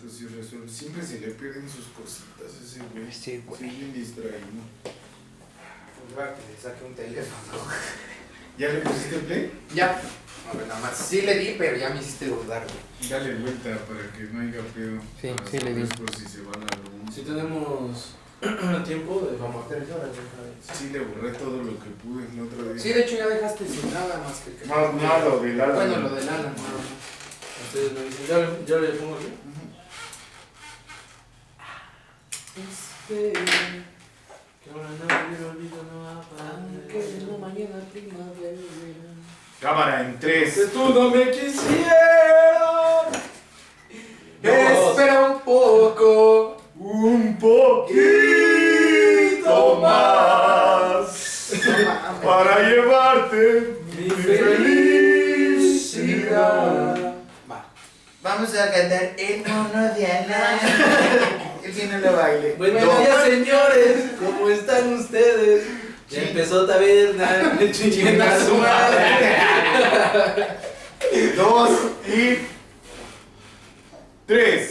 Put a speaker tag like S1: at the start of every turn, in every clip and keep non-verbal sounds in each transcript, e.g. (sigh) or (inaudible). S1: pues irresol- siempre se le pierden sus cositas a ese güey.
S2: Sí, güey.
S1: Sí, es bien distraído.
S3: Pues va, que le saque un teléfono. (laughs)
S1: ¿Ya le pusiste play?
S3: Ya. A ver, nada más. Sí le di, pero ya me hiciste dudar, güey.
S1: Dale vuelta para que no haya pedo.
S2: Sí,
S1: Para
S2: sí le di.
S1: saber Por si se va la luz.
S4: Si tenemos (clears throat) tiempo, eh, de-
S3: Pues Como tres horas, güey.
S1: Sí, le borré todo lo que pude la otra vez.
S3: Sí, de hecho ya dejaste sin nada más que. que-
S1: Más más lo del ala.
S3: Bueno, lo del ala, nada más.
S4: ustedes me dicen, ya le, ya le pongo aquí.
S3: Este.
S4: Que ahora no, yo olvido, no va a parar.
S3: mañana primavera.
S1: Cámara en 3.
S4: tú no me quisieras.
S3: Espera un (laughs) poco.
S1: Un poquito más para llevarte mi felicidad.
S3: Va. Vamos a cantar el mono de (laughs) Ana. El que no lo baile.
S4: Buenos días, señores. ¿Cómo están ustedes? Ya empezó
S3: (laughs)
S4: taberna.
S3: Chinga su (laughs) madre.
S1: Dos y tres.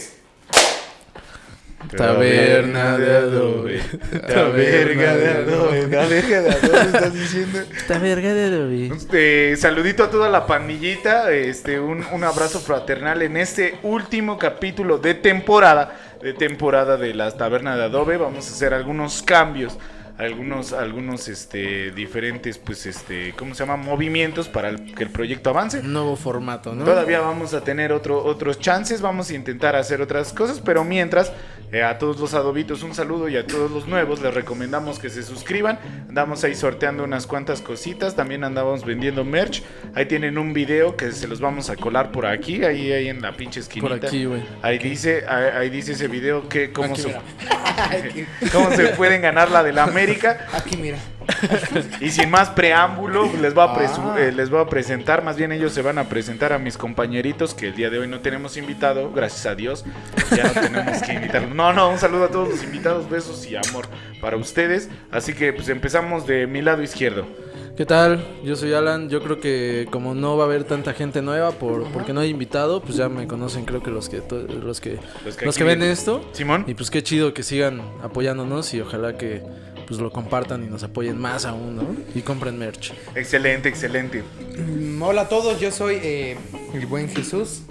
S2: Taberna de adobe. Taberna de adobe.
S5: Taberna de adobe, estás diciendo.
S2: Esta verga de Ruby.
S5: Este, saludito a toda la pandillita. Este, un, un abrazo fraternal en este último capítulo de temporada. De temporada de las tabernas de adobe. Vamos a hacer algunos cambios. Algunos, algunos, este, diferentes, pues, este, ¿cómo se llama? Movimientos para el- que el proyecto avance.
S2: Nuevo formato, ¿no?
S5: Todavía vamos a tener otro, otros chances, vamos a intentar hacer otras cosas, pero mientras, eh, a todos los adobitos un saludo y a todos los nuevos les recomendamos que se suscriban. Andamos ahí sorteando unas cuantas cositas, también andamos vendiendo merch. Ahí tienen un video que se los vamos a colar por aquí, ahí, ahí en la pinche
S2: Por
S5: esquinita.
S2: aquí, güey.
S5: Ahí dice, ahí, ahí dice ese video que cómo,
S2: Aquí,
S5: se,
S2: mira.
S5: (laughs) cómo se pueden ganar la de la América.
S2: Aquí, mira.
S5: Y sin más preámbulo, les voy, a presu-
S2: Ah.
S5: eh, les voy a presentar, más bien ellos se van a presentar a mis compañeritos que el día de hoy no tenemos invitado, gracias a Dios, ya no tenemos que invitarlos. No, no, un saludo a todos los invitados, besos y amor para ustedes. Así que pues empezamos de mi lado izquierdo.
S2: ¿Qué tal? Yo soy Alan. Yo creo que como no va a haber tanta gente nueva por, porque no hay invitado, pues ya me conocen creo que los que to- los que
S5: Los
S2: los que
S5: aquí
S2: ven
S5: vienen.
S2: esto.
S5: Simón.
S2: Y pues qué chido que sigan apoyándonos y ojalá que pues lo compartan y nos apoyen más aún, ¿no? Y compren merch.
S5: Excelente, excelente.
S6: Mm, Hola a todos, yo soy eh, el buen Jesús.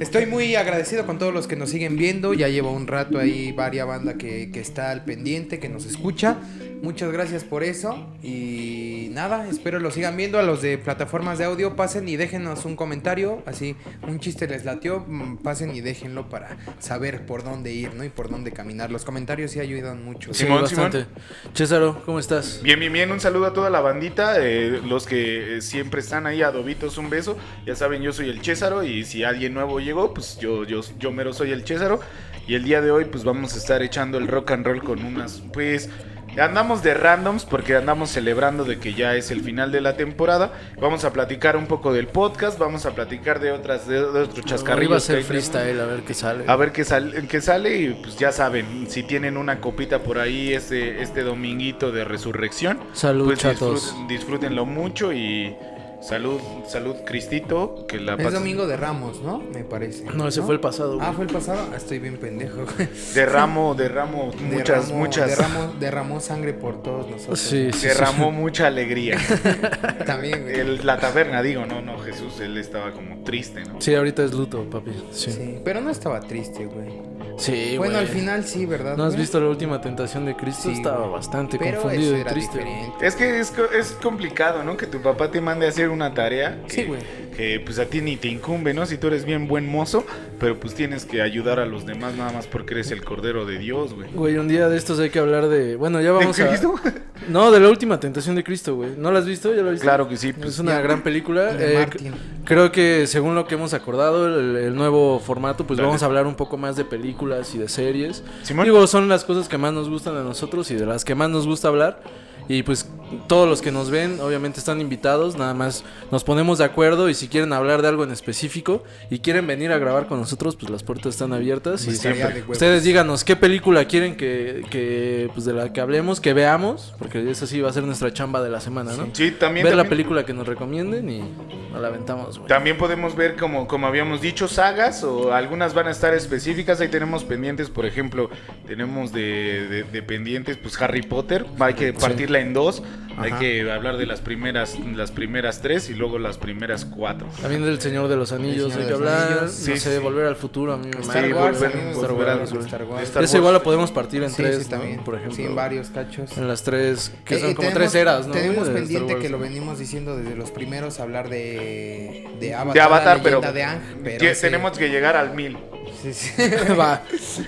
S6: Estoy muy agradecido con todos los que nos siguen viendo. Ya llevo un rato ahí, varia banda que, que está al pendiente, que nos escucha. Muchas gracias por eso. Y nada, espero lo sigan viendo. A los de plataformas de audio, pasen y déjenos un comentario. Así, un chiste les latió, mm, pasen y déjenlo para saber por dónde ir, ¿no? Y por dónde caminar. Los comentarios sí ayudan mucho.
S5: Sí. Simón,
S2: bastante. Césaro, ¿cómo estás?
S5: Bien, bien, bien, un saludo a toda la bandita, eh, los que eh, siempre están ahí, adobitos, un beso. Ya saben, yo soy el Chésaro y si alguien nuevo llegó, pues yo, yo, yo mero soy el Chésaro. Y el día de hoy, pues vamos a estar echando el rock and roll con unas, pues... Andamos de randoms porque andamos celebrando de que ya es el final de la temporada. Vamos a platicar un poco del podcast, vamos a platicar de otras de, de otros chascarrillos.
S2: Arriba a ser
S5: que tenemos.
S2: freestyle, a ver qué sale.
S5: A ver qué, sal- qué sale y pues ya saben, si tienen una copita por ahí este, este dominguito de resurrección,
S2: Salud,
S5: pues
S2: chatos.
S5: disfruten- disfrútenlo mucho y salud, salud Cristito, que la
S6: Es
S5: pasen-
S6: domingo de Ramos, ¿no? Me parece.
S2: No, ese fue el pasado, güey.
S6: Ah, fue el pasado. Ah, estoy bien pendejo. (laughs)
S5: derramo, derramo muchas,
S6: Derramó-
S5: muchas,
S6: Derramó, derramó sangre por todos nosotros.
S2: Sí, sí, sí.
S5: derramó mucha alegría.
S6: También, güey.
S5: El- la taberna, digo, no, no, Jesús, él estaba como triste, ¿no?
S2: Sí, ahorita es luto, papi. Sí.
S6: Sí, pero no estaba triste, güey.
S2: Sí,
S6: bueno,
S2: güey.
S6: al final sí, ¿verdad?
S2: ¿No has
S6: güey?
S2: visto la última tentación de Cristo?
S6: Sí,
S2: Estaba
S6: güey.
S2: bastante
S6: Pero
S2: confundido
S6: eso
S2: y
S6: era
S2: triste.
S6: diferente.
S5: Es que es, co- es complicado, ¿no? Que tu papá te mande a hacer una tarea que,
S2: Sí, güey.
S5: que, pues a ti ni te incumbe, ¿no? Si tú eres bien buen mozo, pero pues tienes que ayudar a los demás nada más porque eres el cordero de Dios, güey.
S2: Güey, un día de estos hay que hablar de. Bueno, ya vamos
S5: ¿De
S2: a.
S5: Cristo?
S2: No, de la última tentación de Cristo, güey. ¿No la has visto? ¿Ya la viste?
S5: Claro que sí, pues.
S2: Es una gran película.
S6: De
S2: Eh,
S6: Martin.
S2: creo que según lo que hemos acordado, el, el nuevo formato, pues
S5: Dale.
S2: vamos a hablar un poco más de películas y de series.
S5: Simón.
S2: Digo, son las cosas que más nos gustan a nosotros y de las que más nos gusta hablar. Y pues todos los que nos ven, obviamente están invitados, nada más nos ponemos de acuerdo y si quieren hablar de algo en específico y quieren venir a grabar con nosotros, pues las puertas están abiertas. Y
S6: Estaría de huevos.
S2: ustedes díganos qué película quieren que, que, pues de la que hablemos, que veamos, porque esa sí va a ser nuestra chamba de la semana, ¿no?
S5: Sí, también.
S2: Ver la
S5: también.
S2: película que nos recomienden y nos la aventamos, güey.
S5: También podemos ver, como, como habíamos dicho, sagas o algunas van a estar específicas. Ahí tenemos pendientes, por ejemplo, tenemos de, de- de pendientes, pues Harry Potter. Hay que partirla en dos. Hay
S6: Ajá.
S5: que hablar de las primeras, las primeras tres y luego las primeras cuatro.
S2: También del Señor de los
S6: Señor
S2: Anillos, hay
S6: de
S2: que
S6: los
S2: hablar.
S6: Anillos.
S2: no
S5: Sí,
S2: sé,
S5: sí.
S2: volver al futuro a mí me
S5: Sí,
S2: mama.
S5: volver-
S6: Wars, amigos,
S5: volver
S6: Star
S5: al-
S6: Wars, Star Wars.
S5: Star
S2: Esa
S5: Wars.
S2: igual la podemos partir en
S6: Sí,
S2: tres,
S6: sí,
S2: ¿no?
S6: también.
S2: Por ejemplo.
S6: Sí, en varios cachos.
S2: En las tres, que
S6: Eh,
S2: son
S6: y
S2: como
S6: tenemos-
S2: tres eras, ¿no?
S6: Tenemos
S2: güey, de Star
S6: pendiente
S2: Wars?
S6: que lo venimos diciendo desde los primeros, hablar de, de Avatar,
S5: De Avatar,
S6: la
S5: pero,
S6: leyenda de Aang, pero
S5: que-
S6: sí.
S5: tenemos que llegar al mil.
S6: Sí,
S2: (laughs)
S6: sí. Va.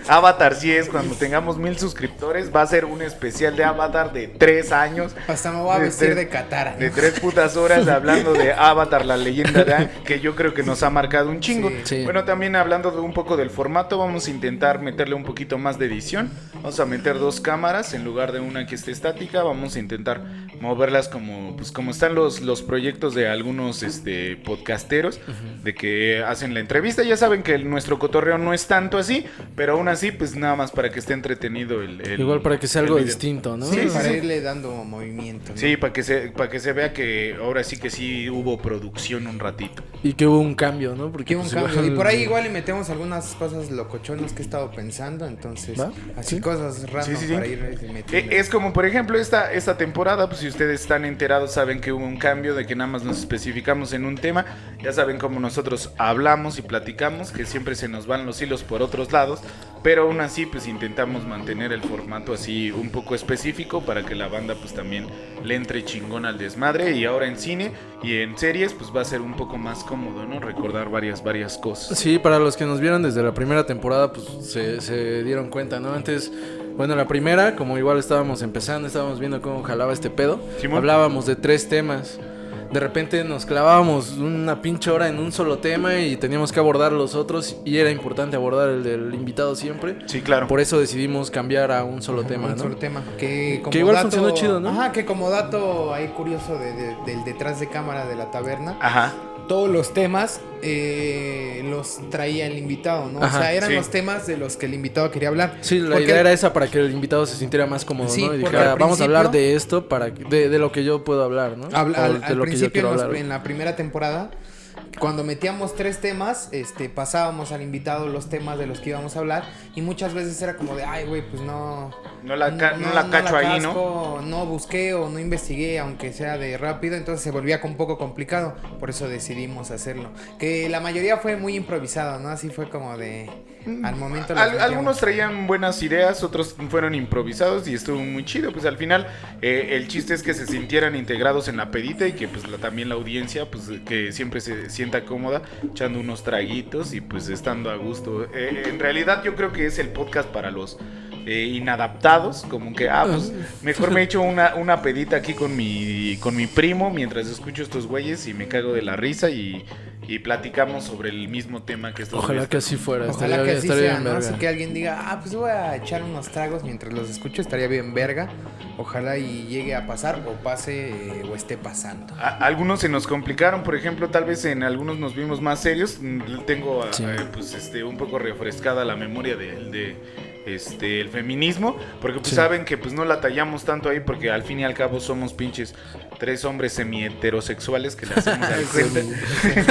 S5: Avatar sí es, cuando tengamos mil suscriptores, va a ser un especial de Avatar de tres años.
S6: Hasta me voy a
S5: De
S6: vestir
S5: tres-
S6: de Katara.
S5: De tres putas horas hablando de
S6: (laughs)
S5: Avatar, la leyenda de Aang, que yo creo que nos ha marcado un chingo.
S6: Sí.
S2: Sí.
S5: Bueno, también hablando de un poco del formato, vamos a intentar meterle un poquito más de edición. Vamos a meter dos cámaras en lugar de una que esté estática. Vamos a intentar moverlas como, pues, como están los, los proyectos de algunos este, podcasteros, de que hacen la entrevista. Ya saben que el- nuestro cotorreo no es tanto así, pero aún así, pues nada más para que esté entretenido el... el-
S2: Igual para que sea
S5: el
S2: algo
S5: video.
S2: distinto, ¿no?
S6: Sí,
S5: Sí, sí,
S6: para
S5: sí.
S6: irle dando movimiento. ¿no?
S5: Sí, para que se para que se vea que ahora sí que sí hubo producción un ratito.
S2: Y que hubo un cambio, ¿no? Porque
S6: Que un
S2: pues,
S6: cambio.
S2: igual-
S6: Y por ahí igual y metemos algunas cosas locochonas que he estado pensando, entonces
S2: ¿Va?
S6: así
S2: Sí.
S6: cosas random
S5: Sí, sí, sí.
S6: para ir eh, metiendo.
S5: E- Es como por ejemplo esta esta temporada, pues si ustedes están enterados saben que hubo un cambio de que nada más nos especificamos en un tema, ya saben cómo nosotros hablamos y platicamos, que siempre se nos van los hilos por otros lados, pero aún así pues intentamos mantener el formato así un poco específico para que la banda pues también le entre chingón al desmadre y ahora en cine y en series pues va a ser un poco más cómodo, ¿no? Recordar varias varias cosas.
S2: Sí, para los que nos vieron desde la primera temporada, pues se, se dieron cuenta, ¿no? Antes, bueno, la primera, como igual estábamos empezando, estábamos viendo cómo jalaba este pedo,
S5: Simón.
S2: hablábamos de tres temas. De repente nos clavábamos una pinche hora en un solo tema y teníamos que abordar los otros y era importante abordar el del invitado siempre.
S5: Sí, claro.
S2: Por eso decidimos cambiar a un solo
S6: Un
S2: tema, ¿no?
S6: solo tema. Que, como
S2: Que igual
S6: dato-
S2: funcionó chido, ¿no?
S6: Ajá, que como dato ahí curioso de- de- del detrás de cámara de la taberna,
S5: Ajá.
S6: todos los temas eh, los traía el invitado, ¿no?
S2: Ajá,
S6: o sea, eran
S5: sí.
S6: los temas de los que el invitado quería hablar.
S2: Sí, la
S6: Porque-
S2: idea era esa para que el invitado se sintiera más cómodo,
S6: Sí,
S2: ¿no? Y
S6: porque
S2: dijera,
S6: al
S2: vamos a hablar
S6: principio-
S2: de esto, para que- de, de lo que yo puedo hablar, ¿no?
S6: Habla-
S2: O
S6: al,
S2: de
S6: al
S2: lo que yo
S6: principio
S2: quiero
S6: en, los-
S2: hablar.
S6: en la primera temporada, cuando metíamos tres temas, este, pasábamos al invitado los temas de los que íbamos a hablar y muchas veces era como de, ay, güey, pues no...
S5: No la, ca- no, la cacho ahí, ¿no?
S6: casco, No busqué o no investigué, aunque sea de rápido, entonces se volvía un poco complicado, por eso decidimos hacerlo. Que la mayoría fue muy improvisado, ¿no? Así fue como de... Al momento... las
S5: Al-
S6: metíamos.
S5: algunos traían buenas ideas, otros fueron improvisados y estuvo muy chido. Pues al final eh, el chiste es que se sintieran integrados en la pedita y que pues la- también la audiencia pues que siempre se sienta cómoda echando unos traguitos y pues estando a gusto. Eh, en realidad yo creo que es el podcast para los eh, inadaptados, como que, ah, pues mejor me echo una, una pedita aquí con mi, con mi primo mientras escucho estos güeyes y me cago de la risa y, y platicamos sobre el mismo tema que estos
S2: Ojalá
S5: güeyes
S2: que así fuera.
S6: Ojalá
S2: estaría
S6: que
S2: bien,
S6: así
S2: estaría
S6: sea,
S2: bien
S6: ¿no?
S2: verga.
S6: Así que alguien diga, ah, pues voy a echar unos tragos mientras los escucho, estaría bien verga. Ojalá y llegue a pasar o pase eh, o esté pasando.
S5: A- algunos se nos complicaron, por ejemplo, tal vez en algunos nos vimos más serios. Mm, Tengo a-
S2: Sí.
S5: eh, pues este un poco refrescada la memoria del de, este el feminismo, porque pues
S2: Sí.
S5: saben que pues no la tallamos tanto ahí porque al fin y al cabo somos pinches tres hombres semi heterosexuales que la
S2: (laughs)
S5: hacemos al frente. (laughs)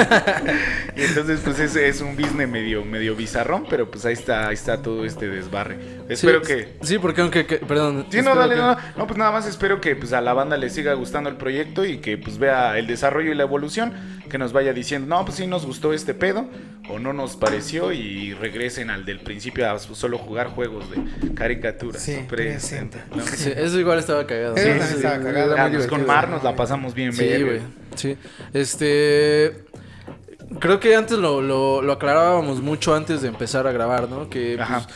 S5: Y entonces pues es, es un business medio medio bizarrón, pero pues ahí está ahí está todo este desbarre.
S2: Sí,
S5: Espero que
S2: Sí, porque aunque... que- perdón.
S5: Sí, no,
S2: espero
S5: dale,
S2: que-
S5: no, no. No, pues nada más espero que pues, a la banda le siga gustando el proyecto y que pues vea el desarrollo y la evolución, que nos vaya diciendo, no, pues sí nos gustó este pedo o no nos pareció y regresen al del principio a su- solo jugar juegos de caricaturas.
S6: Sí,
S5: Presenta,
S2: (laughs)
S5: ¿no?
S2: Sí, eso igual estaba cagado.
S6: Eso
S2: Sí,
S6: también
S2: sí,
S6: estaba
S2: sí,
S6: cagado.
S2: era
S5: Ah,
S2: muy
S5: pues, con
S2: divertido.
S5: Mar nos la pasamos bien,
S2: Sí,
S5: verga.
S2: güey. Sí. Este. Creo que antes lo, lo- lo aclarábamos mucho antes de empezar a grabar, ¿no? Que, pues,
S5: Ajá.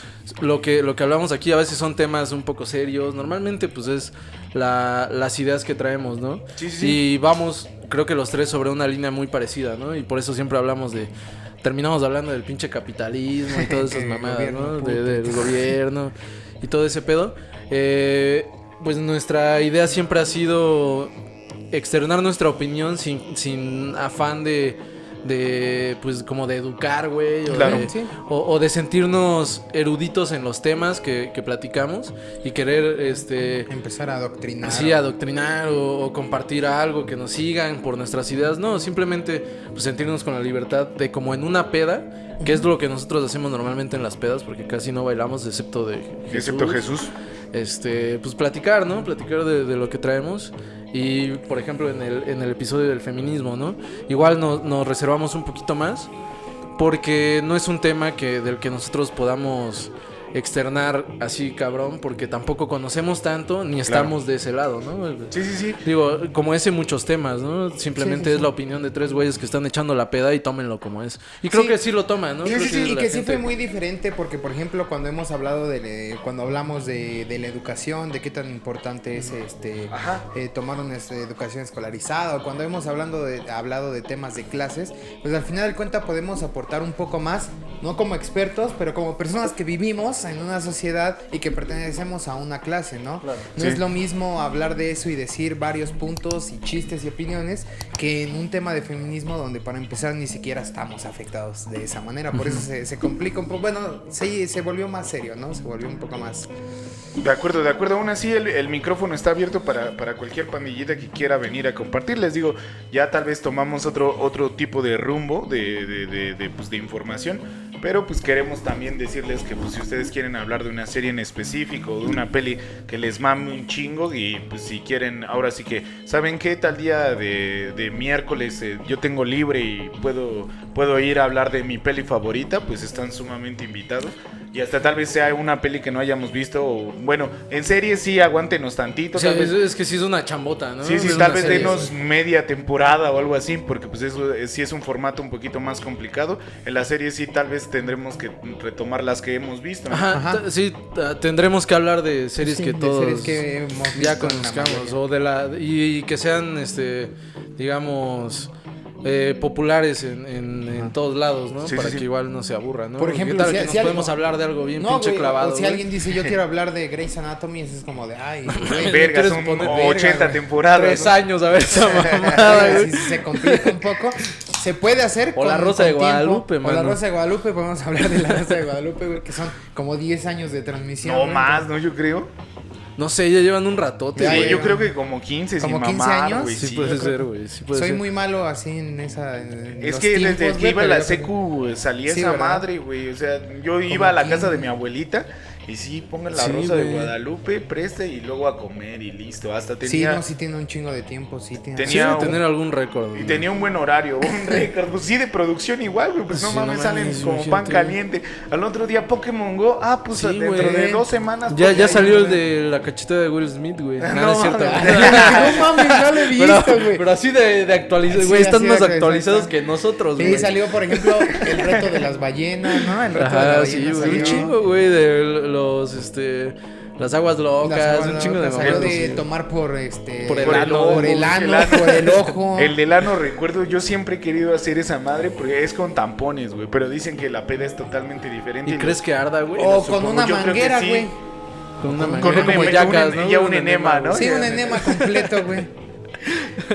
S2: lo que lo que hablamos aquí a veces son temas un poco serios. Normalmente, pues es la- las ideas que traemos, ¿no?
S5: Sí, sí, sí.
S2: Y vamos, creo que los tres sobre una línea muy parecida, ¿no? Y por eso siempre hablamos de. Terminamos hablando del pinche capitalismo
S5: (laughs)
S2: y todas esas
S6: Que
S2: mamadas,
S6: gobierno
S2: ¿no?
S6: puto.
S2: De- del gobierno y todo ese pedo. Eh, pues nuestra idea siempre ha sido externar nuestra opinión sin, sin afán de, de, pues como de educar, güey, o,
S5: Claro.
S2: de,
S6: Sí.
S2: o, o de sentirnos eruditos en los temas que, que platicamos y querer, este,
S6: Empezar a adoctrinar.
S2: así adoctrinar o, o compartir algo, que nos sigan por nuestras ideas. No, simplemente pues, sentirnos con la libertad de como en una peda, que es lo que nosotros hacemos normalmente en las pedas, porque casi no bailamos excepto de
S5: Excepto Jesús.
S2: Este, pues platicar, ¿no? Platicar de, de lo que traemos. Y por ejemplo en el, en el episodio del feminismo, ¿no? Igual no- nos reservamos un poquito más porque no es un tema que, del que nosotros podamos externar así cabrón porque tampoco conocemos tanto ni estamos de ese lado, ¿no?
S5: Sí, sí, sí.
S2: Digo, como ese muchos temas, ¿no?
S6: Sí,
S2: Simplemente
S6: sí,
S2: es
S6: sí.
S2: la opinión de tres güeyes que están echando la peda y tómenlo como es. Y creo
S6: Sí.
S2: que sí lo toman, ¿no?
S6: Y,
S2: Creo
S6: y
S2: la
S6: que sí
S2: gente-
S6: fue muy diferente porque, por ejemplo, cuando hemos hablado de, le- cuando hablamos de, de la educación, de qué tan importante es este eh, tomar una este, educación escolarizada, o cuando hemos hablando de, hablado de temas de clases, pues al final de cuentas podemos aportar un poco más, no como expertos, pero como personas que vivimos en una sociedad y que pertenecemos a una clase, ¿no? No
S5: Sí.
S6: es lo mismo hablar de eso y decir varios puntos y chistes y opiniones que en un tema de feminismo donde para empezar ni siquiera estamos afectados de esa manera. Por eso se, se complica un poco. Bueno, sí, se volvió más serio, ¿no? Se volvió un poco más.
S5: De acuerdo, de acuerdo. Aún así, el, el micrófono está abierto para, para cualquier pandillita que quiera venir a compartir. Les digo, ya tal vez tomamos otro, otro tipo de rumbo de, de- de- de, pues, de información. Pero pues queremos también decirles que pues, si ustedes quieren hablar de una serie en específico o de una peli que les mame un chingo y pues si quieren, ahora sí que, ¿saben qué? Tal día de, de miércoles eh, yo tengo libre y puedo, puedo ir a hablar de mi peli favorita, pues están sumamente invitados. Y hasta tal vez sea una peli que no hayamos visto. O, bueno, en serie sí, aguántenos tantito.
S2: O sea,
S5: tal vez,
S2: es, es que sí es una chambota, ¿no?
S5: sí, sí,
S2: Es
S5: tal
S2: una
S5: vez
S2: serie,
S5: denos
S2: güey.
S5: media temporada o algo así, porque pues eso es- sí es un formato un poquito más complicado. En la serie sí tal vez tendremos que retomar las que hemos visto. ¿no?
S2: Ajá,
S6: Ajá.
S2: t- sí, t- tendremos que hablar de series
S6: Sí,
S2: que
S6: de
S2: todos
S6: series que hemos visto
S2: ya
S6: en la
S2: conozcamos
S6: mayoría.
S2: o de la y, y que sean, este, digamos, eh, populares en, en- en todos lados, ¿no?
S5: Sí, sí,
S2: Para
S5: sí.
S2: que igual no se aburran, ¿no?
S6: Por
S2: Porque qué
S6: ejemplo,
S2: tal
S6: si-
S2: que nos
S6: si alguien-
S2: podemos hablar de algo bien
S6: No,
S2: pinche
S6: güey, o
S2: clavado.
S6: si
S2: güey.
S6: alguien dice yo quiero hablar de Grey's Anatomy, eso es como de, ay, güey,
S5: Verga,
S2: quieres
S5: son
S2: poner verga,
S5: 80
S6: güey.
S5: temporadas.
S2: tres
S5: ¿no?
S2: años a ver
S6: (laughs)
S2: esa mamada,
S6: Pero
S2: güey.
S6: si se complica un poco. Se puede hacer
S2: O la Rosa de Guadalupe,
S6: O la
S2: mano.
S6: Rosa de Guadalupe, podemos hablar de la Rosa de Guadalupe, güey, que son como 10 años de transmisión.
S5: No
S6: güey,
S5: más, ¿no? Yo creo.
S2: No sé, ya llevan un ratote.
S6: Ya,
S5: Sí,
S2: güey.
S5: yo
S6: ya.
S5: creo que como 15,
S6: Como
S5: sin
S6: 15
S5: mamar,
S6: años.
S5: güey,
S2: Sí, pues,
S5: sí.
S2: puede ser, güey. Sí puede
S6: Soy
S2: ser.
S6: muy malo así en esa. en
S5: Es
S6: los
S5: que
S6: tiempos,
S5: desde que
S6: güey,
S5: iba a
S6: pero
S5: la
S6: yo-
S5: secu eh, salía
S6: Sí,
S5: esa
S6: ¿verdad?
S5: madre, güey. O sea, yo iba a la casa de
S6: 15.
S5: mi abuelita y sí, pongan la
S2: Sí,
S5: rosa de
S2: güey.
S5: Guadalupe, preste y luego a comer y listo. Hasta tenía...
S6: Sí, no, sí tiene un chingo de tiempo, sí tiene.
S5: Tenía
S2: Sí debe
S5: un-
S2: tener algún récord.
S5: Y
S2: güey.
S5: tenía un buen horario, un récord. Pues sí, de producción igual, güey. Pues no
S2: Sí, no
S5: mames, salen
S2: mames,
S5: como pan
S2: imagínate.
S5: caliente. Al otro día Pokémon Go. Ah, pues
S2: Sí,
S5: dentro
S2: güey.
S5: de dos semanas.
S2: Ya, ya
S5: Pokémon
S2: salió
S5: Go.
S2: el de la cacheta de Will Smith, güey. No,
S5: No,
S2: no es cierto.
S5: mames.
S2: (laughs) güey.
S6: (laughs) no mames, no lo he
S2: Pero,
S6: visto, güey.
S2: pero así de, de actualizados,
S6: Sí,
S2: güey. están
S6: así
S2: más
S6: de actualizados
S2: actualizados
S6: están.
S2: que nosotros, güey.
S6: Sí, salió, por ejemplo, el reto de las ballenas, ¿no? El reto de las
S2: Ajá,
S6: ballenas.
S2: sí, güey.
S6: salió.
S2: Un chingo, güey, de los, este... Las aguas locas,
S6: Las aguas
S2: un chingo de
S6: locas, salió
S2: mamadas.
S6: de
S2: sí.
S6: tomar por este
S2: Por el
S6: por
S2: ano,
S6: por el ano, por el ojo.
S5: El del ano, recuerdo, yo siempre he querido hacer esa madre porque es con tampones, güey. Pero dicen que la peda es totalmente diferente.
S2: ¿Y crees que arda, güey?
S6: o con
S5: supongo,
S6: una
S5: yo creo que
S6: manguera,
S5: sí.
S6: güey.
S2: Con una
S5: con
S2: manguera
S5: un
S2: como
S5: eme-
S2: yacas,
S5: un-
S2: ¿no?
S5: ya un enema, ¿no?
S2: güey.
S6: Sí, un enema completo, güey.
S5: (laughs)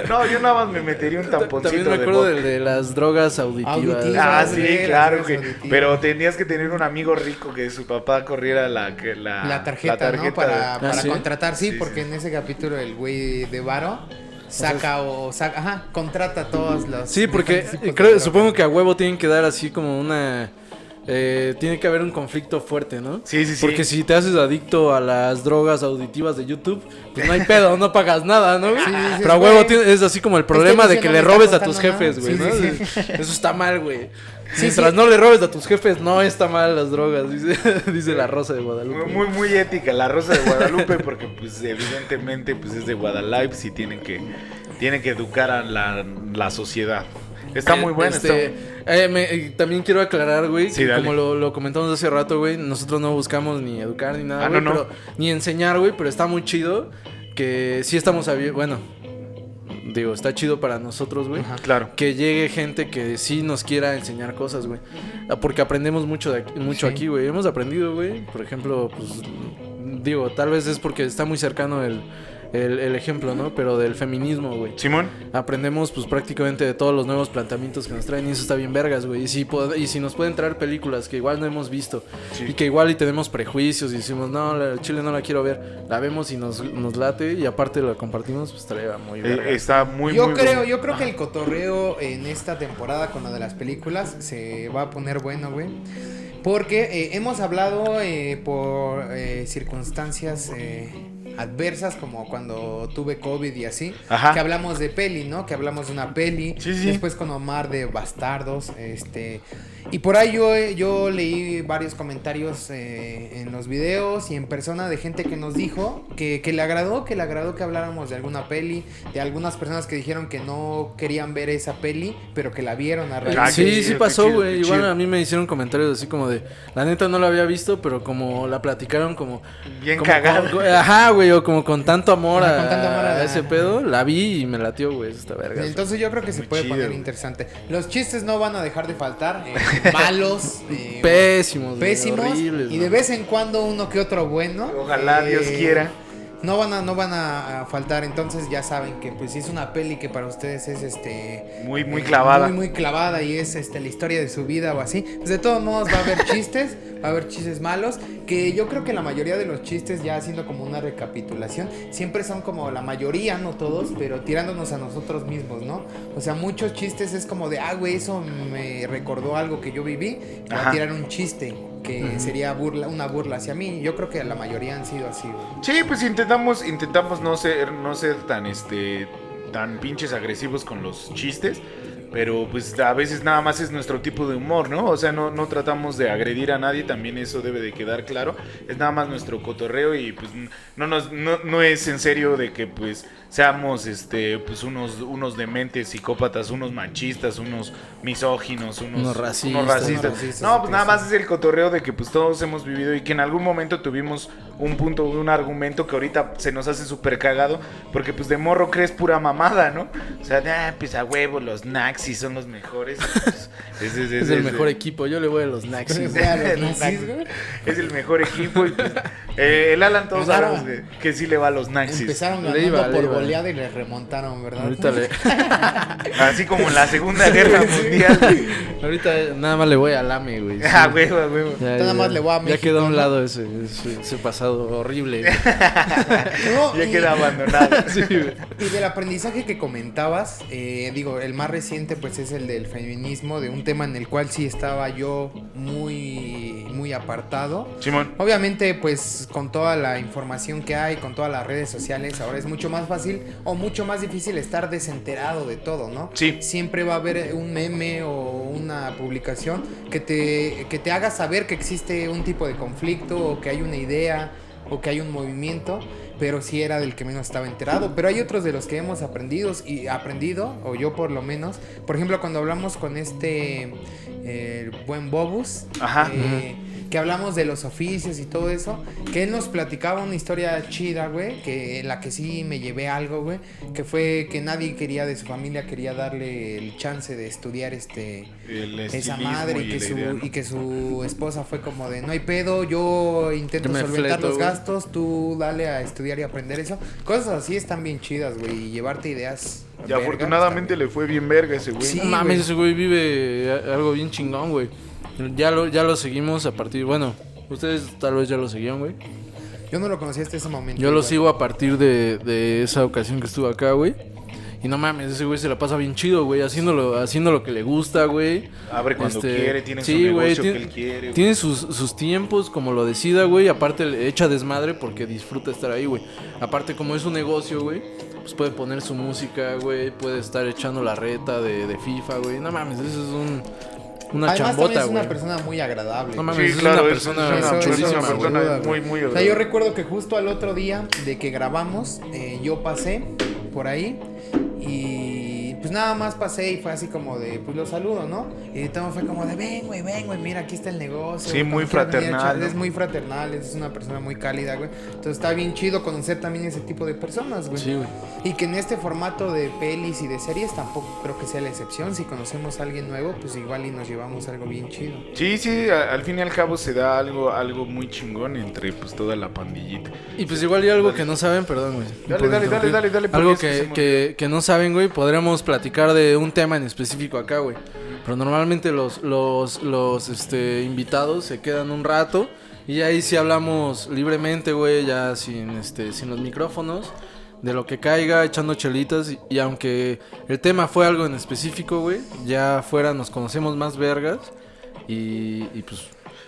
S5: No, yo nada más me metería un
S2: (laughs) También
S5: tamponcito
S2: me
S5: de
S2: acuerdo
S5: vodka.
S2: del de las drogas auditivas.
S6: Auditivas.
S5: Ah,
S6: Sí,
S5: sí,
S6: las
S5: claro,
S6: drogas
S5: güey.
S6: auditivas.
S5: Pero tenías que tener un amigo rico que su papá corriera la, que- Ah, la,
S6: La tarjeta,
S5: la tarjeta. Ah,
S6: ¿no? Para, para
S2: Ah, sí?
S6: contratar, sí,
S5: Sí,
S6: porque
S5: sí.
S6: en ese capítulo el güey de Varo saca o saca, ajá, contrata todos los
S2: Sí, porque
S6: diferentes tipos de
S2: creo,
S6: drogas.
S2: supongo que a huevo tienen que dar así como una... eh, tiene que haber un conflicto fuerte, ¿no?
S5: Sí, sí, sí.
S2: Porque si te haces adicto a las drogas auditivas de YouTube, pues no hay pedo, no pagas nada, ¿no? güey?
S6: Sí, dices,
S2: Pero a huevo
S6: güey,
S2: tiene- es así como el problema
S6: este
S2: de que
S6: no
S2: le
S6: me está
S2: robes a tus
S6: contando nada.
S2: jefes, güey,
S6: Sí,
S2: ¿no?
S6: sí,
S2: Eso está mal, güey.
S6: Sí,
S2: Mientras
S6: sí.
S2: no le robes a tus jefes, no está mal las drogas, dice, (laughs) dice la Rosa de Guadalupe.
S5: Muy, muy, muy ética la Rosa de Guadalupe porque pues evidentemente pues es de Guadalupe y tienen que, tienen que educar a la, la sociedad. Está
S2: Eh,
S5: muy buena.
S2: este,
S5: está-
S2: eh, me- eh, también quiero aclarar, güey,
S5: Sí,
S2: que
S5: dale.
S2: como lo, lo comentamos hace rato, güey, nosotros no buscamos ni educar ni nada,
S5: Ah,
S2: güey,
S5: no, no.
S2: pero- ni enseñar, güey, pero está muy chido que sí estamos abiertos, bueno, digo, está chido para nosotros, güey.
S5: Claro.
S2: Que llegue gente que sí nos quiera enseñar cosas, güey. Ah, Porque aprendemos mucho de aquí, mucho
S6: Sí.
S2: aquí, güey. Hemos aprendido, güey. Por ejemplo, pues digo, tal vez es porque está muy cercano el, el- el ejemplo, ¿no? Pero del feminismo, güey.
S5: Simón,
S2: Aprendemos, pues, prácticamente de todos los nuevos planteamientos que nos traen y eso está bien vergas, güey. Y si, pod- y si nos pueden traer películas que igual no hemos visto
S5: Sí.
S2: y que igual y tenemos prejuicios y decimos, no, la- el Chile no la quiero ver, la vemos y nos, nos late y aparte la compartimos, pues, estaría muy
S5: eh,
S2: verga.
S5: está muy,
S6: yo
S5: muy
S6: creo,
S5: bueno.
S6: yo creo que el cotorreo en esta temporada con lo de las películas se va a poner bueno, güey. Porque eh, hemos hablado eh, por eh, circunstancias eh, adversas, como cuando tuve COVID y así.
S5: Ajá.
S6: Que hablamos de peli, ¿no? Que hablamos de una peli.
S5: Sí, sí.
S6: Después con Omar de Bastardos. Este. Y por ahí yo, eh, yo leí varios comentarios eh, en los videos y en persona de gente que nos dijo que, que le agradó, que le agradó que habláramos de alguna peli, de algunas personas que dijeron que no querían ver esa peli, pero que la vieron a raíz.
S5: Ah, qué
S2: sí,
S5: chido,
S2: sí
S5: qué
S2: pasó,
S5: chido,
S2: güey.
S5: qué
S2: Igual
S5: chido.
S2: a mí me hicieron comentarios así como de, la neta no la había visto, pero como la platicaron como...
S5: Bien
S2: como-
S5: cagado.
S2: como- ajá, güey, o como con tanto amor,
S6: Ajá,
S2: a,
S6: con tanto amor a-
S2: a ese pedo, la vi y me latió, güey, eso está verga.
S6: Entonces yo creo que se
S5: Muy
S6: puede
S5: chido,
S6: poner
S5: güey.
S6: interesante. Los chistes no van a dejar de faltar,
S5: (laughs)
S6: eh, malos, eh,
S2: Pésimos, güey,
S6: pésimos
S2: horribles,
S6: y
S2: ¿no?
S6: de vez en cuando uno que otro bueno.
S5: Ojalá
S6: eh,
S5: Dios quiera.
S6: No van a, no van a, a faltar, entonces ya saben que pues si es una peli que para ustedes es este
S5: Muy, muy
S6: eh,
S5: clavada.
S6: Muy, muy clavada y es este la historia de su vida o así. Pues, de todos modos va a haber chistes, va a haber chistes malos, que yo creo que la mayoría de los chistes ya haciendo como una recapitulación, siempre son como la mayoría, no todos, pero tirándonos a nosotros mismos, ¿no? O sea, muchos chistes es como de, ah, güey, eso me recordó algo que yo viví, voy
S5: Ajá.
S6: a tirar un chiste que sería burla, una burla hacia mí. Yo creo que la mayoría han sido así, güey.
S5: Sí, pues intentamos, intentamos no ser, no ser tan este tan pinches agresivos con los chistes. Pero pues a veces nada más es nuestro tipo de humor, ¿no? O sea, no, no tratamos de agredir a nadie, también eso debe de quedar claro. Es nada más nuestro cotorreo y pues n- no, nos, no, no es en serio de que pues seamos este pues unos, unos dementes, psicópatas, unos machistas, unos misóginos, unos,
S2: Unos racistas.
S5: racistas.
S6: Unos racistas,
S5: No, pues nada
S6: sí.
S5: más es el cotorreo de que pues todos hemos vivido y que en algún momento tuvimos un punto, un argumento que ahorita se nos hace súper cagado, porque pues de morro crees pura mamada, ¿no? O sea, ah, pues a huevo, los Naxis son los mejores. (laughs) Pues, es, es-
S2: Es
S5: es-
S2: el
S5: es-
S2: mejor equipo, yo le voy a los (laughs) Naxis.
S6: Fue a los
S5: (laughs) El
S6: nazis,
S5: Naxis.
S6: güey.
S5: es el mejor equipo. y, pues, eh, el Alan todos
S6: Ganaron.
S5: sabemos que, que sí le va a los Naxis.
S6: Empezaron
S2: Le
S6: ganando
S2: iba, le
S6: por
S2: iba.
S6: goleada y les remontaron, ¿verdad?
S2: Ahorita, le- (laughs)
S5: Así como en la Segunda Guerra Mundial.
S2: ahorita nada más le voy al
S6: (laughs)
S2: AME, güey. sí.
S5: (laughs) a huevo, a huevo.
S2: Ya,
S6: Ah, Nada
S2: ya-
S6: más le voy a
S2: Ya
S6: México,
S2: quedó a un
S6: ¿no?
S2: lado ese, ese, ese pasado horrible. güey.
S5: (laughs)
S6: No,
S5: Ya
S6: y-
S5: queda abandonado.
S2: (laughs) Sí, güey.
S6: Y del aprendizaje que comentabas, eh, digo, el más reciente pues es el del feminismo, de un tema en el cual sí estaba yo muy, muy apartado.
S5: Simón.
S6: Obviamente pues con toda la información que hay, con todas las redes sociales, ahora es mucho más fácil o mucho más difícil estar desenterado de todo, ¿no?
S5: Sí.
S6: Siempre va a haber un meme o una publicación que te, que te haga saber que existe un tipo de conflicto o que hay una idea o que hay un movimiento, pero sí era del que menos estaba enterado. Pero hay otros de los que hemos aprendido, y aprendido o yo por lo menos. Por ejemplo, cuando hablamos con este eh, buen Bobus,
S5: Ajá.
S6: eh, que hablamos de los oficios y todo eso, que él nos platicaba una historia chida, güey, que en la que sí me llevé algo, güey, que fue que nadie quería de su familia quería darle el chance de estudiar este
S5: El
S6: esa
S5: estilismo
S6: madre y
S5: y
S6: que,
S5: la
S6: su,
S5: idea, ¿no?
S6: y que su esposa fue como de no hay pedo, yo intento
S2: Yo me
S6: solventar
S2: fleto,
S6: los
S2: güey".
S6: gastos, tú dale a estudiar y aprender eso. Cosas así están bien chidas, güey, y llevarte ideas.
S5: Y afortunadamente pues, le fue bien verga ese güey.
S6: Sí,
S2: No mames,
S6: güey.
S2: ese güey vive a- algo bien chingón, güey. Ya lo, ya lo seguimos a partir. Bueno, ustedes tal vez ya lo seguían, güey.
S6: Yo no lo conocí hasta ese momento.
S2: Yo lo
S6: güey.
S2: sigo a partir de, de esa ocasión que estuve acá, güey. Y no mames, ese güey se la pasa bien chido, güey. Haciéndolo, haciendo lo que le gusta, güey.
S5: Abre cuando
S2: Este,
S5: quiere, tiene su
S2: sí, güey,
S5: negocio
S2: tien-
S5: que él quiere. güey.
S2: Tiene sus, sus tiempos, como lo decida, güey. Aparte, le echa desmadre porque disfruta estar ahí, güey. Aparte, como es un negocio, güey, pues puede poner su música, güey. Puede estar echando la reta de, de FIFA, güey. No mames, eso es un, una
S6: Además, también
S2: chambota,
S6: es una
S2: güey.
S6: persona muy agradable.
S2: No
S6: güey.
S2: mames,
S5: Sí,
S2: es
S5: claro,
S2: una
S5: es-
S2: persona
S5: es una
S2: chulísima,
S5: persona,
S2: güey.
S5: persona
S6: Sin duda,
S5: muy, muy
S6: O sea, yo
S5: agradable.
S6: recuerdo que justo al otro día de que grabamos, eh, yo pasé por ahí y pues nada más pasé y fue así como de, pues los saludo, ¿no? Y de todo fue como de, ven, güey, ven, güey, mira, aquí está el negocio.
S5: Sí,
S6: güey,
S5: muy
S6: como quieras venir a
S5: fraternal,
S6: echar-
S5: ¿no?
S6: Es muy fraternal, es una persona muy cálida, güey. Entonces está bien chido conocer también ese tipo de personas, güey.
S2: Sí, güey.
S6: Y que en este formato de pelis y de series tampoco creo que sea la excepción. Si conocemos a alguien nuevo, pues igual y nos llevamos algo bien chido.
S5: Sí, sí, a- al fin y al cabo se da algo, algo muy chingón entre pues toda la pandillita.
S2: Y pues igual hay algo que no saben, perdón, güey.
S5: Dale,
S2: por
S5: dale,
S2: interrumpir.
S5: dale, dale, dale,
S2: Algo
S5: porque es que se
S2: que,
S5: me
S2: que, que no saben, güey, podremos platicar de un tema en específico acá, güey. Pero normalmente los, los, los este, invitados se quedan un rato y ahí sí hablamos libremente, güey, ya sin, este, sin los micrófonos, de lo que caiga, echando chelitas. Y, y aunque el tema fue algo en específico, güey, ya afuera nos conocemos más vergas y, y pues...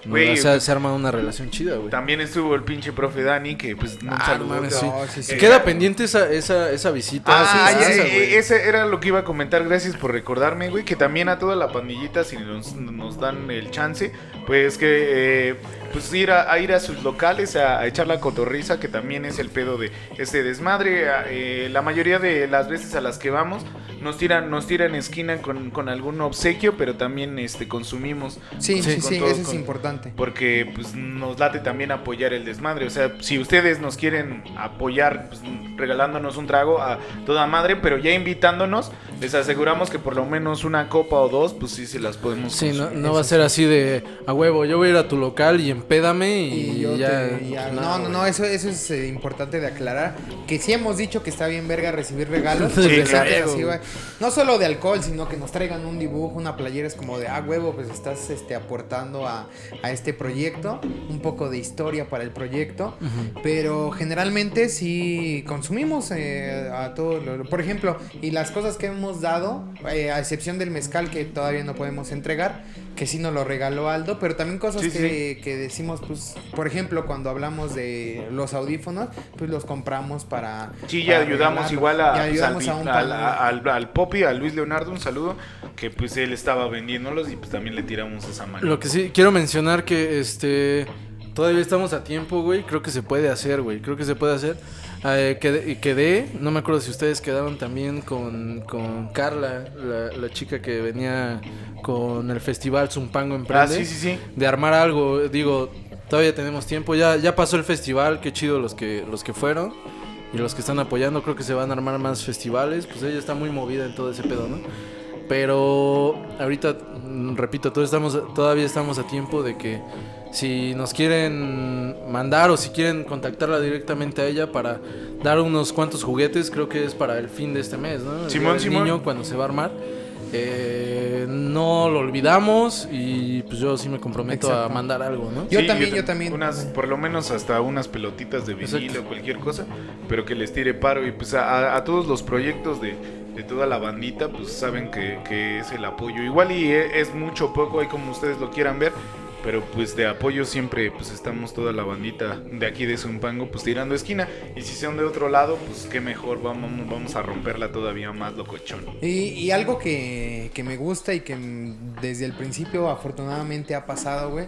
S5: Güey,
S2: se, se arma una relación chida, güey.
S5: También estuvo el pinche profe Dani, que pues un
S2: Ah,
S5: saludo.
S2: mames, sí.
S6: No, sí, sí.
S2: Eh, Queda pendiente esa, esa, esa visita.
S5: Ah,
S2: Esa
S5: ya,
S2: salsa,
S5: eh,
S2: güey.
S5: ese era lo que iba a comentar. Gracias por recordarme, güey. Que también a toda la pandillita, si nos, nos dan el chance, pues que eh, pues ir a, a ir a sus locales a, a echar la cotorriza, que también es el pedo de este desmadre. a- eh, la mayoría de las veces a las que vamos, nos tiran, nos tiran esquina con, con algún obsequio, pero también este consumimos.
S6: Sí, sí, sí,
S5: con todo-
S6: eso es
S5: con-
S6: importante.
S5: porque pues nos late también apoyar el desmadre. O sea, si ustedes nos quieren apoyar pues, regalándonos un trago a toda madre, pero ya invitándonos, les aseguramos que por lo menos una copa o dos, pues sí se las podemos.
S2: Sí, no,
S5: consumir.
S2: no va a ser así de a huevo. Yo voy a ir a tu local y empédame y,
S6: Y yo
S2: ya.
S6: te- ya-
S2: Pues,
S6: no, no, no, eso, eso es eh, importante de aclarar. Que sí hemos dicho que está bien verga recibir regalos.
S2: (laughs) Sí,
S6: presentes
S2: claro.
S6: así, güey. No solo de alcohol, sino que nos traigan un dibujo, una playera. Es como de, ah, huevo, pues estás este, aportando a, a este proyecto. Un poco de historia para el proyecto. Pero generalmente sí consumimos eh, a todo. lo- por ejemplo, y las cosas que hemos dado, eh, a excepción del mezcal que todavía no podemos entregar, que sí nos lo regaló Aldo, pero también cosas
S5: Sí, sí,
S6: que que decimos, pues, por ejemplo, cuando hablamos de los audífonos, pues los compramos para.
S5: Sí, ya
S6: para
S5: ayudamos
S6: regalarlos.
S5: igual a,
S6: Ya
S5: pues,
S6: ayudamos
S5: al,
S6: a un
S5: al,
S6: pan-
S5: al- al Popi, a Luis Leonardo, un saludo, que pues él estaba vendiéndolos y pues también le tiramos esa mano.
S2: Lo que sí, quiero mencionar que este. Todavía estamos a tiempo, güey. Creo que se puede hacer, güey. Creo que se puede hacer. Eh, quedé, quedé- no me acuerdo si ustedes quedaron también con, con Carla, la, la chica que venía con el festival Zumpango en
S5: Ah, sí, sí, sí.
S2: de armar algo. Digo, todavía tenemos tiempo. Ya, ya pasó el festival, qué chido los que, los que fueron. Y los que están apoyando, creo que se van a armar más festivales. Pues ella está muy movida en todo ese pedo, ¿no? Pero ahorita, mm, repito, todos estamos, todavía estamos a tiempo de que si nos quieren mandar o si quieren contactarla directamente a ella para dar unos cuantos juguetes, creo que es para el fin de este mes, ¿no? El
S5: Simón,
S2: Día del
S5: Simón.
S2: niño cuando se va a armar. Eh, no lo olvidamos y pues yo sí me comprometo a
S6: Exacto.
S2: mandar algo, ¿no?
S6: Yo
S5: Sí,
S6: también,
S5: tam-
S6: yo también.
S5: Unas, por lo menos hasta unas pelotitas de vinilo,
S2: Exacto.
S5: cualquier cosa, pero que les tire paro. Y pues a, a- a todos los proyectos de, de toda la bandita, pues saben que, que es el apoyo. Igual y e- es, mucho o poco, ahí como ustedes lo quieran ver, pero pues de apoyo siempre pues estamos toda la bandita de aquí de Zumpango, pues tirando esquina. Y si son de otro lado, pues qué mejor, vamos, vamos a romperla todavía más locochón.
S6: Y, y algo que, que me gusta y que mm, desde el principio afortunadamente ha pasado, güey,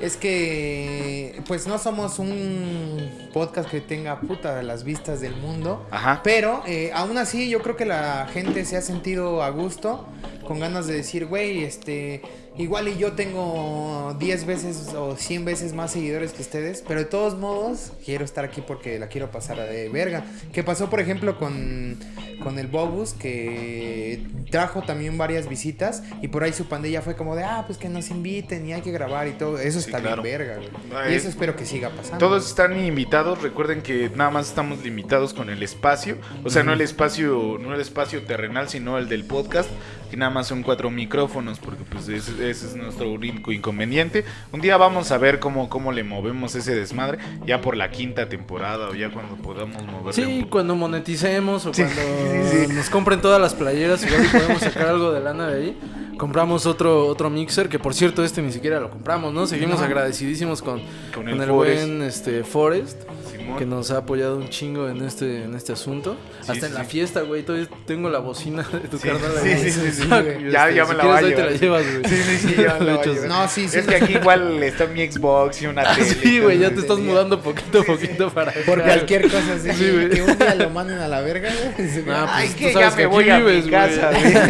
S6: es que pues no somos un podcast que tenga puta las vistas del mundo,
S5: Ajá.
S6: Pero eh, aún así yo creo que la gente se ha sentido a gusto, con ganas de decir, güey, este, igual y yo tengo 10 veces o 100 veces más seguidores que ustedes, pero de todos modos quiero estar aquí porque la quiero pasar de verga. Que pasó por ejemplo con, con el Bobus, que trajo también varias visitas y por ahí su pandilla fue como de, ah, pues que nos inviten y hay que grabar y todo. Eso
S5: Sí,
S6: está
S5: claro. eh,
S6: bien verga, güey.
S5: Ay,
S6: Y eso espero que siga pasando. (laughs)
S5: Todos están invitados, recuerden que nada más estamos limitados con el espacio, o sea, no el espacio, no el espacio terrenal, sino el del podcast, que nada más son cuatro micrófonos, porque pues ese, ese es nuestro único inconveniente. Un día vamos a ver cómo, cómo le movemos ese desmadre, ya por la quinta temporada o ya cuando podamos moverlo.
S2: Sí, cuando moneticemos o
S5: Sí,
S2: cuando
S5: sí, sí.
S2: nos compren todas las playeras, igual y podemos sacar algo de lana de ahí. Compramos otro, otro mixer, que por cierto, este ni siquiera lo compramos, ¿no? Seguimos
S6: No.
S2: agradecidísimos con,
S5: Con
S2: con
S5: el
S2: el,
S5: Forest.
S2: buen este, Forest,
S5: Simón.
S2: que nos ha apoyado un chingo en este, en este asunto. Hasta
S5: sí,
S2: en la
S5: sí.
S2: fiesta, güey. Todavía tengo la bocina de tu
S5: Sí,
S2: carnal.
S5: sí,
S2: ahí.
S5: sí, sí, sí,
S2: Ah,
S5: güey.
S2: este,
S5: Ya- ya me
S2: si
S5: la
S2: quieres,
S5: voy a
S2: ahí te la
S5: llevar.
S2: llevas, güey.
S5: Sí, sí, sí,
S2: (laughs)
S5: ya me la voy a
S2: Hechos.
S5: llevar.
S6: No, sí, sí.
S5: Es que aquí igual está mi Xbox y una tele.
S2: (laughs) Sí, güey, ya te
S5: entonces,
S2: estás mudando poquito a poquito para acá,
S6: Por
S2: güey.
S6: cualquier cosa así.
S2: Sí, güey.
S6: que un día lo manden a la verga, güey. "Ah, Sí,
S2: Nah,
S5: Ay,
S2: pues, tú
S5: que ya
S2: sabes
S5: me
S2: que aquí
S5: voy a
S2: vives,
S5: mi
S2: güey.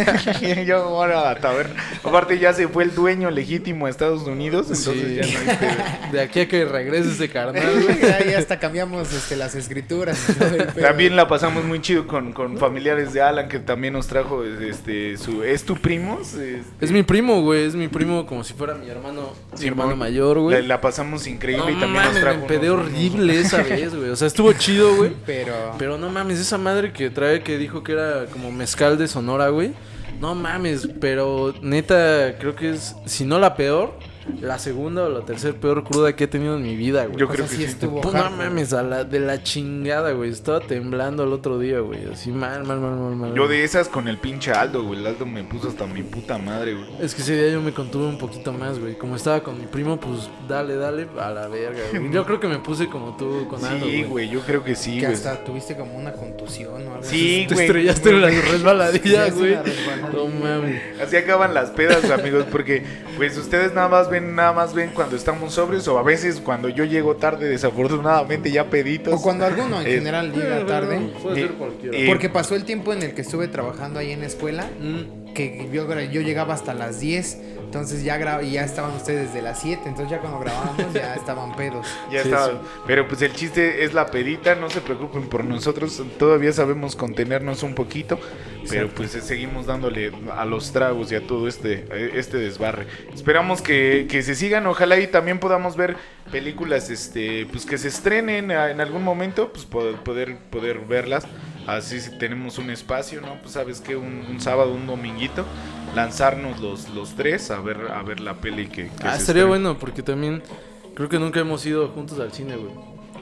S5: casa.
S2: (laughs)
S5: güey. (laughs) Yo me voy a la taberna. Aparte, ya se fue el dueño legítimo de Estados Unidos. Entonces
S2: Sí.
S5: ya no
S2: (laughs)
S5: hay pedo.
S2: De aquí a que regrese ese
S5: pues,
S2: carnal,
S6: (laughs)
S2: güey.
S6: ya, ya hasta cambiamos este, las escrituras. y todo el pedo.
S5: También la pasamos muy chido con, con familiares de Alan, que también nos trajo este su. ¿Es tu primo? Este,
S2: Es mi primo, güey. Es mi primo como si fuera mi hermano, mi hermano
S5: Simón.
S2: mayor,
S5: La,
S2: güey.
S5: la pasamos increíble
S2: No
S5: y también
S2: mames,
S5: nos
S2: me
S5: trajo.
S2: empedé
S5: unos-
S2: horrible esa vez, güey. O sea, estuvo chido, güey.
S6: Pero.
S2: Pero no mames, esa madre que trae que dijo que era como mezcal de Sonora, güey. No mames, pero neta, creo que es, si no la peor, la segunda o la tercera peor cruda que he tenido en mi vida, güey.
S5: Yo
S6: o
S5: creo
S6: sea,
S5: que
S6: sí
S5: sí.
S6: estuvo.
S2: Pues, no
S6: hardcore.
S2: mames, a la, de la chingada, güey. Estaba temblando el otro día, güey. Así mal, mal, mal, mal, mal.
S5: Yo de esas con el pinche Aldo, güey. El Aldo me puso hasta mi puta madre, güey.
S2: Es que ese día yo me contuve un poquito más, güey. Como estaba con mi primo, pues dale, dale, a la verga, güey. Yo creo que me puse como tú con algo,
S5: Sí, güey, yo creo que sí,
S6: Que
S5: güey.
S6: hasta tuviste como una contusión o algo
S5: Sí,
S2: Te
S5: güey.
S2: estrellaste en la resbaladilla,
S6: Sí, sí,
S2: güey.
S6: la resbaladilla.
S2: No mames.
S5: Así acaban las pedas, amigos, porque pues ustedes nada más ven, nada más ven cuando estamos sobrios o a veces cuando yo llego tarde, desafortunadamente ya
S6: así.
S5: peditos.
S6: O cuando alguno en
S5: Es-
S6: general llega tarde.
S2: Puede
S5: Eh,
S2: ser cualquiera.
S5: eh,
S6: Porque pasó el tiempo en el que estuve trabajando ahí en la escuela.
S2: Mm,
S6: que yo, gra- yo llegaba hasta las 10, entonces ya gra- y ya estaban ustedes desde las 7, entonces ya cuando grabábamos ya estaban pedos.
S5: Ya
S2: Sí,
S5: estaba.
S2: sí.
S5: Pero pues el chiste es la pedita, no se preocupen por nosotros, todavía sabemos contenernos un poquito, pero pues eh, seguimos dándole a los tragos y a todo este, eh, este desbarre. Esperamos que, que se sigan, ojalá y también podamos ver películas este pues que se estrenen a- en algún momento, pues po- poder, poder verlas. Así si tenemos un espacio, ¿no? Pues sabes que un, un sábado, un dominguito, lanzarnos los, los tres a ver, a ver la peli que, que
S2: Ah,
S5: se
S2: estaría
S5: estrene.
S2: bueno, porque también creo que nunca hemos ido juntos al cine, güey.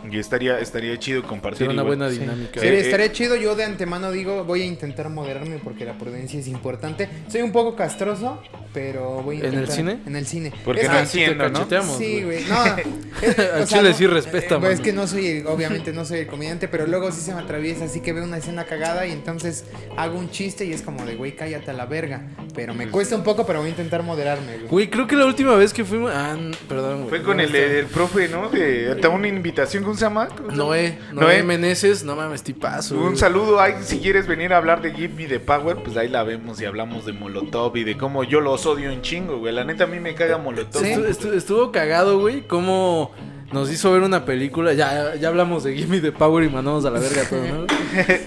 S5: Y estaría, estaría chido compartir.
S2: Sería una
S5: igual.
S2: buena dinámica.
S5: Sí.
S6: Pero
S5: Eh,
S6: estaría chido, yo de antemano digo, voy a intentar moderarme porque la prudencia es importante. Soy un poco castroso, pero voy a
S2: ¿En el
S6: intentar.
S2: cine?
S6: En el cine.
S5: Porque
S6: Es
S5: no
S6: que-
S2: Ah, sí, te
S5: entiendo, ¿no?
S2: cacheteamos,
S6: Sí,
S2: güey.
S5: (laughs)
S6: güey. No, es- (laughs) o sea,
S2: Al chile
S6: no-
S2: sí respeta,
S6: eh, pues,
S2: mano.
S6: es que no soy, el- obviamente no soy el comediante, pero luego sí se me atraviesa, así que veo una escena cagada y entonces hago un chiste y es como de, güey, cállate a la verga. Pero me cuesta un poco, pero voy a intentar moderarme, güey.
S2: Güey, creo que la última vez que fuimos. Ah, n- perdón, güey.
S5: Fue con el, el profe, ¿no? De, te da una invitación, ¿cómo se llama? ¿Cómo se llama?
S2: Noé,
S5: Noé.
S2: Noé Meneses, no mames, tipazo.
S5: Un
S2: güey.
S5: saludo, ay, si quieres venir a hablar de Give Me the Power, pues ahí la vemos y hablamos de Molotov y de cómo yo los odio en chingo, güey. La neta a mí me caga Molotov.
S2: Estu- estu- Estuvo, cagado, güey, cómo nos hizo ver una película. Ya, ya hablamos de Gimme the Power y mandamos a la verga todo,
S5: (laughs)
S2: ¿no?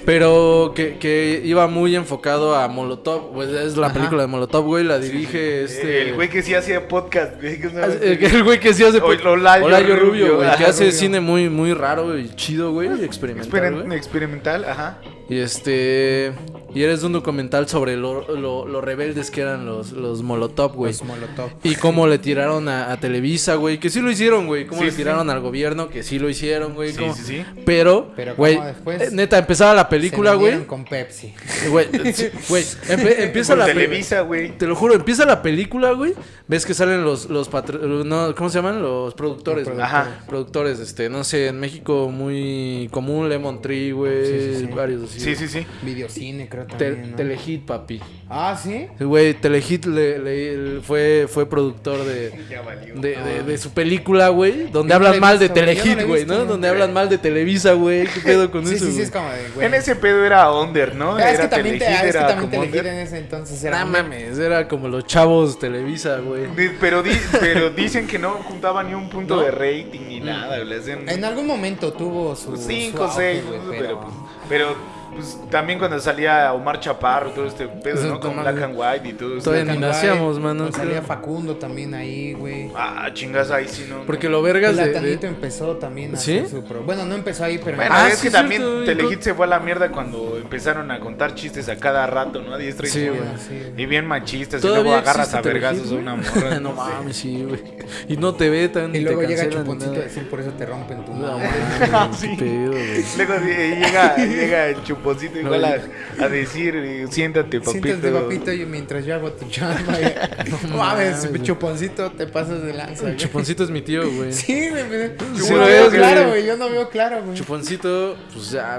S2: Pero que, que iba muy enfocado a Molotov. Pues es la
S6: Ajá.
S2: película de Molotov, güey, la dirige este.
S5: El güey que sí hacía podcast. güey, que no-
S2: Ah, El el güey que sí hace.
S5: Ol- Olayo
S2: Olayo
S5: Rubio,
S2: Rubio, güey. Que
S5: ajá,
S2: hace
S6: Rubio.
S2: cine muy, muy raro y chido, güey. y Experimental,
S5: Experim-
S2: güey.
S5: experimental, ajá.
S2: Y este. Y eres un documental sobre lo, lo- lo rebeldes que eran los, los Molotov, güey.
S6: Pues, molotov.
S2: Y cómo le tiraron a, a Televisa, güey. Que sí lo hicieron, güey. Cómo
S5: Sí,
S2: le
S5: sí,
S2: tiraron al gobierno, que sí lo hicieron, güey.
S5: Sí,
S2: cómo-
S5: sí, sí.
S2: Pero,
S6: Pero
S2: güey,
S6: cómo después
S2: eh, neta, empezaba la película,
S6: Se
S2: güey.
S6: vinieron con Pepsi.
S2: Güey, sí, güey, empe-
S5: (laughs)
S2: empieza
S5: Por
S2: la película.
S5: Televisa, güey.
S2: Te lo juro, empieza la película, güey. Ves que salen los, los patro- no, ¿cómo se llaman? Los productores,
S6: Los
S2: güey.
S5: productores.
S2: Ajá. Productores, este, no sé, en México muy común, Lemon Tree, güey.
S6: Sí, sí, sí.
S2: Varios así.
S5: Sí, sí, sí.
S6: Videocine, creo
S2: Te-
S6: también. ¿no?
S2: Telehit, papi.
S6: Ah, sí.
S2: Sí, Güey, Telehit le, le- le- fue, fue productor de,
S5: Ya valió.
S2: de, de- de su película, güey. Donde
S6: Yo no la
S2: hablan
S6: he
S2: mal de
S6: visto, güey. Yo no la he
S2: Telehit, güey,
S6: visto,
S2: ¿no?
S6: no,
S2: Donde
S6: güey.
S2: hablan mal de Televisa, güey.
S6: (laughs)
S2: ¿Qué pedo con
S6: sí,
S2: eso?
S6: sí, sí,
S2: güey?
S6: es como de, güey.
S5: En ese pedo era Onder, ¿no?
S6: Ah, es
S5: Era
S6: que también te,
S5: Telehit,
S6: ah, es que
S5: era
S6: también
S5: como
S6: Telehit
S5: Onder.
S6: en ese entonces era.
S2: No mames, era como los chavos Televisa, güey.
S5: Di-
S2: (laughs)
S5: Pero, di- pero dicen que no juntaba ni un punto
S2: No.
S5: de rating ni nada. güey, le hacían
S6: En algún momento tuvo su. su
S5: 5,
S6: auge,
S5: 6,
S6: güey,
S5: pero, pues, pero pues, también cuando salía Omar Chaparro, todo este pedo,
S2: Eso
S5: ¿no? Con
S2: toma-
S5: Black and White y todo eso.
S2: Todavía
S6: Black
S2: ni
S6: and
S2: nacíamos,
S6: White,
S2: mano,
S6: pues, Salía
S2: creo.
S6: Facundo también ahí, güey.
S5: Ah, chingas, ahí sí no.
S2: Porque
S5: no.
S2: lo vergas de- de,
S6: Platanito empezó también a
S2: ¿Sí?
S6: hacer su pro- Bueno, no empezó ahí, pero.
S5: Bueno,
S2: Ah,
S5: es
S2: sí,
S5: que también
S2: cierto,
S5: Telehit se fue a la mierda cuando empezaron a contar chistes a cada rato, ¿no? A diestra y
S2: Sí,
S5: siniestra.
S2: güey,
S5: Y bien machistas, y
S2: Todavía
S5: Pues luego agarras
S2: existe
S5: a vergazos a
S2: Telehit, (laughs)
S5: una
S2: güey.
S5: morra.
S2: no
S5: sé.
S2: mames, sí, güey. Y no te ve tan
S6: Y luego
S2: te
S6: llega "Ah".
S2: cancelan,
S6: Chuponcito a
S2: nada.
S6: decir, por eso te rompen tu
S2: No
S6: madre. (laughs)
S2: mames,
S5: Sí.
S2: qué pedo, güey.
S5: Luego eh, llega, llega el chuponcito
S2: No,
S5: igual a, a decir, eh, siéntate, papito.
S6: Siéntate, papito, y mientras yo hago tu chamba.
S2: (laughs)
S6: y- No mames, (laughs) chuponcito, te pasas de lanza. güey.
S2: Chuponcito es mi tío, güey.
S6: Sí, güey. me-
S5: Sí,
S6: Yo no
S5: lo
S6: veo
S5: es,
S6: claro,
S5: güey.
S6: güey. Yo no veo claro, güey.
S2: Chuponcito, pues ya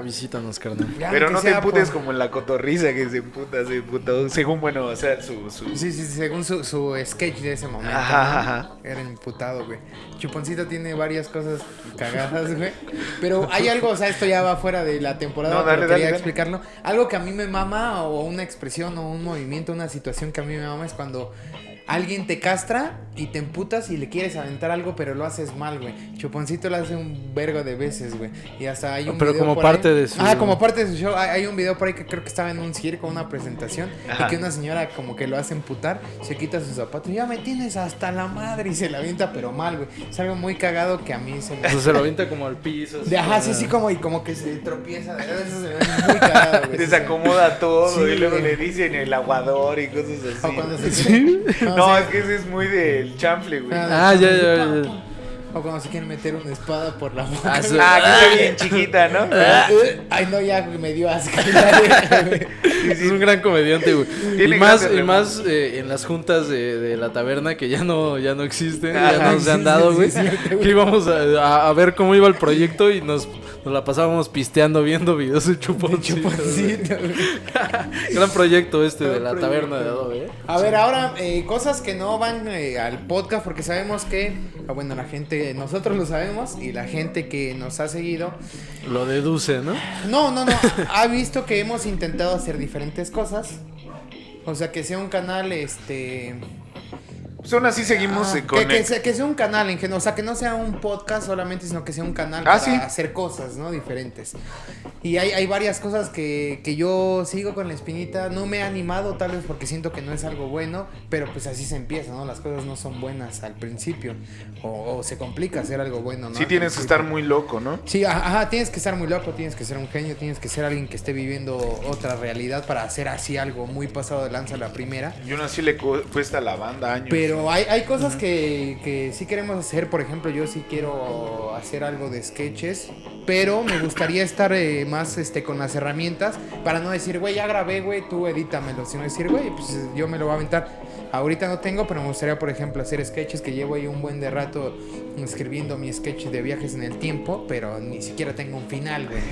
S6: (laughs)
S2: visítanos, carnal.
S6: Ya,
S5: Pero
S6: que
S5: no te
S6: sea
S5: emputes
S6: por-
S5: como en la cotorriza que se emputa, se emputa. Según, bueno, o sea, su... su...
S6: Sí, sí, sí, según su, su sketch de ese momento.
S5: Ajá,
S6: ¿no?
S5: ajá.
S6: Era imputado, güey. Chuponcito tiene varias cosas cagadas, güey. Pero hay algo, o sea, esto ya va fuera de la temporada,
S5: No,
S6: pero
S5: dale, dale,
S6: quería
S5: dale.
S6: explicarlo. Algo que a mí me mama, o una expresión, o un movimiento, una situación que a mí me mama es cuando alguien te castra y te emputas y le quieres aventar algo, pero lo haces mal, güey. Chuponcito lo hace un vergo de veces, güey. Y hasta hay un
S2: Pero
S6: video
S2: como
S6: por ahí-
S2: parte de su-
S6: Ah, como parte de su show. Hay, hay un video por ahí que creo que estaba en un circo, una presentación, y
S5: Ajá.
S6: que una señora como que lo hace emputar, se quita sus zapatos, ya me tienes hasta la madre, y se la avienta, pero mal, güey. Es algo muy cagado que a mí se me...
S2: O sea, se lo avienta como al piso. así,
S6: De, ajá, sí,
S2: nada.
S6: sí, como, y como que se tropieza. de verdad, Eso se me hace muy
S5: (laughs)
S6: cagado, güey.
S5: Desacomoda todo
S6: Sí,
S5: y luego le
S6: güey.
S5: dicen el aguador y cosas
S6: O cuando se
S5: así.
S6: quieren-
S5: (laughs)
S6: cuando
S5: No,
S6: se-
S5: es que ese es muy del chanfle, güey.
S6: Ah,
S2: Ah, ya, ya, ya.
S6: O cuando se quieren meter una espada por la boca.
S2: Ah, sí.
S5: Ah, que está
S6: (laughs)
S5: bien chiquita, ¿no?
S6: Ah. Ay, no, ya me dio asco. (laughs)
S2: Es un gran comediante, güey.
S5: Tiene
S2: Y más,
S5: grandes
S2: y más eh, en las juntas de, de la taberna que ya no, ya no existen,
S5: Ajá.
S2: ya no se
S6: Sí,
S2: han dado,
S6: sí,
S2: güey.
S6: sí, es cierto, güey.
S2: que íbamos a, a- a ver cómo iba el proyecto y nos, nos la pasábamos pisteando viendo videos de chuponcito. güey.
S6: Chuponcito, güey.
S2: Gran proyecto este de
S6: Gran
S2: la
S6: proyecto.
S2: taberna de Adobe, ¿eh?
S6: A ver, ahora eh, cosas que no van eh, al podcast porque sabemos que, ah, bueno, la gente, nosotros lo sabemos y la gente que nos ha seguido,
S2: Lo deduce, ¿no?
S6: no, no, (laughs) no, ha visto que hemos intentado hacer diferentes cosas. O sea, que sea un canal, este...
S5: Pues aún así seguimos
S6: ah,
S5: eh, con
S6: que, que
S5: el-
S6: sea, que sea un canal en general, o sea, que no sea un podcast solamente, sino que sea un canal
S5: Ah,
S6: para
S5: sí.
S6: hacer cosas, ¿no? Diferentes. Y hay, hay varias cosas que, que yo sigo con la espinita, no me he animado tal vez porque siento que no es algo bueno, pero pues así se empieza, ¿no? Las cosas no son buenas al principio, o, o se complica hacer algo bueno, ¿no?
S5: Sí
S6: Al
S5: tienes que
S6: principio.
S5: estar muy loco, ¿no?
S6: Sí, ajá, ajá, tienes que estar muy loco, tienes que ser un genio, tienes que ser alguien que esté viviendo otra realidad para hacer así algo muy pasado de lanza a la primera.
S5: Y uno así le cu- cuesta a la banda años.
S6: Pero hay, hay cosas que, que sí queremos hacer, por ejemplo, yo sí quiero hacer algo de sketches, pero me gustaría estar eh, más este, con las herramientas para no decir, güey, ya grabé, güey, tú edítamelo, sino decir, güey, pues yo me lo voy a aventar. Ahorita no tengo, pero me gustaría, por ejemplo, hacer sketches que llevo ahí un buen de rato escribiendo mi sketch de viajes en el tiempo, pero ni siquiera tengo un final, güey.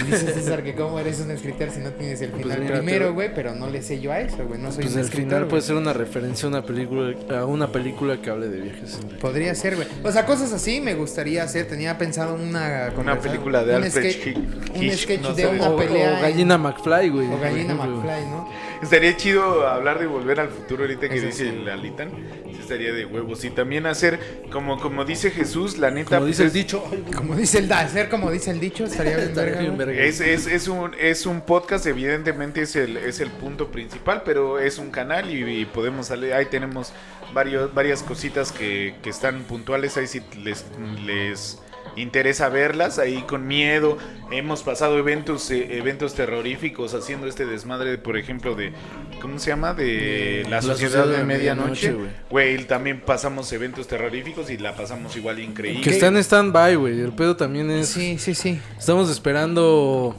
S6: Y dices, César, que cómo eres un escritor si no tienes el final
S2: Pues mira, te-
S6: primero, güey, pero no le sé yo a eso, güey, no soy
S2: Pues
S6: un
S2: al
S6: escritor.
S2: final
S6: güey.
S2: puede ser una referencia a una película, a una película que hable de viajes.
S6: Podría ser, güey. O sea, cosas así me gustaría hacer. Tenía pensado una conversa-
S5: película de
S6: un
S5: Alfred
S6: sketch-
S5: Hitch-
S6: Un
S5: Hitch,
S6: sketch
S5: no
S6: de
S5: sé.
S6: una
S2: O,
S6: pelea.
S2: o Gallina McFly, güey.
S6: en- o
S2: por
S6: Gallina
S2: ejemplo.
S6: McFly, ¿no?
S5: Estaría chido hablar de volver al futuro ahorita que
S6: Eso
S5: dice
S6: sí.
S5: el Alitan. Sí, Estaría de huevos. Y también hacer, como, como dice Jesús, la neta.
S2: Como
S5: pues,
S2: dice el
S5: es-
S2: dicho. ay, güey,
S6: Como dice el da- hacer como dice el dicho, estaría bien
S2: estaría
S6: verga,
S2: bien
S6: güey.
S2: verga.
S5: Es, es, es, un, es un podcast, evidentemente es el, es el punto principal, pero es un canal y, y podemos salir. Ahí tenemos varios, varias cositas que, que están puntuales. Ahí si les, les interesa verlas, ahí con miedo. Hemos pasado eventos, eh, eventos terroríficos haciendo este desmadre, por ejemplo, de. ¿Cómo se llama? De la, Sociedad, de Medianoche.
S2: güey.
S5: Güey, también pasamos eventos terroríficos y la pasamos igual increíble.
S2: Que está en stand-by, güey. El pedo también es.
S6: Sí, sí, sí.
S2: Estamos esperando.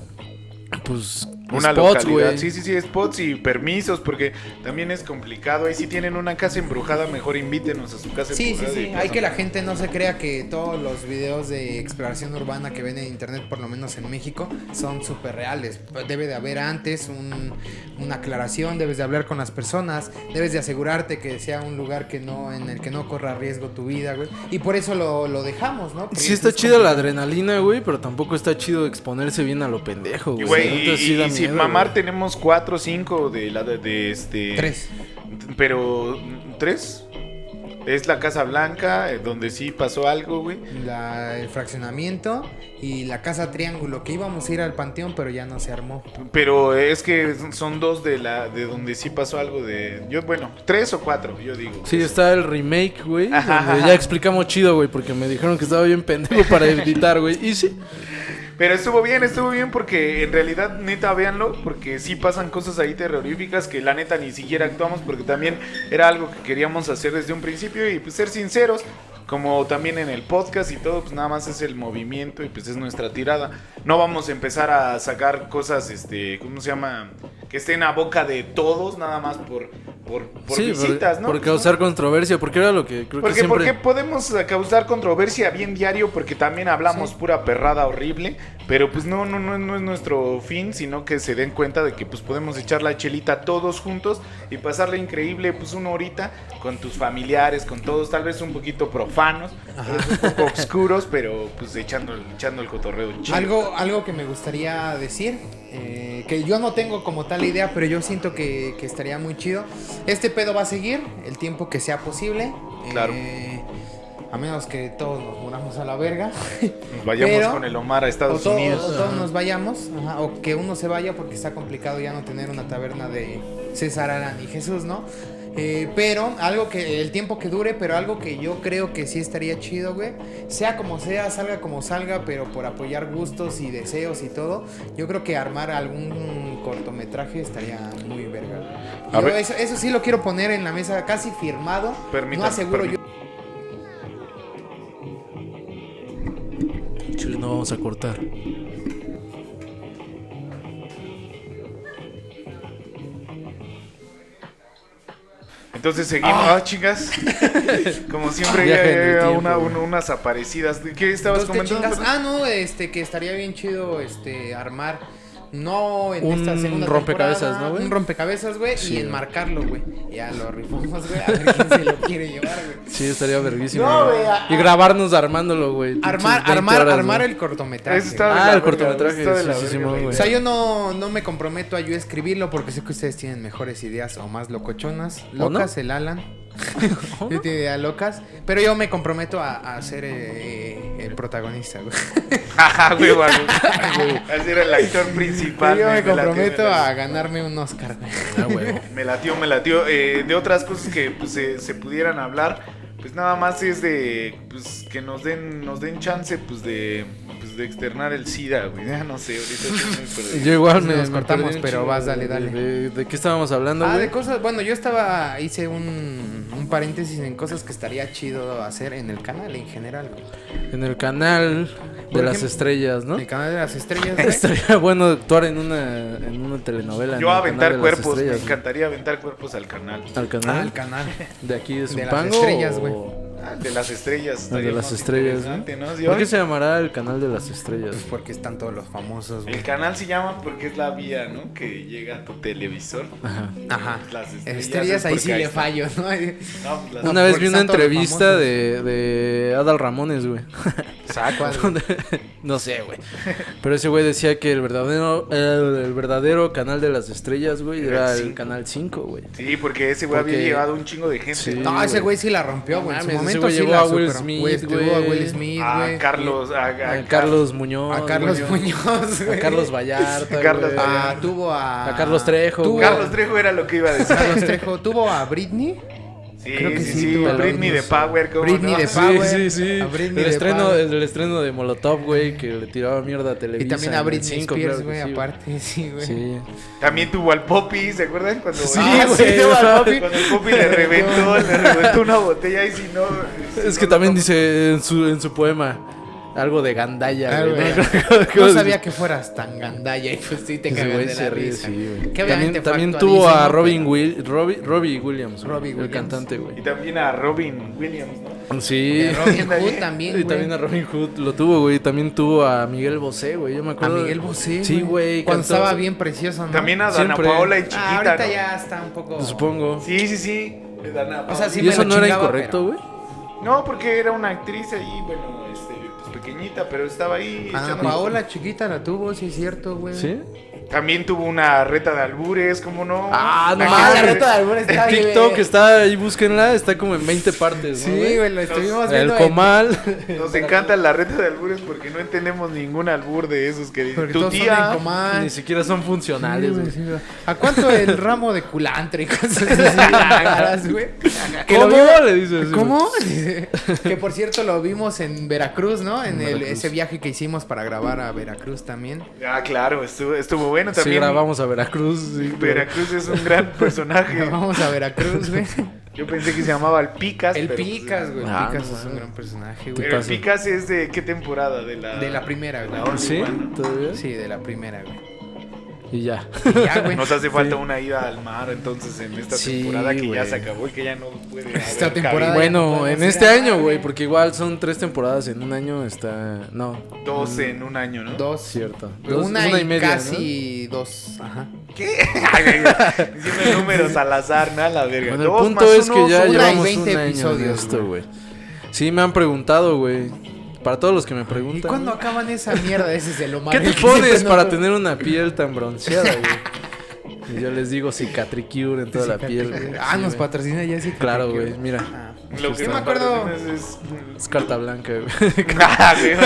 S2: Pues.
S5: Una
S2: spots,
S5: localidad.
S2: güey.
S5: Sí, sí, sí, spots y permisos, porque también es complicado. Ahí si tienen una casa embrujada, mejor invítenos a su casa
S6: Sí, sí,
S5: embrujada.
S6: sí. Hay que la gente no se crea que todos los videos de exploración urbana que ven en internet, por lo menos en México, son súper reales. Debe de haber antes un- una aclaración, debes de hablar con las personas, debes de asegurarte que sea un lugar que no, en el que no corra riesgo tu vida, güey. Y por eso lo, lo dejamos, ¿no? Porque
S2: Sí está
S6: es
S2: chida la
S6: complicado.
S2: adrenalina, güey, pero tampoco está chido exponerse bien a lo pendejo,
S5: Y,
S2: güey.
S5: güey,
S2: Entonces
S5: y-
S2: sí
S5: y
S2: da
S5: sin
S2: miedo,
S5: mamar
S2: güey.
S5: tenemos cuatro o cinco de la de, de este.
S6: Tres.
S5: Pero tres. Es la Casa Blanca, eh, donde sí pasó algo, güey.
S6: La- el fraccionamiento y la casa triángulo, que íbamos a ir al panteón, pero ya no se armó.
S5: Pero es que son dos de la de donde sí pasó algo de. Yo, bueno, tres o cuatro, yo digo. Este,
S2: Sí, está el remake, güey.
S5: Ajá,
S2: Donde
S5: ajá. (laughs)
S2: ya explicamos chido, güey, porque me dijeron que estaba bien pendejo para editar, güey. Y sí,
S5: Pero estuvo bien, estuvo bien porque en realidad, neta, véanlo, porque sí pasan cosas ahí terroríficas que la neta ni siquiera actuamos porque también era algo que queríamos hacer desde un principio y pues ser sinceros, como también en el podcast y todo, pues nada más es el movimiento y pues es nuestra tirada. No vamos a empezar a sacar cosas, este, ¿cómo se llama? Que estén a boca de todos, nada más por, por, por
S2: sí, por-
S5: visitas, ¿no?
S2: por
S5: Pues,
S2: causar controversia, porque era lo que creo que
S5: porque,
S2: siempre...
S5: porque podemos eh, causar controversia bien diario, porque también hablamos pura perrada horrible, pero pues no, no, no, no es nuestro fin, sino que se den cuenta de que pues podemos echar la chelita todos juntos y pasarla increíble pues una horita con tus familiares, con todos, tal vez un poquito profanos, tal vez un poco oscuros, pero pues echando, el- echando el cotorreo chido.
S6: Algo, algo que me gustaría decir, eh, que yo no tengo como tal idea, pero yo siento que, que estaría muy chido. Este pedo va a seguir el tiempo que sea posible.
S5: Claro.
S6: eh, a menos que todos nos muramos a la verga.
S5: Nos vayamos
S6: pero-
S5: con el Omar a
S6: O,
S5: Estados
S6: to-
S5: Unidos.
S6: o todos nos vayamos. ajá, o que uno se vaya porque está complicado ya no tener una taberna de César Arán y Jesús, ¿no? Eh, pero algo que el tiempo que dure, pero algo que yo creo que sí estaría chido, güey. Sea como sea, salga como salga, pero por apoyar gustos y deseos y todo, yo creo que armar algún cortometraje estaría muy verga. güey.
S5: A
S6: Yo
S5: ver.
S6: Eso, eso sí lo quiero poner en la mesa, casi firmado.
S5: Permítame,
S6: no aseguro yo.
S2: Chile, no vamos a cortar.
S5: Entonces seguimos. Ah,
S2: (laughs)
S5: chingas. Como siempre,
S2: Viaje
S5: ya-
S2: en el
S5: ya- ya una-
S2: tiempo.
S5: un- unas aparecidas. ¿Qué estabas
S6: Entonces, ¿qué
S5: comentando?
S6: chingas? Ah, no, este, que estaría bien chido, este, armar, no en
S2: Un
S6: esta segunda
S2: rompecabezas,
S6: temporada,
S2: ¿no, güey?
S6: Un rompecabezas, güey,
S2: Sí.
S6: y enmarcarlo, güey. Ya lo rifamos, güey, a ver quién se lo quiere llevar, güey.
S2: Sí, estaría verguísimo.
S6: No,
S2: güey.
S6: güey, a-
S2: Y grabarnos armándolo, güey. pinches
S6: Armar,
S2: 20
S6: armar,
S2: horas,
S6: armar
S2: güey.
S6: el cortometraje.
S5: Eso está-
S6: güey.
S5: de la
S2: Ah, el
S5: verga,
S2: cortometraje.
S5: está de
S2: sí,
S5: la
S2: sí,
S5: verga,
S2: Simón,
S5: güey.
S2: güey.
S6: O sea, yo no, no me comprometo a yo escribirlo porque sé que ustedes tienen mejores ideas o más locochonas.
S2: ¿O no?
S6: Locas, el
S2: (laughs)
S6: Alan. Yo tiene ideas locas. Pero yo me comprometo a, a ser eh, el protagonista, güey.
S5: Ajá, güey, güey.
S2: (laughs)
S5: Así era el actor principal.
S6: Yo me
S5: latió,
S6: comprometo
S5: me
S6: a
S5: latió.
S6: ganarme un Oscar, güey.
S2: Ah,
S5: (laughs)
S2: güey.
S5: Me latió, me latió. Eh, de otras cosas que pues, se, se pudieran hablar, pues nada más es de pues, que nos den nos den chance pues de, pues, de externar el SIDA, güey. (laughs) Ya no sé, ahorita estoy
S2: (laughs)
S5: muy perdido.
S2: Yo
S6: Nos
S2: igual me, me
S6: cortamos,
S2: perdí un
S6: pero
S2: chingo
S6: vas, dale,
S2: de-
S6: dale.
S2: ¿De, de qué estábamos hablando,
S6: Ah,
S2: güey?
S6: de cosas, bueno, yo estaba, hice un, un paréntesis en cosas que estaría chido hacer en el canal en general. güey.
S2: En el canal de
S6: Por
S2: las
S6: ejemplo-
S2: estrellas, ¿no? Este
S6: El canal de las estrellas. güey.
S2: Estaría bueno actuar en una, en una telenovela. en
S5: Yo
S2: el canal
S5: aventar
S2: de las
S5: cuerpos, me
S2: estrellas, güey.
S5: encantaría aventar cuerpos al canal.
S2: Al
S6: Ah,
S2: canal.
S6: el canal.
S2: De aquí de
S6: las
S2: Zumpango.
S6: estrellas,
S2: o-
S6: güey.
S5: Ah, de las estrellas.
S2: El
S5: estaría
S2: de las
S5: más
S2: estrellas,
S5: interesante,
S2: ¿no?
S5: ¿no?
S2: ¿Por
S5: Yo-
S2: qué se llamará el canal de las estrellas?
S6: Pues porque están todos los famosos, güey.
S5: El canal se llama porque es la vía, ¿no? Que llega a tu televisor.
S2: Ajá.
S6: Ajá.
S5: Las estrellas
S6: Estrellas,
S5: es
S6: ahí
S5: porque
S6: sí
S5: ahí
S6: le
S5: está.
S6: fallo, ¿no?
S5: No, pues, las-
S2: Una vez
S6: porque están
S2: vi una
S6: Ah, todos los
S2: entrevista
S6: famosos.
S2: de, de Adal Ramones, güey. (laughs)
S6: (laughs) Saco.
S2: Donde- no sé, güey. Pero ese güey decía que el verdadero, el, el verdadero canal de las estrellas, güey,
S5: Era
S2: era
S5: el
S2: el
S5: cinco.
S2: canal 5, güey.
S5: Sí, porque ese güey había
S2: Porque-
S5: llegado un chingo de gente.
S2: Sí.
S5: ¿no?
S6: No, ese
S2: güey.
S6: güey sí la rompió, güey. En su
S2: Mames, ese
S6: momento
S2: güey
S6: sí
S2: llegó
S6: la
S2: a Will
S6: superó.
S2: Smith,
S6: Güey, estuvo a
S2: güey.
S6: Will Smith,
S5: A
S6: güey.
S5: Ah, Carlos, a, a-
S2: A Eh, Carlos Muñoz.
S6: A Carlos
S2: güey.
S6: Muñoz,
S2: A
S6: güey.
S2: Carlos Vallarta.
S5: A Carlos
S2: güey.
S5: Vallarta.
S6: Ah, tuvo a...
S2: A Carlos Trejo,
S6: Tuvo-
S2: güey.
S5: Carlos Trejo era lo que iba a decir.
S6: Carlos Trejo. Tuvo a Britney.
S5: Sí,
S6: Creo que
S5: sí,
S6: sí,
S5: sí.
S6: tuvo
S5: Britney de
S6: algunos.
S5: Power. ¿cómo
S6: Britney
S5: no?
S6: de Power.
S2: Ah, Sí,
S6: güey.
S2: sí, sí.
S6: A Britney
S2: El
S6: de
S2: estreno,
S6: Power.
S2: el, el estreno de Molotov, güey, que le tiraba mierda a Televisa.
S6: Y también a
S2: en el
S6: Britney
S2: cinco,
S6: Spears,
S2: claro que
S6: güey,
S2: sí,
S6: aparte. (laughs) Sí, güey.
S2: Sí.
S5: También tuvo al Poppy, ¿se acuerdan? Cuando,
S2: Sí,
S5: (laughs) Ah,
S2: güey.
S5: tuvo al
S2: Ah.
S5: Poppy. Cuando el Poppy
S2: (laughs)
S5: le reventó, le reventó una botella y si no. si
S2: Es
S5: no
S2: que
S5: lo
S2: también
S5: tomas-
S2: dice en su, en su poema algo de gandalla,
S6: Ah,
S2: güey.
S6: (laughs) güey.
S2: (laughs) ¿no?
S6: No sabía que fueras tan gandalla y pues sí te
S2: Ese
S6: cagas
S2: güey
S6: de
S2: se
S6: la
S2: ríe,
S6: risa.
S2: sí, güey.
S6: Que obviamente
S2: también también
S6: fue
S2: tuvo a
S6: actuadísimo,
S2: Robin
S6: pero-
S2: Will, Robbie, Robbie Williams, güey,
S6: Robbie
S2: el
S6: Williams.
S2: cantante,
S5: Y
S2: güey.
S5: también a Robin Williams, ¿no?
S2: Sí.
S6: de Robin
S2: (laughs)
S6: Hood
S5: También.
S6: también,
S2: Y
S6: güey.
S2: también a Robin Hood lo tuvo, güey. También tuvo a Miguel Bosé, güey. Yo me
S6: A
S2: acuerdo.
S6: Miguel Bosé.
S2: Sí, güey.
S6: Cuando
S2: cantó-
S6: estaba bien precioso, ¿no?
S5: También a Dana
S2: Siempre.
S5: Paola y
S6: Ah,
S5: Chiquita.
S6: ahorita
S5: ¿no?
S6: ya está un poco.
S2: Supongo.
S5: Sí, sí, sí. Dana
S6: O sea, sí
S2: ¿Y
S6: me
S2: eso
S6: lo
S2: no era
S6: chingaba,
S2: incorrecto, güey?
S5: Paola. No, porque era una actriz ahí, bueno, este, pues pequeñita, pero estaba ahí.
S6: pero- Ana
S5: echando-
S6: Ah, Paola chiquita la tuvo, sí es cierto, güey.
S2: ¿Sí?
S5: También tuvo una reta de albures, ¿cómo no?
S2: Ah, no
S5: Aquí-
S2: mames.
S6: Ah, la reta de Albures
S2: En
S6: está bien.
S2: TikTok está ahí, búsquenla. Está como en 20 partes,
S6: Sí,
S2: ¿no?
S6: güey, lo estuvimos viendo.
S2: El
S6: en-
S2: comal.
S5: (laughs) Nos encanta la reta de albures porque no entendemos ningún albur de esos que dicen.
S6: Porque
S5: Tu
S6: todos son en
S5: tía.
S6: comal.
S2: (laughs) Ni siquiera son funcionales, güey.
S6: Ah. Sí, güey. ¿A cuánto el ramo de culantro y cosas
S2: (laughs)
S6: así raras, güey? Que lo
S2: ¿Cómo?
S6: vimos-
S2: Le
S6: (laughs)
S2: dices, güey.
S6: ¿Cómo? que por cierto lo vimos en Veracruz, ¿no? En el-
S2: Veracruz.
S6: ese viaje que hicimos para grabar a Veracruz
S2: (laughs)
S6: también.
S5: Ah, claro, estuvo, estuvo bueno
S2: Sí,
S5: también.
S2: grabamos a Veracruz. sí, pero-
S5: Veracruz es un
S6: (laughs)
S5: gran personaje.
S6: Vamos a Veracruz,
S2: (laughs)
S6: güey.
S5: Yo pensé que se llamaba El Picas.
S6: El
S5: pero, pues,
S6: Picas, güey.
S2: Ah,
S6: Picas
S2: no
S6: es un gran personaje,
S5: Pero
S6: güey.
S5: el Picas es de qué temporada? De la,
S6: De la primera, güey.
S2: ¿Sí? ¿Todavía?
S6: Sí, de la primera, güey.
S2: Y ya.
S6: Y ya, güey.
S5: Nos hace falta una ida al mar entonces en esta
S2: Sí,
S5: temporada que ya
S2: güey.
S5: se acabó y que ya no puede.
S6: Esta
S5: haber
S6: temporada-
S5: cabida.
S2: Bueno, en
S6: podemos
S2: este
S6: ir a-
S2: año, güey, porque igual son tres temporadas en un año está... No,
S5: Dos en un año, ¿no? (laughs)
S6: Dos.
S2: cierto.
S6: Pero
S2: Dos-
S6: una, y
S2: ¿no?
S6: casi dos. Ajá.
S2: (laughs)
S5: Diciendo números al azar, nada, la verga.
S2: Bueno, el
S5: Dos
S2: punto
S5: más
S2: es
S5: uno
S2: que ya
S6: son
S2: llevamos
S6: 20
S2: un año de
S6: episodios,
S2: esto, güey. Sí, me han preguntado, güey. Para todos los que me preguntan.
S6: ¿Y cuándo
S2: güey,
S6: acaban esa mierda? Ese es el lo
S2: (laughs) ¿Qué
S6: malo
S2: te
S6: que
S2: pones
S6: siempre
S2: para
S6: no-
S2: tener una piel tan bronceada, güey? Y yo les digo cicatricure en toda la piel, güey.
S6: Ah,
S2: Sí,
S6: nos
S2: güey.
S6: patrocina ya sí.
S2: Claro, güey, mira.
S6: Ah.
S5: Lo que
S6: Yo
S5: me
S6: me acuerdo-
S2: (laughs)
S5: acuerdo es. (laughs)
S2: Es carta blanca,
S6: (laughs)
S2: güey.
S5: Ah, güey.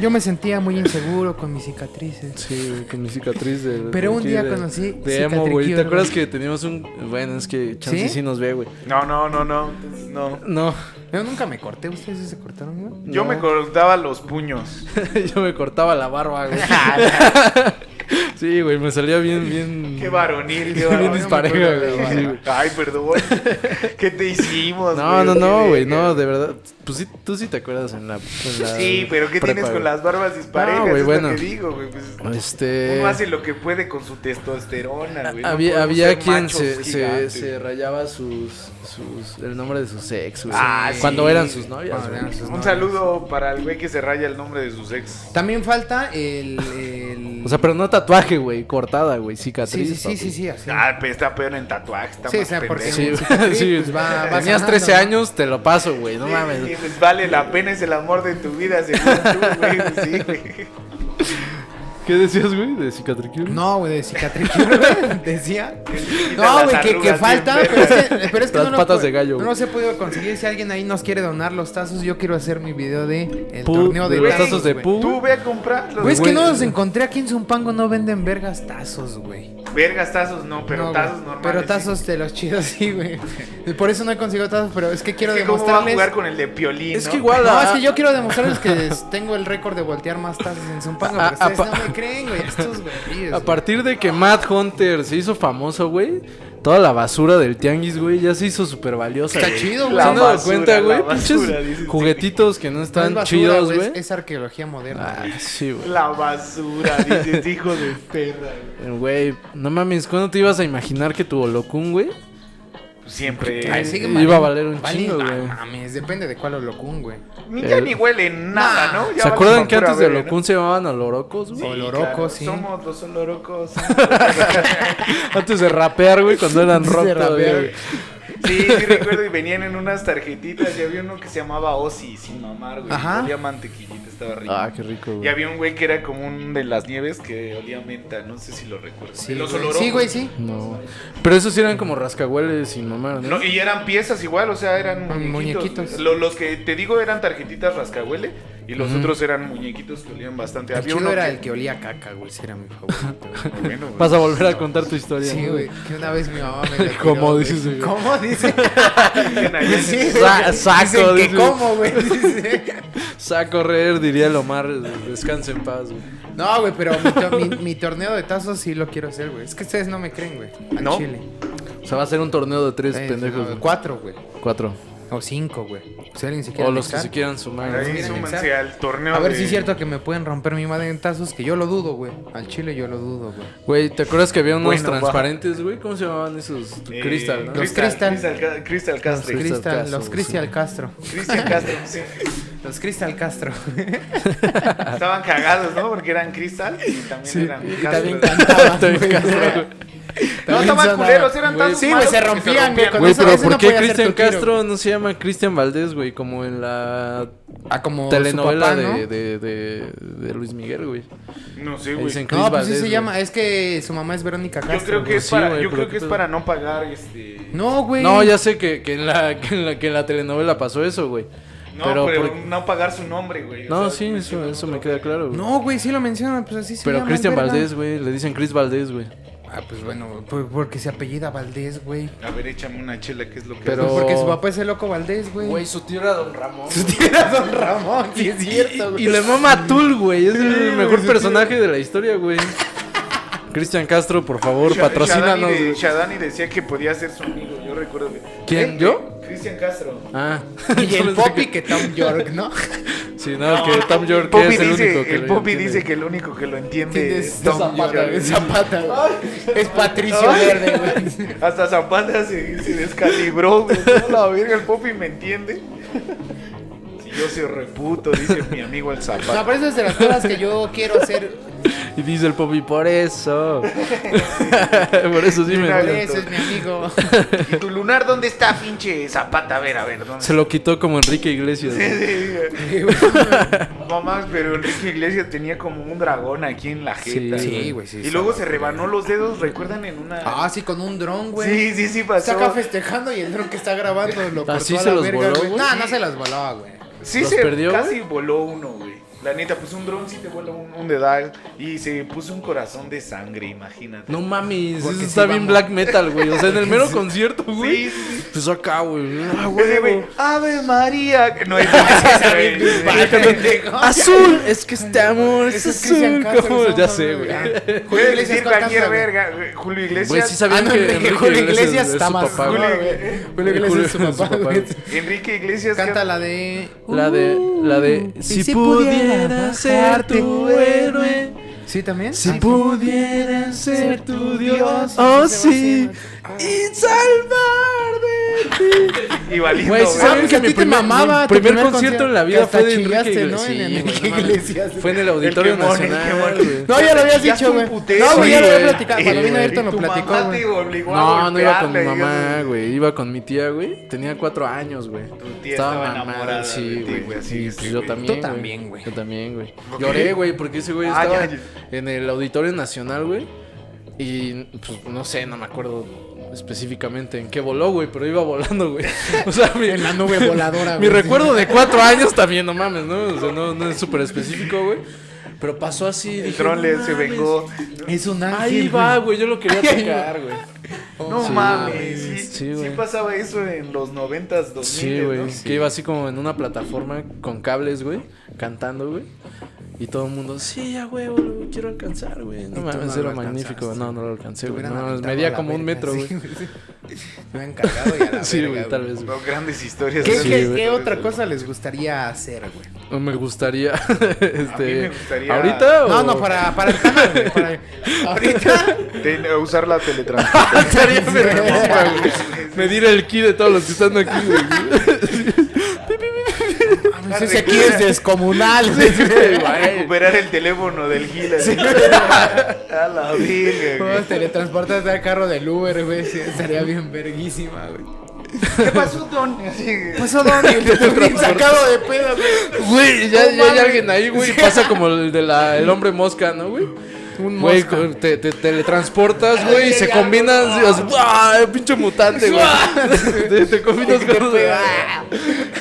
S6: Yo me sentía muy inseguro con mis cicatrices.
S2: Sí, güey, con mi cicatriz de.
S6: Pero
S2: de
S6: un
S2: aquí
S6: día
S2: de-
S6: conocí
S2: De emo, güey.
S6: cicatricure,
S2: ¿Te acuerdas
S6: güey.
S2: que teníamos un. Bueno, es que Chance
S6: ¿Sí?
S2: sí, nos ve, güey.
S5: No, no, no, no. entonces no.
S2: No, (laughs)
S6: Yo nunca me corté, ¿ustedes sí se cortaron, güey?
S5: Yo
S2: No.
S5: me cortaba los
S2: (laughs)
S5: puños.
S2: yo me cortaba la
S6: (laughs)
S2: barba, güey. (laughs) Sí, güey, me salía bien, bien.
S5: Qué varonil, qué
S2: Bien
S5: varonil.
S2: disparejo, güey, sí, güey.
S5: Ay, perdón. ¿Qué te hicimos?
S2: No, no,
S5: Qué
S2: no, güey,
S5: verga.
S2: no, de verdad. Pues sí, tú sí te acuerdas en la. en la
S5: Sí, pero ¿qué
S2: prepa,
S5: tienes con
S2: güey.
S5: las barbas disparejas?
S2: No, güey,
S5: es
S2: bueno.
S5: lo que digo, güey. pues,
S2: Este.
S5: uno hace lo que puede con su testosterona, güey. no
S2: Había,
S5: podemos
S2: había
S5: ser
S2: quien
S5: machos
S2: se, se,
S5: gigantes.
S2: se rayaba sus, sus. El nombre de su sexo.
S5: Ah, sí.
S2: Cuando eran sus novias,
S6: Cuando
S2: güey.
S6: eran sus
S5: Un
S6: novias.
S5: saludo para el güey que se raya el nombre de sus ex.
S6: También falta el. el-
S2: (laughs) O sea, pero no tatuaje, güey, cortada, güey,
S6: sí,
S2: cicatriz.
S6: sí, sí,
S2: papi.
S6: sí, sí, así.
S5: Ah, pues está peor en tatuajes. Está
S6: Sí,
S5: más
S6: o sea, porque-
S5: pendejo.
S2: Sí,
S6: Sí,
S2: güey, (laughs) sí.
S6: pues va- va
S2: Tenías
S6: sonando,
S2: 13
S6: ¿no?
S2: años, te lo paso, güey, no
S5: Sí, sí,
S2: mames.
S5: pues vale la pena, es el amor de tu vida, según tú, güey. pues, Sí,
S2: (laughs)
S5: güey.
S2: ¿Qué decías, güey, de cicatricure?
S6: No, güey, de
S2: (laughs)
S6: cicatriz, (laughs) güey, decía. No,
S5: las
S6: güey, que, que
S5: arrugas
S6: falta,
S5: bien
S6: pero es que, eh, pero es que
S2: Las
S6: no, lo
S2: patas
S6: pu-
S2: de gallo,
S6: no
S2: güey.
S6: los he podido conseguir. Si alguien ahí nos quiere donar los tazos, yo quiero hacer mi video de el
S2: Pu-
S6: torneo de,
S2: de los
S6: tazos,
S2: tazos de
S6: güey.
S2: pu-
S5: Tú ve a comprarlos.
S6: Güey, es que
S2: güey.
S6: no los encontré aquí en Zumpango, no venden vergas tazos, güey.
S5: Vergas, tazos no, pero
S6: No, güey.
S5: tazos normales.
S6: Pero
S5: sí.
S6: tazos de los chidos, sí, güey. Por eso no he conseguido tazos, pero es que quiero
S5: Es que cómo va a
S6: demostrarles.
S5: jugar con el de piolín.
S2: Es
S5: ¿no?
S2: que igual.
S6: No,
S2: a-
S6: es que yo quiero demostrarles que es- tengo el récord de voltear más tazos en Zumpango,
S2: A-
S6: pero ustedes
S2: a-
S6: no me creen, güey. Estos güeyes,
S2: A
S6: güey.
S2: partir de que Matt Hunter se hizo famoso, güey, toda la basura del tianguis, güey, ya se hizo súper valiosa.
S6: Está
S2: güey.
S6: chido,
S2: ¿Se
S6: güey.
S5: La
S2: han dado
S5: basura,
S2: cuenta, güey?
S5: la
S2: Pinches
S5: basura, dices,
S2: juguetitos que no
S6: No es
S2: están
S6: basura,
S2: chidos,
S6: güey, es-
S2: güey.
S6: Es, arqueología moderna.
S2: Ah,
S6: güey.
S2: sí, güey.
S5: La basura, dices, hijo de perra. güey.
S2: Eh, Güey, no mames, ¿cuándo te ibas a imaginar que tu holocún, güey?
S5: Siempre.
S6: Ay,
S2: sí.
S6: sigue
S2: iba a
S6: valen-
S2: valer un
S6: valen-
S2: chingo,
S6: ah,
S2: güey.
S6: Mames, depende de cuál holocún, güey.
S5: Ya
S2: Eh,
S5: ni huele nada, ¿no? Ya
S2: ¿Se
S5: vale
S2: acuerdan
S5: pa'
S2: que
S5: pura
S2: antes de
S5: verga,
S2: holocún se llamaban olorocos,
S5: ¿no?
S2: güey?
S6: Olorocos, sí.
S5: Somos los olorocos. (laughs)
S2: Antes de rapear,
S6: (laughs)
S2: güey, cuando eran
S6: Antes
S2: rock
S6: de
S2: todavía,
S6: rapear.
S2: güey.
S5: sí, sí recuerdo y venían en unas tarjetitas y había uno que se llamaba Ozzy, sin mamar, güey.
S6: Ajá.
S5: Olía mantequillita, estaba rico.
S2: Ah, qué rico,
S5: y
S2: güey.
S5: había un güey que era como un de las nieves que olía a menta, no sé si lo recuerdo.
S6: Sí,
S5: los
S6: güey.
S5: olorocos.
S6: Sí, güey, sí.
S2: No. Pero esos sí eran como rascahueles sin mamar, ¿no?
S5: No, y eran piezas igual, o sea, eran
S6: Ah,
S5: muñequitos.
S6: muñequitos.
S5: Lo- los que te digo eran tarjetitas rascahuele y los otros eran muñequitos que olían bastante.
S6: El
S5: Había
S6: chido
S5: uno
S6: era
S5: que-
S6: el que olía a caca, güey. Ese era mi favorito. güey.
S5: (laughs)
S6: (laughs)
S5: Bueno, güey.
S2: Vas a volver a contar tu historia.
S6: Sí,
S2: ¿no?
S6: güey. Que una vez mi mamá me
S2: (laughs)
S6: la tiró,
S2: ¿Cómo
S6: güey.
S2: dices, güey? (laughs)
S6: ¿Cómo dice?
S5: Dicen ahí en-
S6: Sí,
S2: Sa-
S6: güey.
S2: saco,
S6: Dicen que
S2: dices.
S6: cómo, güey. (laughs) Dice.
S2: Sa correr, diría el Omar. Descanse en paz, güey.
S6: No, güey, pero mi, to- mi- mi torneo de tazos sí lo quiero hacer, güey. Es que ustedes no me creen, güey. Al
S5: ¿No?
S6: Chile.
S2: O sea, va a ser un torneo de tres
S6: Eh,
S2: pendejos.
S6: no,
S2: güey.
S6: cuatro, güey.
S2: Cuatro.
S6: O cinco, güey. Si alguien se quiere
S2: O los que
S6: anexar.
S2: se quieran sumar. ¿no?
S5: Ahí súmense al torneo.
S6: A ver
S5: de-
S6: si es cierto que me pueden romper mi madre en tazos, que yo lo dudo, güey. Al chile yo lo dudo, güey.
S2: Güey, ¿te acuerdas que había unos
S5: Bueno, va.
S2: transparentes, güey? ¿Cómo se llamaban esos?
S5: eh,
S2: Crystal, ¿no? (laughs)
S6: Los
S5: Crystal.
S6: Crystal.
S5: Crystal Ca- Crystal Castre.
S2: Crystal
S6: Crystal-
S2: Castro,
S6: los Crystal Castro.
S5: Crystal Castro,
S2: (laughs)
S5: sí.
S6: Los Crystal Castro.
S5: Estaban cagados, ¿no? Porque eran Crystal y también
S6: (laughs)
S5: eran Castro.
S2: También Este, Castro, güey.
S5: No, estaban culeros, eran
S6: Güey,
S5: tantos
S6: sí, güey,
S5: malos
S6: se
S5: que
S6: rompían, güey, con-
S2: Güey,
S6: eso-
S2: pero
S6: eso
S2: ¿por
S6: no
S2: qué
S6: podía ser
S2: Cristian
S6: tu tiro,
S2: Castro no se llama Cristian Valdés, güey? Como en la
S6: Ah, como
S2: telenovela
S6: su papá, ¿no?
S2: de, de, de, de Luis Miguel, güey.
S5: No sé,
S2: Ahí
S5: güey.
S2: dicen
S5: Yo
S2: Chris
S6: No, pues sí
S2: Valdés,
S6: se
S2: güey.
S6: llama. Es que su mamá es Verónica Castro.
S5: creo que
S6: güey.
S5: es
S2: sí,
S5: para,
S2: güey,
S5: yo
S2: pero
S5: creo
S2: ¿qué
S5: que es
S2: pedo?
S5: para no pagar este.
S6: No, güey.
S2: No, ya sé que, que, en la, (laughs) que, en la, que en la telenovela pasó eso, güey.
S5: No,
S2: pero
S5: pero,
S2: por-
S5: no pagar su nombre, güey. o
S2: No,
S5: sea,
S2: sí, eso,
S5: mencionan
S2: eso
S5: otro
S2: me queda
S5: güey.
S2: claro, güey.
S6: No, güey, sí lo mencionan, pues así se
S2: Pero
S6: llaman,
S2: Cristian
S6: verga.
S2: Valdés, güey, le dicen Chris Valdés, güey.
S6: Ah, pues bueno, por- porque se apellida Valdés, güey. Pues
S5: A ver, échame una chela, ¿qué es lo que
S2: Pero-
S5: haces?
S6: Porque su papá es el loco Valdés, güey.
S2: Güey, su tío era Don Ramón.
S6: Su tío era Don Ramón, sí es cierto,
S2: Y,
S6: güey.
S2: y le mama a Tul, güey. Es el
S5: güey,
S2: mejor
S5: sí,
S2: personaje de la historia, güey. Cristian Castro, por favor,
S5: Sha-
S2: patrocínanos.
S5: Shadani, de- ¿Eh?
S2: güey.
S5: Shadani decía que podía ser su amigo, yo recuerdo. güey.
S2: ¿Quién? ¿Yo?
S5: Cristian Castro.
S2: Ah.
S6: (laughs)
S2: (laughs)
S6: Y el
S2: Solo dije-
S6: Poppy que Tom York,
S2: (laughs)
S6: ¿no?
S2: Sí, no, que Tom York
S5: Poppy
S2: es el
S5: dice,
S2: único que
S5: el
S2: lo
S5: Poppy
S2: entiende.
S5: dice que el único que lo entiende
S6: Tienes
S5: es
S6: Tom
S2: (laughs)
S5: Zapata,
S6: York,
S5: güey.
S6: es Zapata, güey. Es Patricio Verde, güey.
S5: Hasta Zapata se, se descalibró, güey. No, la verga, el Poppy me entiende. Si yo se reputo, dice mi amigo el
S6: No,
S5: Zapata.
S6: pero eso es de las cosas que yo quiero hacer.
S2: Y dice el Poppy,
S5: (laughs)
S2: por eso. por eso sí me.
S5: Mira, eh.
S6: Por
S5: güey.
S6: eso es mi amigo.
S5: ¿Y tu lunar dónde está, pinche Zapata? A ver, a ver, ¿dónde
S2: Se lo quitó como
S5: (laughs)
S2: Enrique Iglesias. güey.
S5: Mamás, pero Enrique Iglesias tenía como un dragón aquí en la jeta.
S2: Sí,
S6: güey, sí,
S5: Y
S6: sí.
S5: luego se rebanó los dedos, ¿recuerdan? En una...
S6: Ah, sí, con un dron, güey.
S5: sí, sí, sí, pasó.
S6: Está acá festejando y el dron que está grabando lo cortó
S2: Así
S6: a
S2: se
S6: la
S2: los
S6: verga,
S2: voló,
S6: güey.
S2: güey.
S6: Ah, No, no se las voló, güey.
S5: Sí,
S2: ¿Los
S5: se
S2: perdió,
S5: casi voló uno, güey. La neta, pues un dron sí te vuela un, un dedal y se puso un corazón de sangre, imagínate.
S2: No mames,
S6: Porque
S2: eso
S6: sí
S2: está bien
S6: vamos.
S2: black metal, güey. O sea, en el mero concierto, güey.
S5: Sí, sí, sí.
S2: Pues acá, güey. Ah,
S5: Ese güey,
S2: huevo.
S5: Ave María. No
S6: (laughs)
S5: es güey.
S2: Azul, es que este amor es
S6: Ese es Cristian
S2: azul.
S6: Castro,
S2: como-
S6: no,
S2: Ya
S6: no,
S2: sé,
S6: no,
S2: (laughs) güey.
S6: no. Julio
S5: Puede decir
S6: Iglesias
S5: cualquier
S6: cualquier
S5: verga. güey. Julio Iglesias.
S2: Güey, sí sabían
S6: Ah, no,
S2: que
S6: que
S2: Enrique
S6: Julio
S2: Iglesias,
S6: Iglesias
S2: es
S6: está
S2: su
S6: más-
S2: papá,
S5: Julio
S2: güey.
S5: Iglesias-
S6: Julio Iglesias es su papá, güey.
S5: Enrique Iglesias.
S6: Canta la de... "Uh,
S2: La de, la de, si,
S6: si
S2: pudiera
S6: pudiera
S2: ser tu
S6: bajarte,
S2: héroe,
S6: ¿Sí también?
S2: si
S6: Ah,
S2: pudiera ser tu Dios,
S6: Dios,
S2: oh
S6: José
S2: sí, y salvar de ti.
S5: Y valiendo,
S2: Güey,
S5: güey.
S2: ¿saben
S6: ¿Sabes que
S2: que
S6: a
S2: mi
S6: ti te
S2: primer-
S6: mamaba?
S2: mi
S6: tu
S2: primer concierto en la vida
S6: que hasta
S2: fue de Enrique
S6: chillaste, ¿no? En
S2: Iglesias. Sí,
S6: Enrique
S2: güey, no mames.
S6: Iglesias.
S2: Fue en el Auditorio
S5: quemón, el
S2: Nacional,
S5: quemón.
S2: güey.
S6: No, ya lo habías
S5: Ya
S6: dicho,
S5: fue
S6: güey.
S5: un putero,
S6: No, güey, ya lo
S5: güey.
S6: había platicado. Cuando
S2: Sí,
S6: vino
S2: güey.
S6: Ayrton
S5: Tu
S6: lo platicó,
S5: mamá te
S6: güey.
S5: obligó a
S2: No, no iba con mi
S5: golpearle,
S2: mamá,
S5: digamos.
S2: güey. Iba con mi tía, güey. Tenía cuatro años, güey.
S5: Tu tía estaba
S2: mamada,
S5: enamorada de
S2: sí,
S5: ti,
S2: güey.
S5: güey, así
S2: Sí,
S5: es,
S2: pues
S5: sí,
S2: yo
S5: güey.
S2: también.
S6: Tú
S2: güey.
S6: también, güey.
S2: Yo también, güey.
S5: Ok.
S2: Lloré, güey, porque ese güey
S5: Ah,
S2: estaba
S5: ya,
S2: en el Auditorio Nacional, güey. Y pues no sé, no me acuerdo específicamente en qué voló, güey, pero iba volando, güey. (laughs) O sea, mi,
S6: En la nube voladora,
S2: (laughs) mi
S6: güey.
S2: recuerdo de cuatro años también, no mames, ¿no? O sea, no, no es súper específico, güey. Pero pasó así.
S5: El
S2: dije,
S5: tron
S2: "No
S5: le- se
S2: mames".
S5: vengó.
S6: Es un ángel,
S2: Ahí va, güey, yo lo quería tocar, güey.
S5: No
S2: Sí,
S5: mames,
S2: güey.
S5: sí,
S2: Sí,
S5: sí
S2: güey.
S5: pasaba eso en los noventas, dos
S2: Sí,
S5: miles,
S2: güey.
S5: ¿no?
S2: Que iba así como en una plataforma con cables, güey. Cantando, güey. Y todo el mundo, sí, ya, güey, lo quiero alcanzar, güey. No
S6: tú no
S2: mames,
S6: lo
S2: era magnífico.
S6: alcanzaste.
S2: No, no lo alcancé,
S6: Te
S2: güey.
S6: hubieran
S2: No, mames,
S6: aventado a
S2: medía
S6: la
S2: como un
S6: verga,
S2: metro,
S6: sí,
S2: güey.
S6: Me han cagado y a (laughs) la
S2: (laughs) Sí,
S6: verga,
S2: güey, tal vez, güey.
S5: No, grandes historias.
S6: ¿Qué,
S5: grandes
S6: qué-
S5: historias.
S6: qué otra cosa les gustaría hacer, güey?
S2: No Me gustaría, (laughs) este...
S5: me gustaría-
S2: ¿Ahorita o...?
S6: No, no, para, para el canal, güey. para-
S2: (laughs)
S6: Ahorita.
S5: Ten- usar la (laughs) teletransportación.
S6: (laughs)
S2: Estaría verguísima, güey. Medir el ki de todos los que están aquí, güey.
S6: (laughs) No sé si aquí es (laughs) descomunal, güey.
S5: Recuperar el teléfono del Gila. (laughs) A la virgen.
S6: Puedes teletransportarte al carro del Uber, güey. sí, Estaría bien verguísima, güey.
S5: ¿Qué pasó, Don? Así,
S6: Pasó Donnie,
S2: (laughs)
S6: te sacado de pedo, güey.
S2: Güey, ya, ya hay alguien ahí, güey. Pasa como el de la, el hombre mosca, ¿no, güey?
S6: Un
S2: Güey,
S6: mosca.
S2: con- te, te teletransportas, güey, y se
S6: ya,
S2: combinan. así, así, ¡buah! pinche mutante, güey. te, te combinas con.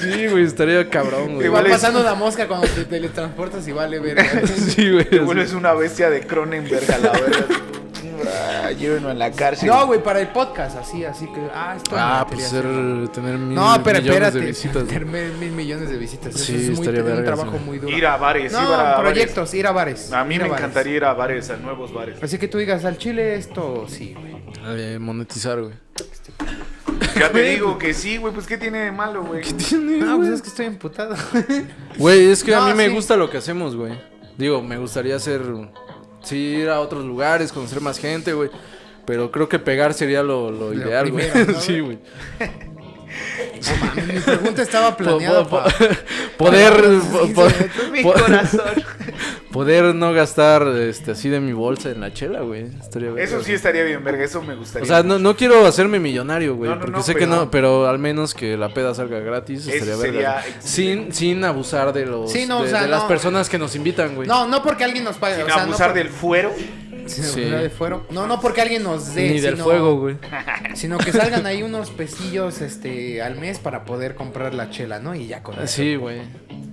S2: Sí, güey, estaría cabrón, güey.
S6: Te va
S5: Igual es-
S6: pasando la mosca cuando te teletransportas y vale verga.
S2: (laughs) Sí, güey.
S5: Te
S2: así.
S5: vuelves una bestia de Cronenberg a la verga. Ah, Llévenlo a la cárcel.
S6: No, güey, para el podcast, así, así que. Ah, esto
S2: Ah,
S6: me
S2: pues
S6: metería
S2: ser,
S6: así.
S2: tener mil
S6: No, pero
S2: millones
S6: espérate.
S2: de visitas. güey.
S6: Tener (laughs) mil millones de visitas.
S2: Sí,
S6: Sí, Eso es muy,
S2: estaría
S6: un
S2: vergas,
S6: trabajo
S2: güey.
S6: muy duro.
S5: Ir a bares,
S6: no,
S5: ir a bares.
S6: proyectos, ir a bares.
S5: A mí
S6: ir
S5: me
S6: bares.
S5: encantaría ir a bares, a nuevos (laughs) bares.
S6: Así que tú digas al chile esto, sí, güey.
S2: Eh, monetizar, güey.
S5: Ya te digo que sí, güey, pues ¿qué tiene de malo, (laughs) güey?
S6: No, pues es que estoy emputado. (laughs)
S2: Güey, es que a
S6: No,
S2: mí me
S6: sí.
S2: gusta lo que hacemos, güey. Digo, me gustaría hacer. Sí, ir a otros lugares, conocer más gente, güey. Pero creo que pegar sería lo, lo ideal, güey.
S6: primero, ¿no,
S2: (laughs) sí, güey.
S6: güey? Mi pregunta
S2: (laughs)
S6: estaba planeada
S2: Po- po-
S6: para.
S2: poder.
S6: para-
S2: po-
S6: sí,
S2: po-
S5: Mi
S2: po-
S5: corazón.
S2: (laughs) poder no gastar este, así de mi bolsa en la chela, güey. Estaría
S5: Eso
S2: verga,
S5: sí estaría bien, verga, eso me gustaría.
S2: O sea, no, no quiero hacerme millonario, güey.
S5: No, no,
S2: porque
S5: no,
S2: sé que
S5: pero-
S2: no, pero al menos que la peda salga gratis,
S5: Eso
S2: estaría
S5: sería
S2: verga. güey. Sin,
S5: excelente.
S2: sin abusar de los
S6: Sí, no, o
S2: de,
S6: sea,
S2: de las
S6: no.
S2: personas que nos invitan, güey.
S6: No, no porque alguien nos pague.
S5: Sin
S6: o sea, no
S5: abusar
S6: por-
S5: del fuero.
S6: Sin
S2: Sí.
S6: abusar del fuero. No, no porque alguien nos dé.
S2: Ni del
S6: sino-
S2: fuego, güey.
S6: Sino que salgan ahí unos pesillos este, al mes para poder comprar la chela, ¿no? Y ya con eso.
S2: Sí, güey.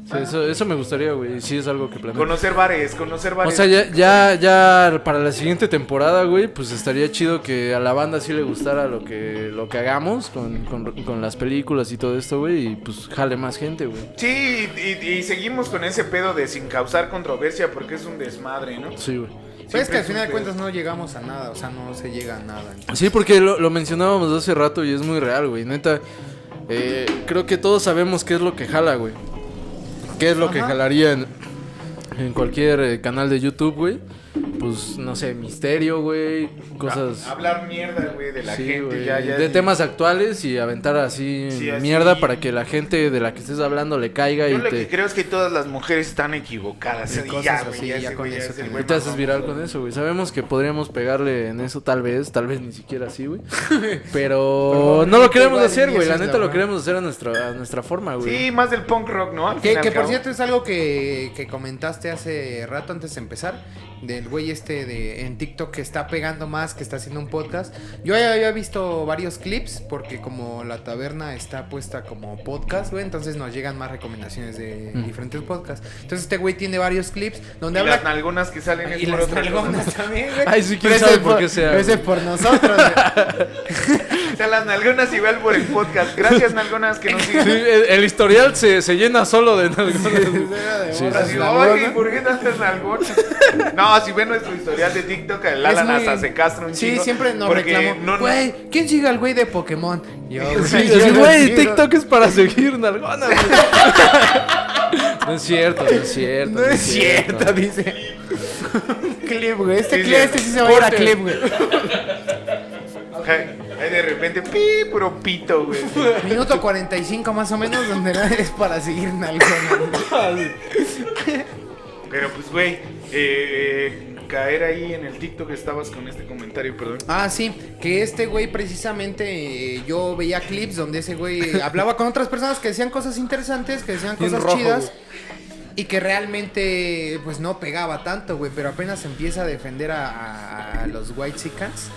S2: Sí, eso, eso me gustaría, güey. Sí, es algo que planeo.
S5: Conocer bares, conocer
S2: O
S5: bares.
S2: sea, ya, ya, ya para la siguiente temporada, güey, pues estaría chido que a la banda sí le gustara lo que, lo que hagamos con, con- con las películas y todo esto, güey, y pues jale más gente, güey.
S5: Sí, y, y- y seguimos con ese pedo de sin causar controversia porque es un desmadre, ¿no?
S2: Sí, güey.
S5: Siempre
S6: Pues es que al
S5: es
S6: final
S5: un
S6: de
S5: pedo.
S6: cuentas no llegamos a nada, o sea, no se llega a nada.
S2: Sí, porque lo, lo mencionábamos hace rato y es muy real, güey. Neta, eh, creo que todos sabemos qué es lo que jala, güey. ¿Qué es lo que jalaría en, en cualquier eh, canal de YouTube, güey? Pues, no sé, misterio, güey, cosas...
S5: Hablar mierda, güey, de la
S2: Sí,
S5: gente.
S2: güey,
S5: ya, ya,
S2: de
S5: sí.
S2: temas actuales y aventar así,
S5: Sí, así.
S2: mierda para que la gente de la que estés hablando le caiga
S5: Yo
S2: y
S5: lo
S2: te,
S5: que creo es que todas las mujeres están equivocadas.
S6: Sí,
S5: y
S6: cosas
S5: ya,
S6: así,
S5: güey, ya,
S6: ya
S5: ese
S6: con
S5: güey, ya
S6: eso
S5: es el
S6: también.
S5: güey
S2: y te
S5: más
S2: haces viral con eso, güey. Sabemos que podríamos pegarle en eso tal vez, tal vez ni siquiera
S6: (laughs)
S2: así, güey. Pero no lo queremos
S6: igual,
S2: hacer,
S6: y
S2: güey.
S6: esa
S2: La
S6: es la
S2: neta lo
S6: buena.
S2: queremos hacer a nuestra, a nuestra forma, güey.
S5: Sí, más del punk rock, ¿no? Al fin y
S6: Que,
S5: al
S6: que por
S5: cabo.
S6: cierto es algo que, que comentaste hace rato antes de empezar, del güey este de en TikTok que está pegando más, que está haciendo un podcast. Yo ya había visto varios clips porque como la taberna está puesta como podcast, güey, entonces nos llegan más recomendaciones de
S2: Mm.
S6: diferentes podcasts. Entonces este güey tiene varios clips
S5: Y
S6: donde habla...
S5: las nalgonas que salen
S6: y
S5: es por
S6: las
S5: otra cosa. (laughs)
S6: nalgonas también, güey.
S2: Ay, sí, quién
S6: Pero
S2: sabe
S6: ese
S2: por
S6: por-
S2: qué sea,
S6: pero ese (laughs)
S2: güey.
S6: por nosotros,
S2: (laughs)
S6: güey.
S5: O sea, las nalgonas igual por el podcast. Gracias, nalgonas, que
S6: (laughs)
S5: nos
S2: Sí,
S5: siguen.
S2: el, el historial se, se llena solo de Sí,
S6: Pues,
S5: Ahora
S2: sí,
S5: sí,
S2: sí.
S5: Oye, ¿por qué tantas nalgonas? (laughs) No, si ven nuestro historial de TikTok, el
S6: Es
S5: Alan
S6: muy-
S5: hasta se castra un
S6: Sí,
S5: chingo,
S6: siempre nos
S5: porque
S6: reclamó.
S5: no-
S6: Güey, ¿quién sigue al güey de Pokémon? Yo, "Pues, güey.
S2: (laughs) Sí,
S6: Yo
S2: sí,
S6: lo
S2: güey,
S6: sigo.
S2: TikTok es para seguir nalgona, güey. (laughs) No es cierto, no es cierto.
S6: No es cierto, dice. (laughs) clip, güey. Este
S5: Sí,
S6: clip,
S5: sí.
S6: este sí se va a ir a
S2: Corte.
S6: clip, güey.
S5: Ajá, Ahí de repente, pi, puro pito,
S6: (laughs)
S5: güey.
S6: Minuto 45 más o menos, donde (laughs) no es para seguir en algo.
S5: Pero pues, güey, eh, caer ahí en el TikTok estabas con este comentario, perdón.
S6: Ah, sí, que este güey precisamente eh, yo veía clips donde ese güey (laughs) hablaba con otras personas que decían cosas interesantes, que decían
S2: Bien
S6: cosas
S2: rojo,
S6: chidas.
S2: güey.
S6: Y que realmente, pues no pegaba tanto, güey. Pero apenas empieza a defender a, a los White Chicans.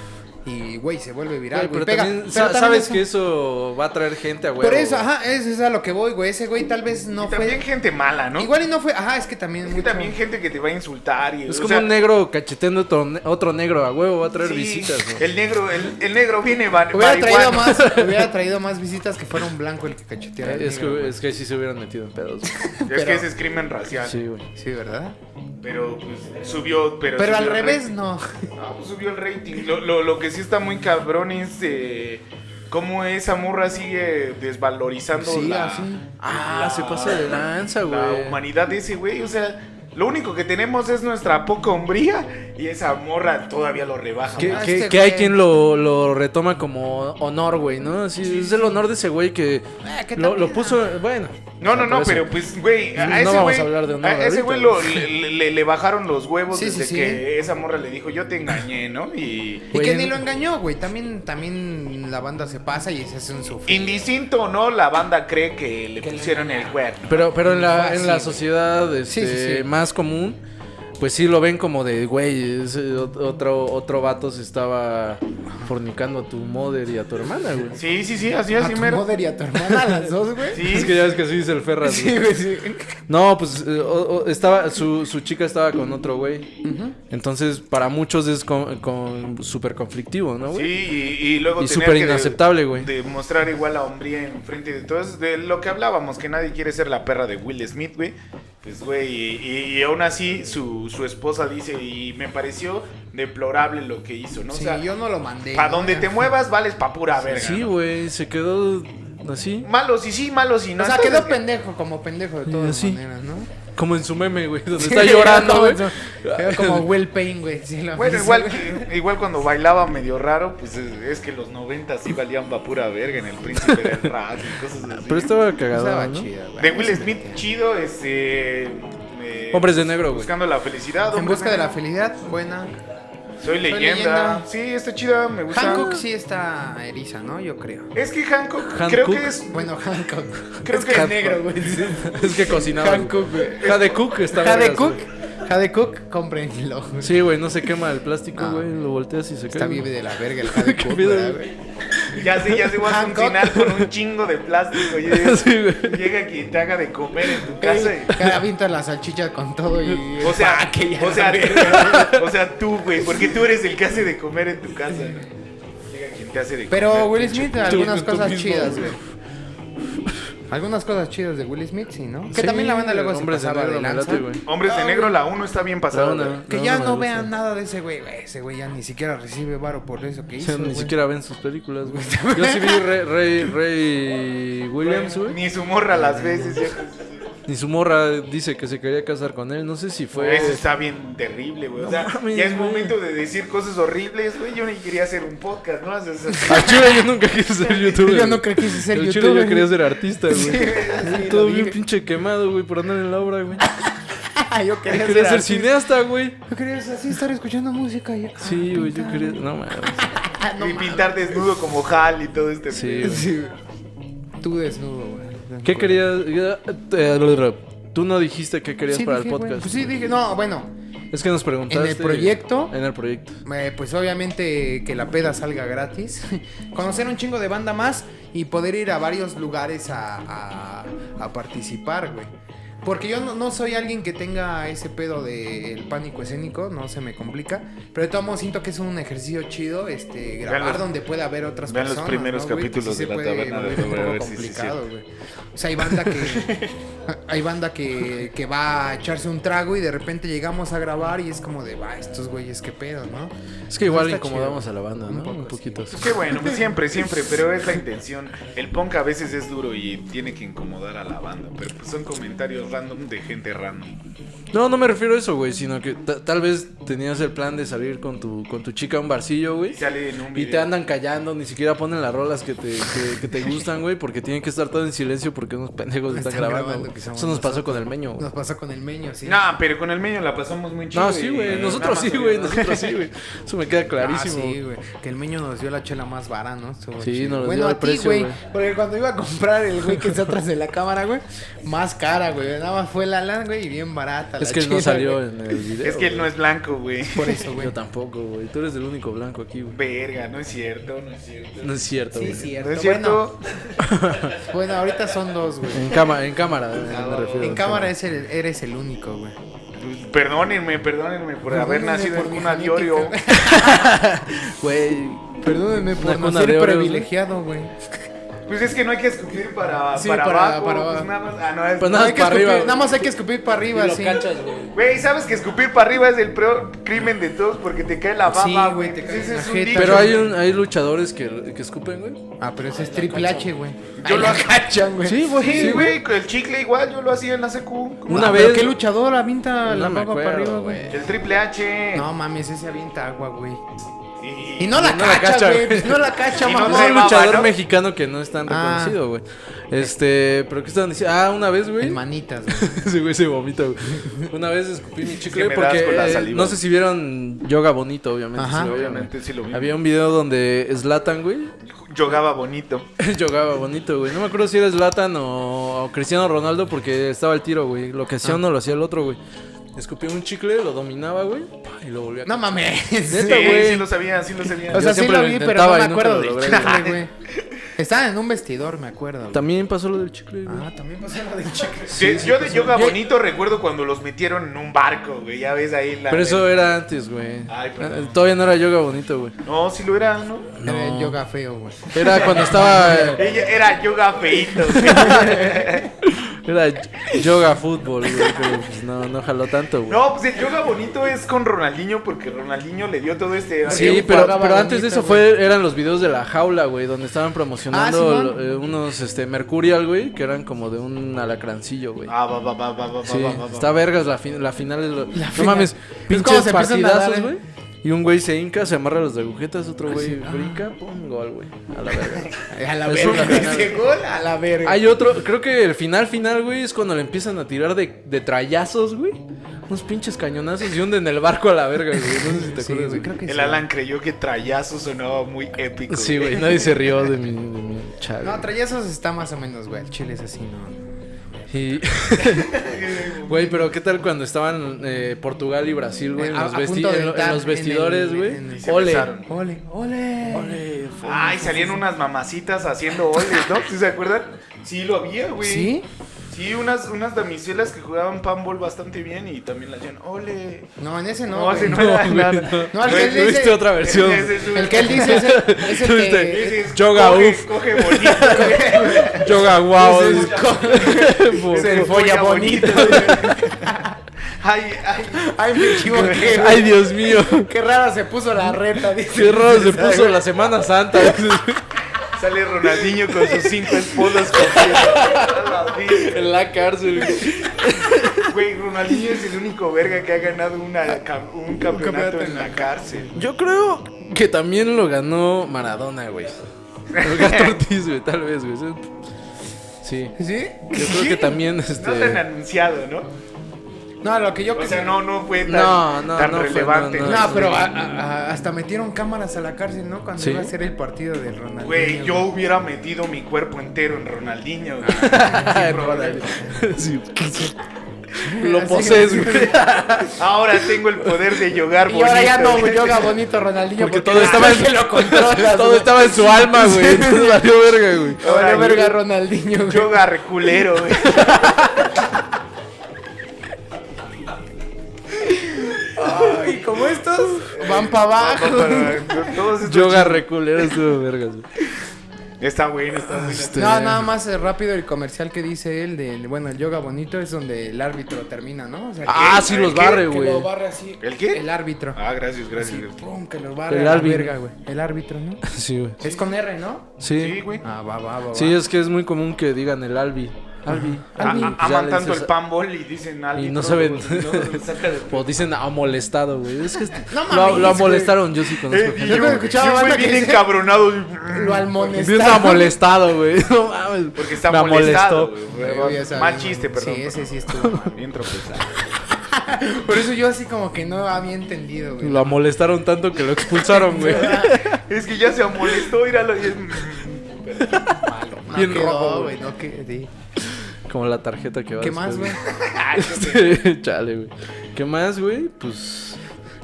S6: Y, güey, se vuelve viral.
S2: Güey,
S6: güey,
S2: pero,
S6: pega.
S2: también,
S6: Pero
S2: sa-
S6: también
S2: sabes
S6: eso-
S2: que eso va a traer gente a huevo.
S6: Por eso,
S2: güey.
S6: ajá, eso es a lo que voy, güey. Ese güey tal vez no
S5: Y también
S6: fue.
S5: gente mala, ¿no?
S6: Igual y no fue. Ajá, es que también.
S5: Es que
S6: mucho-
S5: también gente que te va a insultar y
S2: Es
S5: o
S2: como
S5: sea,
S2: un negro cacheteando otro, ne- otro negro a huevo, va a traer
S5: sí,
S2: visitas, güey.
S5: El negro, el, el negro viene va,
S6: Hubiera traído,
S5: marihuano.
S6: más,
S2: (laughs)
S6: hubiera traído más visitas que fuera un blanco el que cacheteara. al
S2: Eh, Es
S6: negro,
S2: que,
S6: güey.
S2: es que sí se hubieran metido en pedos. güey.
S5: Es que ese es crimen racial.
S2: Sí, güey.
S6: Sí, ¿verdad?
S5: Pero pues, subió, pero.
S6: Pero al
S5: subió el
S6: revés,
S5: rating.
S6: no.
S5: Ah, pues, subió el rating. Lo, lo- lo que sí está muy cabrón es eh, cómo esa morra sigue desvalorizando
S6: Sí,
S5: la,
S6: así.
S2: Ah, se pasa de lanza, güey.
S5: la humanidad de ese güey. O sea, lo único que tenemos es nuestra poca hombría y esa morra todavía lo rebaja.
S2: Que,
S5: más.
S6: Ah,
S2: que-
S6: este
S2: que hay
S6: güey.
S2: quien lo, lo retoma como honor, güey, ¿no? Así, es el honor de ese güey que
S6: Ah, que
S2: lo, lo
S6: también-
S2: puso, bueno.
S5: No, no,
S2: por
S5: no,
S2: Ah, eso.
S5: pero pues, güey, a
S2: No
S5: ese
S2: vamos
S5: güey,
S2: a hablar de honor
S5: a ese
S2: ahorita,
S5: güey lo-
S2: güey.
S5: le, le- le bajaron los huevos
S6: Sí, sí,
S5: desde
S6: sí.
S5: que esa morra le dijo, yo te engañé, ¿no? Y
S6: Y
S2: Güey,
S6: que
S2: en-
S6: ni lo engañó, güey. También, también la banda se pasa y se hace un sufrir.
S5: indistinto o no, la banda cree que le pusieron el cuerno.
S2: Pero, pero en la,
S6: Fácil,
S2: en la
S6: güey.
S2: sociedad
S6: Sí,
S2: este,
S6: sí, sí.
S2: más común, pues sí lo ven como de, güey, ese ot- otro, otro vato se estaba fornicando a tu mother y a tu hermana, güey.
S5: Sí, sí, sí, así,
S6: A
S5: así
S6: tu
S5: mero.
S6: mother y a tu hermana, a las dos, güey.
S5: Sí,
S2: Es que ya ves que así dice el Ferras. güey.
S6: güey, sí.
S2: No, pues eh, o- o- estaba, su, su chica estaba con otro güey. Entonces, para muchos es con, con- súper conflictivo, ¿no,
S5: sí,
S2: güey?
S5: y, y luego
S2: Y
S5: tener
S2: súper
S5: que de-
S2: inaceptable, güey.
S5: De mostrar igual la hombría en frente de todos. De lo que hablábamos, que nadie quiere ser la perra de Will Smith, güey. Pues, güey, y, y- y aún así su, su esposa dice, y me pareció deplorable lo que hizo, ¿no?
S6: Sí,
S5: o sea,
S6: yo no lo mandé.
S5: Para
S6: ¿no?
S5: donde te muevas, vales pa' pura verga.
S2: Sí,
S5: ¿no?
S2: güey, se quedó así.
S5: Malos y sí, malos y no.
S6: O sea,
S5: Entonces,
S6: quedó pendejo, como pendejo de todas
S2: así.
S6: maneras, ¿no?
S2: Como en su meme, güey, donde está llorando,
S6: Como-
S2: güey.
S6: Era
S2: (laughs)
S6: como Will Payne, güey. sí, lo
S5: Bueno,
S6: mismo,
S5: igual,
S6: güey.
S5: que- igual cuando bailaba medio raro, pues es, es que los 90 sí valían pa' pura verga en el príncipe del rap y cosas así.
S2: Pero estaba cagado,
S6: Estaba
S2: ¿no?
S6: chida, güey.
S5: De Will Smith, chido, este. eh,
S2: Hombres de negro, güey.
S5: Buscando la felicidad.
S6: En
S5: Hombres
S6: busca de la
S5: Negro.
S6: felicidad, buena.
S5: Soy leyenda.
S6: leyenda.
S5: Sí, está chida, me gusta.
S6: Hancock sí está eriza, ¿no? Yo creo.
S5: Es que Hancock,
S2: Hancock.
S5: creo que es.
S6: Bueno, Hancock.
S5: Creo que
S2: Hancock.
S5: es negro, güey.
S6: güey.
S2: Es que cocinaba. güey.
S6: Hancock, güey.
S2: Jade Cook está
S6: Jade
S2: vergas,
S6: Cook.
S2: güey.
S6: Jade Cook, cómprenlo.
S2: Sí, güey, no se quema el plástico,
S6: No.
S2: güey. Lo volteas y se cae.
S6: Está
S2: güey.
S6: vive de la verga el ¿eh? Jade
S2: Qué
S6: Cook,
S2: pedo,
S6: ¿verdad,
S2: güey.
S6: güey.
S5: Ya sí, ya se va a funcionar con un chingo de plástico. y es-
S2: (laughs) Sí, güey.
S5: Llega quien te haga de comer en tu casa. y-
S6: Cada pinta la salchicha con todo y.
S5: O sea, o, sea tú, (laughs) o sea, tú, güey, porque tú eres el que hace de comer en tu casa. Llega quien te hace de
S6: Pero
S5: comer.
S6: Will Smith, algunas
S2: tú
S6: cosas
S2: mismo,
S6: chidas, güey. Algunas cosas chidas de Will Smith, sí, ¿no? Que
S2: Sí,
S6: también la banda luego se
S2: Hombres de
S6: pasaba de
S2: Negro me
S6: lanza.
S2: late, güey.
S5: Hombres
S6: Ah,
S5: de negro, la 1 está bien pasada.
S2: La uno.
S5: güey.
S6: Que
S2: No,
S6: ya
S2: no me
S6: no,
S2: gusta.
S6: vean nada de ese güey, güey. Ese güey ya ni siquiera recibe varo por eso que
S2: O
S6: hizo.
S2: sea, ni
S6: güey.
S2: siquiera ven sus películas,
S6: (laughs)
S2: güey. Yo sí vi Ray, Ray- Ray Williams, güey.
S5: Ni su morra las veces. ya.
S2: Ni su morra dice que se quería casar con él. No sé si fue.
S5: Eso Pues, está bien terrible, güey. O sea,
S2: Pues, mames,
S5: ya es
S2: güey.
S5: momento de decir cosas horribles, güey. Yo ni quería hacer un podcast, ¿no? O sea,
S2: (laughs)
S5: es-
S2: (laughs) Al chile yo nunca quise ser youtuber.
S6: Yo nunca quise ser
S2: Al chile
S6: youtuber. (laughs)
S2: yo quería ser artista, güey. Todo
S6: lo vi,
S2: bien
S6: güey.
S2: pinche quemado, güey, por andar en la obra, güey.
S6: Ah, yo (laughs)
S2: Yo
S6: quería,
S2: quería ser
S6: artista.
S2: cineasta, güey.
S6: Yo quería así estar escuchando música y acá.
S2: Sí, güey, yo quería. No mames. Ah,
S5: y pintar desnudo como Hal y todo este.
S2: Sí,
S5: pedo.
S2: güey.
S6: Sí, güey. Tú desnudo, güey.
S2: ¿Qué querías? Eh, Tú no dijiste qué querías
S6: Sí,
S2: para
S6: dije,
S2: el
S6: güey.
S2: podcast.
S6: Pues sí, dije, no, bueno,
S2: Es que nos preguntaste.
S6: En el proyecto.
S2: En el proyecto.
S6: eh, pues obviamente que la peda salga gratis, (laughs) conocer un chingo de banda más y poder ir a varios lugares a, a- a participar, güey. Porque yo no, no soy alguien que tenga ese pedo del pánico escénico, no se me complica. Pero de todos modos siento que es un ejercicio chido este, grabar
S5: los-
S6: donde pueda haber otras
S5: vean los
S6: personas.
S5: primeros
S6: ¿no, güey? Que
S5: capítulos
S6: sí
S5: de
S6: se
S5: La
S6: puede
S5: Taberna del
S6: volver un
S5: Lobo, a
S6: poco
S5: ver si sí es
S6: complicado, güey. O sea, hay
S5: (laughs)
S6: banda que. Hay banda que, que va a echarse un trago y de repente llegamos a grabar y es como de, va, estos güeyes, qué pedo, ¿no?
S2: Es que igual
S6: Pues Está
S2: incomodamos
S6: chido.
S2: a la banda,
S6: Un
S2: ¿no?
S6: poco,
S2: Un poquito.
S5: Pues qué bueno, pues siempre, siempre, pero es la intención. El punk a veces es duro y tiene que incomodar a la banda, pero pues son comentarios random de gente random.
S2: No, no me refiero a eso, güey, sino que ta- tal vez tenías el plan de salir con tu, con tu chica a un barcillo, güey.
S5: Y sale en un
S2: Y
S5: video.
S2: te andan callando, ni siquiera ponen las rolas que te, que, que te gustan, güey, porque tienen que estar todo en silencio porque unos pendejos están,
S6: Están
S2: grabando.
S6: grabando,
S2: güey.
S6: que
S2: Eso
S6: somos
S2: nos pasó con el meño, güey.
S6: Nos pasó con el meño, sí.
S5: No, pero con el meño la pasamos muy chido.
S2: No, sí, güey,
S5: y-
S2: nosotros
S5: nada
S2: sí,
S5: más
S2: güey,
S5: había-
S2: nosotros sí, güey. Eso me queda
S6: Ah,
S2: clarísimo.
S6: sí, güey. Que el meño nos dio la chela más vara, ¿no? Estuvo
S2: Sí,
S6: chido.
S2: nos dio
S6: bueno,
S2: el
S6: a ti,
S2: precio,
S6: güey.
S2: güey.
S6: Porque cuando iba a comprar el güey que está atrás de la cámara, güey, más cara, güey. Nada más fue la LAN, güey, y bien barata.
S2: es
S6: la
S2: que él no
S6: chela,
S2: salió
S6: güey.
S2: en el video.
S5: (laughs) Es que él no es blanco, güey. (laughs)
S6: Por eso, güey.
S2: Yo tampoco, güey. Tú eres el único blanco aquí, güey.
S5: Verga, no es cierto, no es cierto.
S2: No es cierto,
S6: Sí,
S2: güey.
S6: es
S5: No
S6: cierto.
S5: es cierto.
S6: Bueno, bueno, ahorita son dos,
S2: (laughs)
S6: güey.
S2: En, cámara, en cámara, güey, me refiero.
S6: En cámara es el- eres el único, güey.
S5: Pues, Perdónenme, perdónenme por haber
S6: Perdónenme
S5: nacido
S6: por
S5: en
S6: mi
S5: una
S6: genética.
S5: diorio.
S2: Güey.
S6: Perdónenme
S2: Una
S6: por no
S2: cuna
S6: ser
S2: de oro,
S6: privilegiado, güey.
S5: (laughs) Pues es que no hay que escupir para,
S6: Sí,
S5: para,
S6: para-
S5: abajo.
S6: para abajo.
S5: pues nada más. Ah, no, es-
S2: Pues
S6: No,
S2: nada,
S6: hay que
S2: para
S6: escupir-
S2: arriba, güey.
S6: nada más hay que escupir para arriba, sí.
S5: Güey, ¿sabes que escupir para arriba es el peor crimen de todos? Porque te cae la baba,
S6: Sí, güey, te cae
S5: Ese
S6: en la
S5: es un
S6: jeta.
S5: dicho.
S2: Pero hay, un, hay luchadores que, que escupen, güey.
S6: Ah, pero ese es Triple H, güey.
S5: Yo
S6: Ahí
S5: lo-
S6: la cachan, güey.
S2: Sí, güey.
S5: Sí, güey, con el chicle igual, yo lo hacía en la secu. como
S2: Una
S6: Ah, pero
S2: vez-
S6: ¿Qué luchador avienta
S2: No
S6: la
S2: me
S6: baba para
S2: acuerdo,
S6: arriba,
S2: güey.
S6: güey?
S5: El triple H.
S6: No mames, ese avienta agua, güey.
S5: Y-
S6: Y no la
S2: no la
S6: cacha,
S2: cacha,
S6: güey.
S2: güey.
S6: pues No la
S2: (laughs)
S6: cacha,
S5: Y no
S6: mamón.
S5: se
S2: un
S5: va,
S2: luchador
S5: ¿no?
S2: mexicano que no es tan
S6: Ah.
S2: reconocido, güey. Este, pero ¿qué estaban diciendo? Ah, una vez, güey.
S6: En
S2: (laughs)
S6: manitas, güey.
S2: Ese güey se vomita, güey. Una vez escupí mi chicle
S5: que me da
S2: porque
S5: asco la
S2: eh,
S5: saliva.
S2: no sé si vieron Yoga Bonito, obviamente.
S6: Ajá.
S2: sí lo vieron,
S5: Obviamente sí lo vi.
S2: güey. Había un video donde Zlatan, güey, (laughs)
S5: Yogaba bonito.
S2: Jogaba bonito, güey. No me acuerdo si era Zlatan o, o Cristiano Ronaldo porque estaba el tiro, güey. Lo que
S6: Ah.
S2: hacía uno lo hacía el otro, güey. Escupía un chicle, lo dominaba, güey, pa, y lo volvía a...
S6: No
S2: (laughs)
S6: mames.
S5: Sí,
S2: Neta, güey.
S5: sí lo sabía, sí lo sabía.
S6: O sea, sí
S2: siempre
S6: lo
S2: lo
S6: vi, pero no
S2: intentaba y
S6: me
S2: nunca
S6: acuerdo
S2: lo
S6: del
S2: logré,
S6: chicle, güey. Estaba en un vestidor, me acuerdo. güey.
S2: También pasó lo del chicle, güey.
S6: Ah, también pasó lo del chicle.
S5: Sí, yo de yoga bonito recuerdo cuando los metieron en un barco, güey. Ya ves ahí la.
S2: pero eso era antes, güey.
S5: Ay, perdón.
S2: Ah, Todavía no era Yoga Bonito, güey.
S5: No, sí lo era, ¿no?
S6: No. Era el (laughs) yoga feo, güey.
S2: Era cuando estaba... eh,
S5: Ella era yoga feito. güey.
S6: (laughs)
S2: Era Yoga Fútbol, güey. Pero pues, no, no jaló tanto, güey.
S5: No, pues el yoga bonito es con Ronaldinho porque Ronaldinho le dio todo este.
S2: Sí,
S6: Yo
S2: pero,
S6: jugaba
S2: pero antes de
S6: bonito,
S2: eso fue, eran los videos de la jaula, güey, donde estaban promocionando
S6: Ah, Simón.
S2: lo- eh, unos este, Mercurial, güey, que eran como de un alacrancillo, güey.
S5: Ah, va, va, va, va, va, va,
S2: Sí,
S5: va, va, va.
S2: está vergas la, fin- la final. es lo- no
S6: final.
S2: mames,
S6: Es como
S2: pinches
S6: se empiezan a
S2: partidazos,
S6: dar,
S2: güey.
S6: ¿eh? Ah,
S2: Y un güey se hinca, se amarra las agujetas, otro güey brinca, pum, gol, güey. A la verga.
S6: A la
S2: Eso
S6: verga.
S2: es la final.
S6: Ese gol, a la verga.
S2: Hay otro, creo que el final final, güey, es cuando le empiezan a tirar de, de trayazos, güey. Unos pinches cañonazos y hunden el barco a la verga, güey. No sé si te
S6: Sí,
S2: acuerdas,
S6: güey,
S2: güey.
S6: creo que sí.
S5: El Alan creyó que trayazo sonaba muy épico.
S2: Sí, güey, nadie se rió de mi, de mi chave.
S6: No, trayazos está más o menos, güey. El chile es así, ¿no?
S2: Y- (laughs) Güey, pero ¿qué tal cuando estaban eh, Portugal y Brasil, güey? En,
S6: A-
S2: Eh, los
S6: a
S2: vesti-
S6: punto de
S2: en lo- en
S6: entrar
S2: los
S6: en el-
S2: vestidores,
S6: en
S2: güey.
S6: el-
S5: se
S2: Ole.
S5: besaron.
S6: Ole, ole.
S2: Ole, uniforme.
S5: Ay, salían unas mamacitas haciendo oles, ¿no? ¿Sí se acuerdan? Sí, lo había, güey.
S7: ¿Sí?
S5: Sí, unas, unas damiselas que jugaban panball bastante bien y también las hacían ole.
S6: No, en ese no.
S5: No,
S6: güey.
S5: ese no era nada.
S6: No, el que
S2: Güey,
S6: él
S2: tuviste
S6: dice-
S2: otra versión.
S5: Ese es un-
S6: El que él dice es el, es el que.
S5: ese es
S2: Yoga
S5: coge-
S2: Uf.
S5: Coge bonito.
S6: (laughs)
S2: Yoga wow. (laughs)
S5: Es el folla bonito. (laughs) ay, ay.
S6: Ay, me equivoqué.
S2: Ay, Dios mío.
S6: Qué rara se puso la
S2: (laughs)
S6: reta, dice.
S2: Qué raro se puso la Semana Santa.
S5: Sale Ronaldinho con sus cinco esposas. cogidas.
S2: (laughs) en la cárcel.
S5: Güey, Ronaldinho es el único verga que ha ganado una, cam- un campeonato en la cárcel.
S2: Yo creo que también lo ganó Maradona, güey. Lo ganó Ortiz, güey, tal vez, güey. Sí.
S6: ¿Sí?
S2: Yo creo que también,
S5: No tan
S2: (laughs) este...
S5: anunciado, ¿no?
S6: No, lo que yo.
S5: O sea, no, no fue tan,
S2: No, no,
S5: tan
S2: no fue,
S5: relevante.
S2: no,
S6: No, pero a- a- a- hasta metieron cámaras a la cárcel, ¿no? Cuando
S2: Sí.
S6: iba a ser el partido del Ronaldinho.
S5: Güey, yo hubiera metido mi cuerpo entero en Ronaldinho. güey. Sin
S2: (laughs)
S5: problema.
S2: Sí. pues, Lo posees, güey.
S5: Ahora tengo el poder de yogar
S6: Y
S5: bonito.
S6: ahora ya no,
S5: güey.
S6: güey, yoga bonito Ronaldinho.
S2: Porque (laughs) todo estaba en,
S6: lo controlas,
S2: todo
S6: güey.
S2: estaba en su alma, güey. Entonces valió verga, güey.
S5: Ahora
S6: Vale, verga
S5: yo-
S6: Ronaldinho, güey.
S5: Yoga reculero, güey.
S6: Y como estos
S5: Eh,
S6: van para abajo.
S5: Todos estos
S2: Yoga reculero estuvo vergas, güey.
S5: chis- Está bueno, está bueno.
S2: Este,
S6: No, nada más eh, rápido el comercial que dice él del, bueno, el yoga bonito es donde el árbitro termina, ¿no? O sea,
S2: Ah, sí los
S5: ¿Qué?
S2: barre,
S6: que, que
S2: güey.
S6: lo barre así.
S5: ¿El qué?
S6: El árbitro.
S5: Ah, gracias, gracias. gracias.
S6: Pum, que lo barre
S2: El
S6: a la
S2: árbitro.
S6: verga, güey. El árbitro, ¿no?
S2: Sí, güey.
S6: Es con R, ¿no?
S5: Sí,
S2: Sí.
S5: güey.
S6: Ah, va, va, va.
S2: Sí, es que es muy común que digan el Albi. Albi.
S5: A-
S2: Albi.
S5: a-
S2: Pues ya
S5: Ah, Aman
S2: le
S5: tanto
S2: dices-
S5: el panball y dicen algo.
S2: Y no
S6: (laughs)
S2: saben. O dicen ha molestado, güey. Es que lo, lo molestaron, yo sí conozco.
S6: Eh,
S2: gente.
S5: Eh, yo,
S6: escuchaba
S5: yo,
S6: banda
S5: güey,
S6: que
S5: bien
S6: dice-
S5: encabronado.
S6: Lo
S2: Bien está
S6: almonestaron.
S2: molestado, güey. (laughs) No mames.
S5: Porque está
S2: Me
S5: molestado.
S2: amolestó.
S5: güey.
S6: Yo ya sabía,
S5: Mal
S6: ¿no?
S5: chiste, perdón.
S6: Sí, ese
S5: perdón.
S6: sí estuvo mal.
S5: Bien tropezado.
S6: Por eso yo así como que no había entendido, güey.
S2: Lo molestaron tanto que lo
S6: (laughs)
S2: expulsaron, güey.
S5: Es que ya se amolestó, míralo. Y es...
S6: No
S2: bien
S6: quedó,
S2: rojo,
S6: güey. No que- sí.
S2: Como la tarjeta que va
S6: ¿Qué
S2: después,
S6: más, güey?
S2: Este, Chale, güey. (laughs) ¿Qué más, güey? Pues.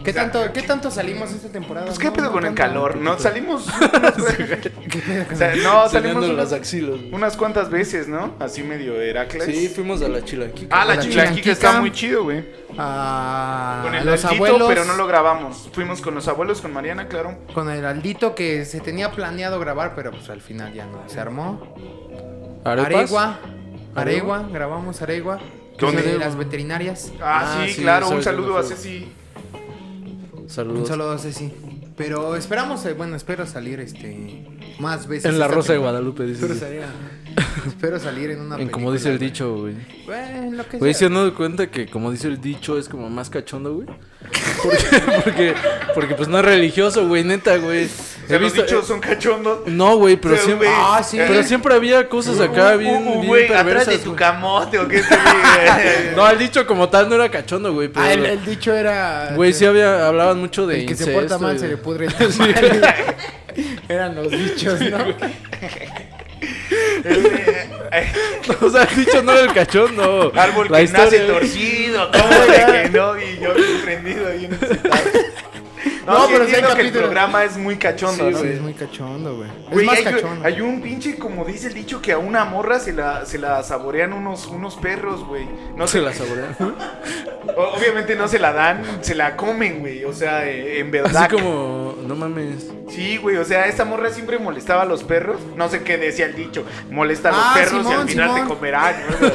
S6: ¿Qué tanto, ¿Qué tanto salimos esta temporada?
S5: Pues qué
S6: No,
S5: pedo
S6: no
S5: con el
S6: tanto.
S5: calor, ¿no?
S2: (laughs)
S5: Salimos. O sea,
S6: Ah,
S5: no, salimos
S2: Cenando las
S5: unas,
S2: axilas, güey.
S5: unas cuantas veces, ¿no? Así medio Heracles.
S2: Sí, fuimos a la chilaquica.
S5: Ah, la,
S6: La
S5: chilaquica
S6: chilaquica.
S5: está muy chido, güey.
S6: Ah,
S5: Con el
S6: los
S5: Aldito,
S6: abuelos.
S5: pero no lo grabamos. Fuimos con los abuelos, con Mariana, claro.
S6: Con el Aldito que se tenía planeado grabar, pero pues al final ya no se armó.
S2: ¿Arepas?
S6: Aregua. Aregua, grabamos Aregua. que
S5: ¿Dónde?
S6: es de las veterinarias.
S5: Ah,
S2: Ah,
S5: sí,
S2: sí,
S5: claro. Un
S2: sabes dónde
S5: saludo a
S2: fue.
S5: Ceci.
S2: Saludos.
S6: Un saludo a Ceci. Pero esperamos, eh, bueno, espero salir este más veces.
S2: En la
S6: esta
S2: Rosa de
S6: temporada.
S2: Guadalupe,
S6: Espero
S2: dices.
S6: salir, a- (laughs) espero salir en una.
S2: En como dice el
S6: película,
S2: dicho, güey.
S6: güey. Bueno, lo que
S2: Güey,
S6: sea.
S2: ¿se han dado cuenta que como dice el dicho es como más cachondo, güey? Porque, (laughs) porque, porque pues no es religioso, güey, neta, güey.
S5: O
S2: He
S5: sea, los
S2: visto-
S5: dichos son cachondos.
S2: No, güey, pero
S5: Pero,
S2: siempre.
S5: güey,
S2: Ah, sí.
S5: eh.
S2: Pero siempre había cosas acá bien,
S5: Uh, uh,
S2: bien
S5: güey, atrás de
S2: perversas.
S5: tu
S2: güey.
S5: camote o
S2: (laughs)
S5: qué te digo. (laughs)
S2: No, el dicho como tal no era cachondo, güey,
S6: Ah, el,
S2: pero.
S6: el dicho era.
S2: Güey,
S6: que-
S2: sí había, hablaban mucho de
S6: El que se
S2: incesto
S6: porta mal
S2: y
S6: se
S2: de-
S6: le pudre. el
S5: (laughs)
S2: Sí.
S6: tamal. (laughs) Eran los dichos, ¿no?
S2: (laughs) O sea, el dicho no era el cachondo.
S5: (laughs) Árbol
S2: La
S5: que nace
S2: historia,
S6: (laughs)
S2: güey.
S5: torcido, ¿cómo de que no? Y yo sorprendido ahí en el celular. No,
S6: No,
S5: sí
S6: pero sí hay
S5: entiendo que el
S6: capítulo.
S5: programa es muy cachondo,
S6: Ah, Sí,
S5: ¿no?
S6: güey, es muy cachondo, güey. Es
S5: Güey,
S6: más
S5: hay, un-
S6: cachondo.
S5: hay un pinche, como dice el dicho, que a una morra se la, se la saborean unos, unos perros, güey. No
S2: (laughs) No se
S5: se (laughs)
S2: la saborearon.
S5: o- Obviamente no se la dan, se la comen, güey. O sea, eh, en verdad.
S2: Así como, no mames.
S5: Sí, güey. O sea, esta morra siempre molestaba a los perros. No sé qué decía el dicho. Molesta a los
S6: Ah,
S5: perros y al
S6: Simón,
S5: final
S6: Simón.
S5: te comerán.
S6: (laughs)
S5: ¿no?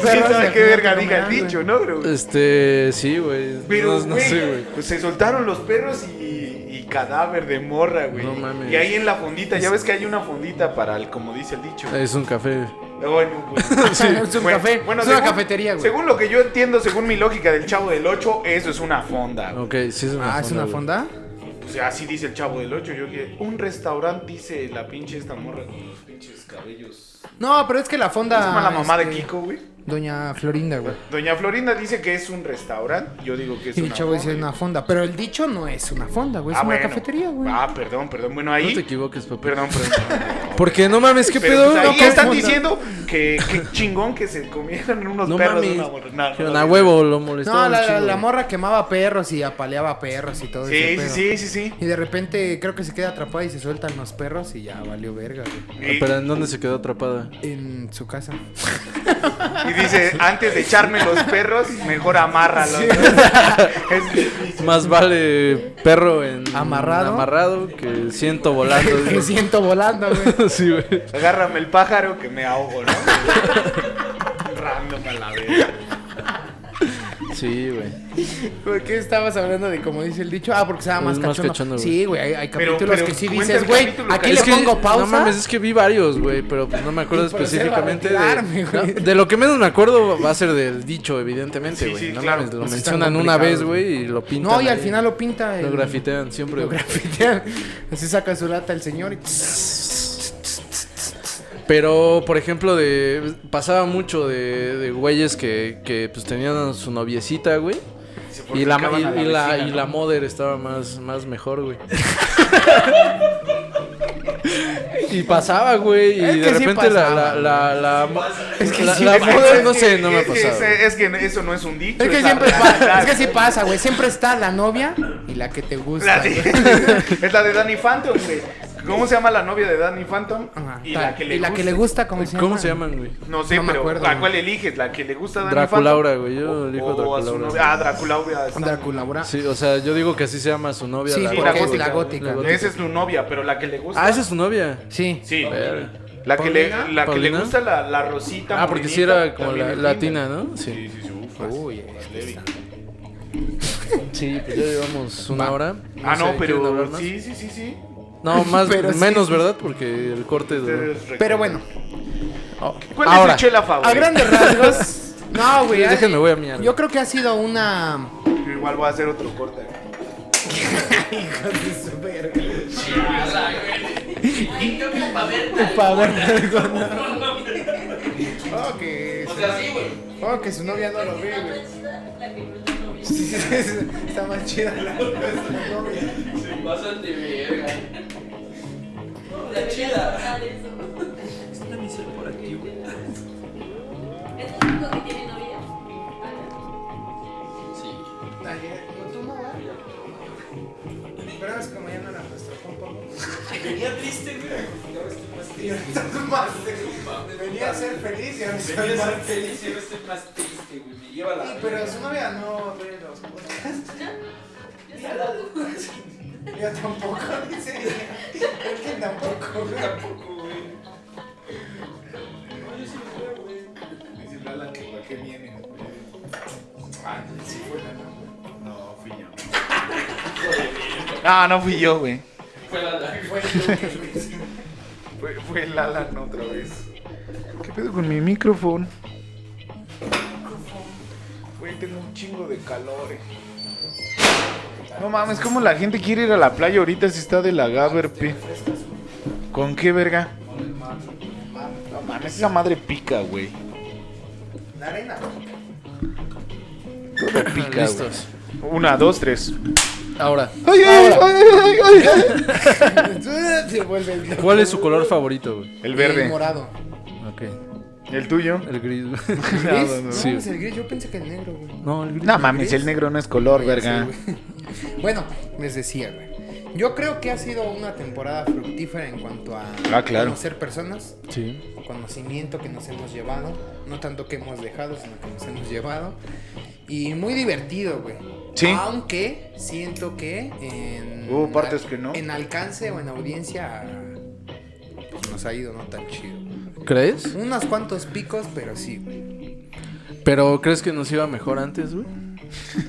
S5: ¿Quién sabe qué verga diga el dicho, no, bro?
S2: Este, sí, güey.
S5: Pero,
S2: No, no
S5: güey,
S2: sé, güey.
S5: pues se soltaron los perros y, y cadáver de morra, güey.
S2: No mames.
S5: Y ahí en la fondita, ya ves que hay una fondita para el, como dice el dicho.
S2: Es un café.
S5: Bueno,
S2: (laughs)
S5: pues.
S6: (laughs) Es un
S5: Bueno,
S6: café.
S5: bueno,
S6: es una
S5: según-
S6: cafetería, güey.
S5: Según lo que yo entiendo, según mi lógica del Chavo del 8, eso es una fonda. güey.
S2: Ok, sí es una fonda.
S6: Ah, ¿es una
S2: güey.
S6: fonda?
S5: Pues así dice el Chavo del 8. Yo que un restaurante dice la pinche esta morra con los pinches cabellos.
S6: No, pero es que la fonda.
S5: ¿Cómo se llama la mamá de
S6: este,
S5: Kiko, güey?
S6: Doña Florinda, güey.
S5: Doña Florinda dice que es un restaurante. Yo digo que es
S6: Y
S5: una
S6: el chavo dice
S5: fonda.
S6: una fonda. Pero el dicho no es una fonda, güey. Es
S5: Ah,
S6: una
S5: bueno.
S6: cafetería, güey.
S5: Ah, perdón, perdón. Bueno,
S2: No te
S5: ahí.
S2: equivoques, papá.
S5: Perdón, perdón.
S2: Porque no mames, ¿qué
S5: Pero,
S2: pedo?
S5: pues,
S2: No,
S5: ahí
S2: ¿cómo?
S5: están diciendo que, que chingón que se comieron unos
S2: No
S5: perros.
S2: mames.
S5: una borra- no,
S2: Dijeron,
S5: no,
S2: a
S5: no.
S2: huevo lo
S6: No,
S2: molestaron.
S6: la,
S2: un
S6: la-
S2: chingo".
S6: la morra quemaba perros y apaleaba perros y todo
S5: Sí,
S6: ese
S5: sí,
S6: pedo.
S5: sí, sí, sí.
S6: Y de repente creo que se queda atrapada y se sueltan los perros y ya valió verga, güey.
S5: Y,
S2: Pero Ah, ¿en dónde se quedó atrapada?
S6: En su casa.
S5: y dice, antes de echarme los perros, mejor amárralos. (laughs) Es-
S2: Más vale perro en
S6: Amarrado.
S2: amarrado que siento volando.
S6: (laughs) Me siento volando, güey.
S2: (laughs) sí, güey.
S5: Agárrame el pájaro que me ahogo, ¿no? (laughs) Random a la verga.
S2: Sí, güey.
S6: ¿Por qué estabas hablando de como dice el dicho? Ah, porque estaba más
S2: Es más
S6: cachondo.
S2: cachondo, güey.
S6: sí, güey, hay, hay
S5: Pero-
S6: capítulos
S5: pero
S6: que sí
S5: cuenta
S6: dices,
S5: el
S6: güey,
S5: capítulo,
S6: aquí
S5: cabrón.
S6: le
S2: Es que-
S6: pongo pausa.
S2: No mames, es que vi varios, güey, pero pues no me acuerdo
S6: Y por hacerla
S2: específicamente de.
S6: retirarme, güey.
S2: No, de lo que menos me acuerdo va a ser del dicho, evidentemente,
S5: Sí,
S2: güey.
S5: sí,
S2: no
S5: claro.
S2: mames, lo
S6: Pues están
S2: mencionan una
S6: complicados,
S2: vez, güey, y lo pintan.
S6: No, y al
S2: ahí.
S6: final lo pinta.
S2: Lo
S6: el-
S2: grafitean siempre,
S6: Lo
S2: güey.
S6: grafitean. Así saca su lata el señor y.
S2: Pero, por ejemplo, de pasaba mucho de, de güeyes que, que pues tenían a su noviecita, güey. Y la, y,
S8: fornicaban a la
S2: y la,
S8: vecina,
S2: y
S8: ¿no?
S2: la mother estaba más, más
S6: (laughs)
S2: mejor, güey. y pasaba, güey. Y
S6: Es que
S2: de
S6: sí
S2: repente la,
S6: pasaba,
S2: la, la, la,
S6: Es que
S2: la-
S6: sí
S2: la
S6: pasa.
S2: mother,
S5: Es
S2: no
S5: que-
S2: sé, no me ha
S5: es que-
S2: pasado.
S5: Es que eso no es un dicho.
S6: Es que
S5: la
S6: siempre pasa.
S5: realidad.
S6: Es que sí pasa, güey. Siempre está la novia y la que te gusta.
S5: La de- (laughs)
S6: güey.
S5: es la de Danny Phantom, güey. ¿Cómo se llama la novia de Danny Phantom?
S6: Ajá,
S5: y
S6: tal.
S5: la que le gusta.
S6: gusta, ¿cómo se
S2: ¿Cómo
S6: llama?
S2: se llaman, güey?
S5: No sé,
S6: No me
S5: pero
S6: acuerdo,
S5: ¿a
S6: güey.
S5: cuál eliges? ¿La que le gusta a Danny
S2: Draculaura,
S5: Phantom?
S2: güey, yo
S5: O-
S2: elijo
S5: o a su
S2: Draculaura.
S5: novia. Ah, Draculaura. está-
S6: Draculaura.
S2: Sí, o sea, yo digo que así se llama su novia.
S6: Sí,
S5: Sí,
S6: porque
S2: güey.
S6: es la gótica.
S5: Esa es tu novia, pero la que le gusta.
S2: Ah, esa es su novia.
S6: Sí.
S5: Sí.
S2: Verga.
S5: La que le, la que le
S2: ¿Paulina?
S5: gusta la, la rosita.
S2: Ah, porque sí
S5: morenita,
S2: era como
S5: también
S2: la,
S5: es
S2: latina,
S5: linda.
S2: ¿no? Sí.
S5: Sí, sí, sí. ufas.
S2: Sí, pues ya llevamos una hora.
S5: ah,
S2: sé,
S5: no,
S2: ¿quieren hablar
S5: pero
S2: más?
S5: sí, sí, sí, sí.
S2: No, más,
S6: Pero sí.
S2: menos, ¿verdad? Porque el corte duró.
S5: Ustedes recuerdan.
S6: Pero bueno,
S5: ¿Cuál
S2: Ahora,
S5: es tu chela
S6: a
S5: favorita?
S6: grandes rasgos. No, güey.
S2: Sí, déjenme,
S6: ay,
S2: voy a miar.
S6: Yo creo que ha sido una.
S5: Yo Igual voy a hacer otro (laughs) corte.
S6: Para ver Oh, que. Oh, que su novia no lo ve, güey. Sí, sí, sí, sí, Está más chida la la novia.
S8: Pásate verga. La chida. Es una misión por aquí, güey.
S9: ¿Es el único que tiene novia?
S8: Sí.
S6: Pero es que mañana la nuestra compa.
S8: Venía triste, güey. Pues,
S6: Venía a ser feliz y ahora
S8: Venía a ser feliz y ahora estoy más triste, güey. Me lleva la.
S6: Pero su novia no ve los podcasts. Yo tampoco, dice. Es que tampoco, güey.
S8: Tampoco, güey. No, yo sí me veo, güey.
S10: Dice Lala que para qué viene. Ah, sí fue Lala, güey. No, fui yo.
S5: Ah, no fui yo, güey.
S8: Fue la la.
S5: Fue, fue el Alan otra vez. ¿Qué pedo con mi micrófono? Güey, tengo un chingo de calor. eh. No mames, ¿cómo la gente quiere ir a la playa ahorita si está de la Gaberpe? ¿Con qué verga? No mames, esa madre pica, güey.
S6: La arena.
S5: Todo pica, güey.
S2: Listos.
S5: Una, dos, tres.
S2: Ahora,
S5: ¡Ay, ay, ay, ay, ay, ay!
S6: (laughs) Se vuelve el
S2: ¿cuál es su color favorito, güey?
S5: El
S6: El
S5: verde.
S6: morado.
S2: Ok,
S5: ¿El tuyo?
S2: el gris. (laughs) güey.
S6: ¿Gris?
S5: no.
S6: No,
S2: Sí.
S6: es el gris. Yo pensé que el negro, güey.
S2: No, el gris.
S5: No mames, el negro no es
S2: Ah,
S5: color, verga.
S6: Sí, güey. (laughs) bueno, les decía, güey. Yo creo que ha sido una temporada fructífera en cuanto a
S5: Ah, claro.
S6: conocer personas,
S2: Sí.
S6: conocimiento que nos hemos llevado, no tanto que hemos dejado, sino que nos hemos llevado. Y muy divertido, güey.
S5: Sí.
S6: Aunque siento que en,
S5: Hubo partes que no.
S6: en alcance o en audiencia pues, nos ha ido no tan chido.
S2: ¿Crees?
S6: Unos cuantos picos, pero sí, güey.
S2: Pero ¿crees que nos iba mejor antes, güey?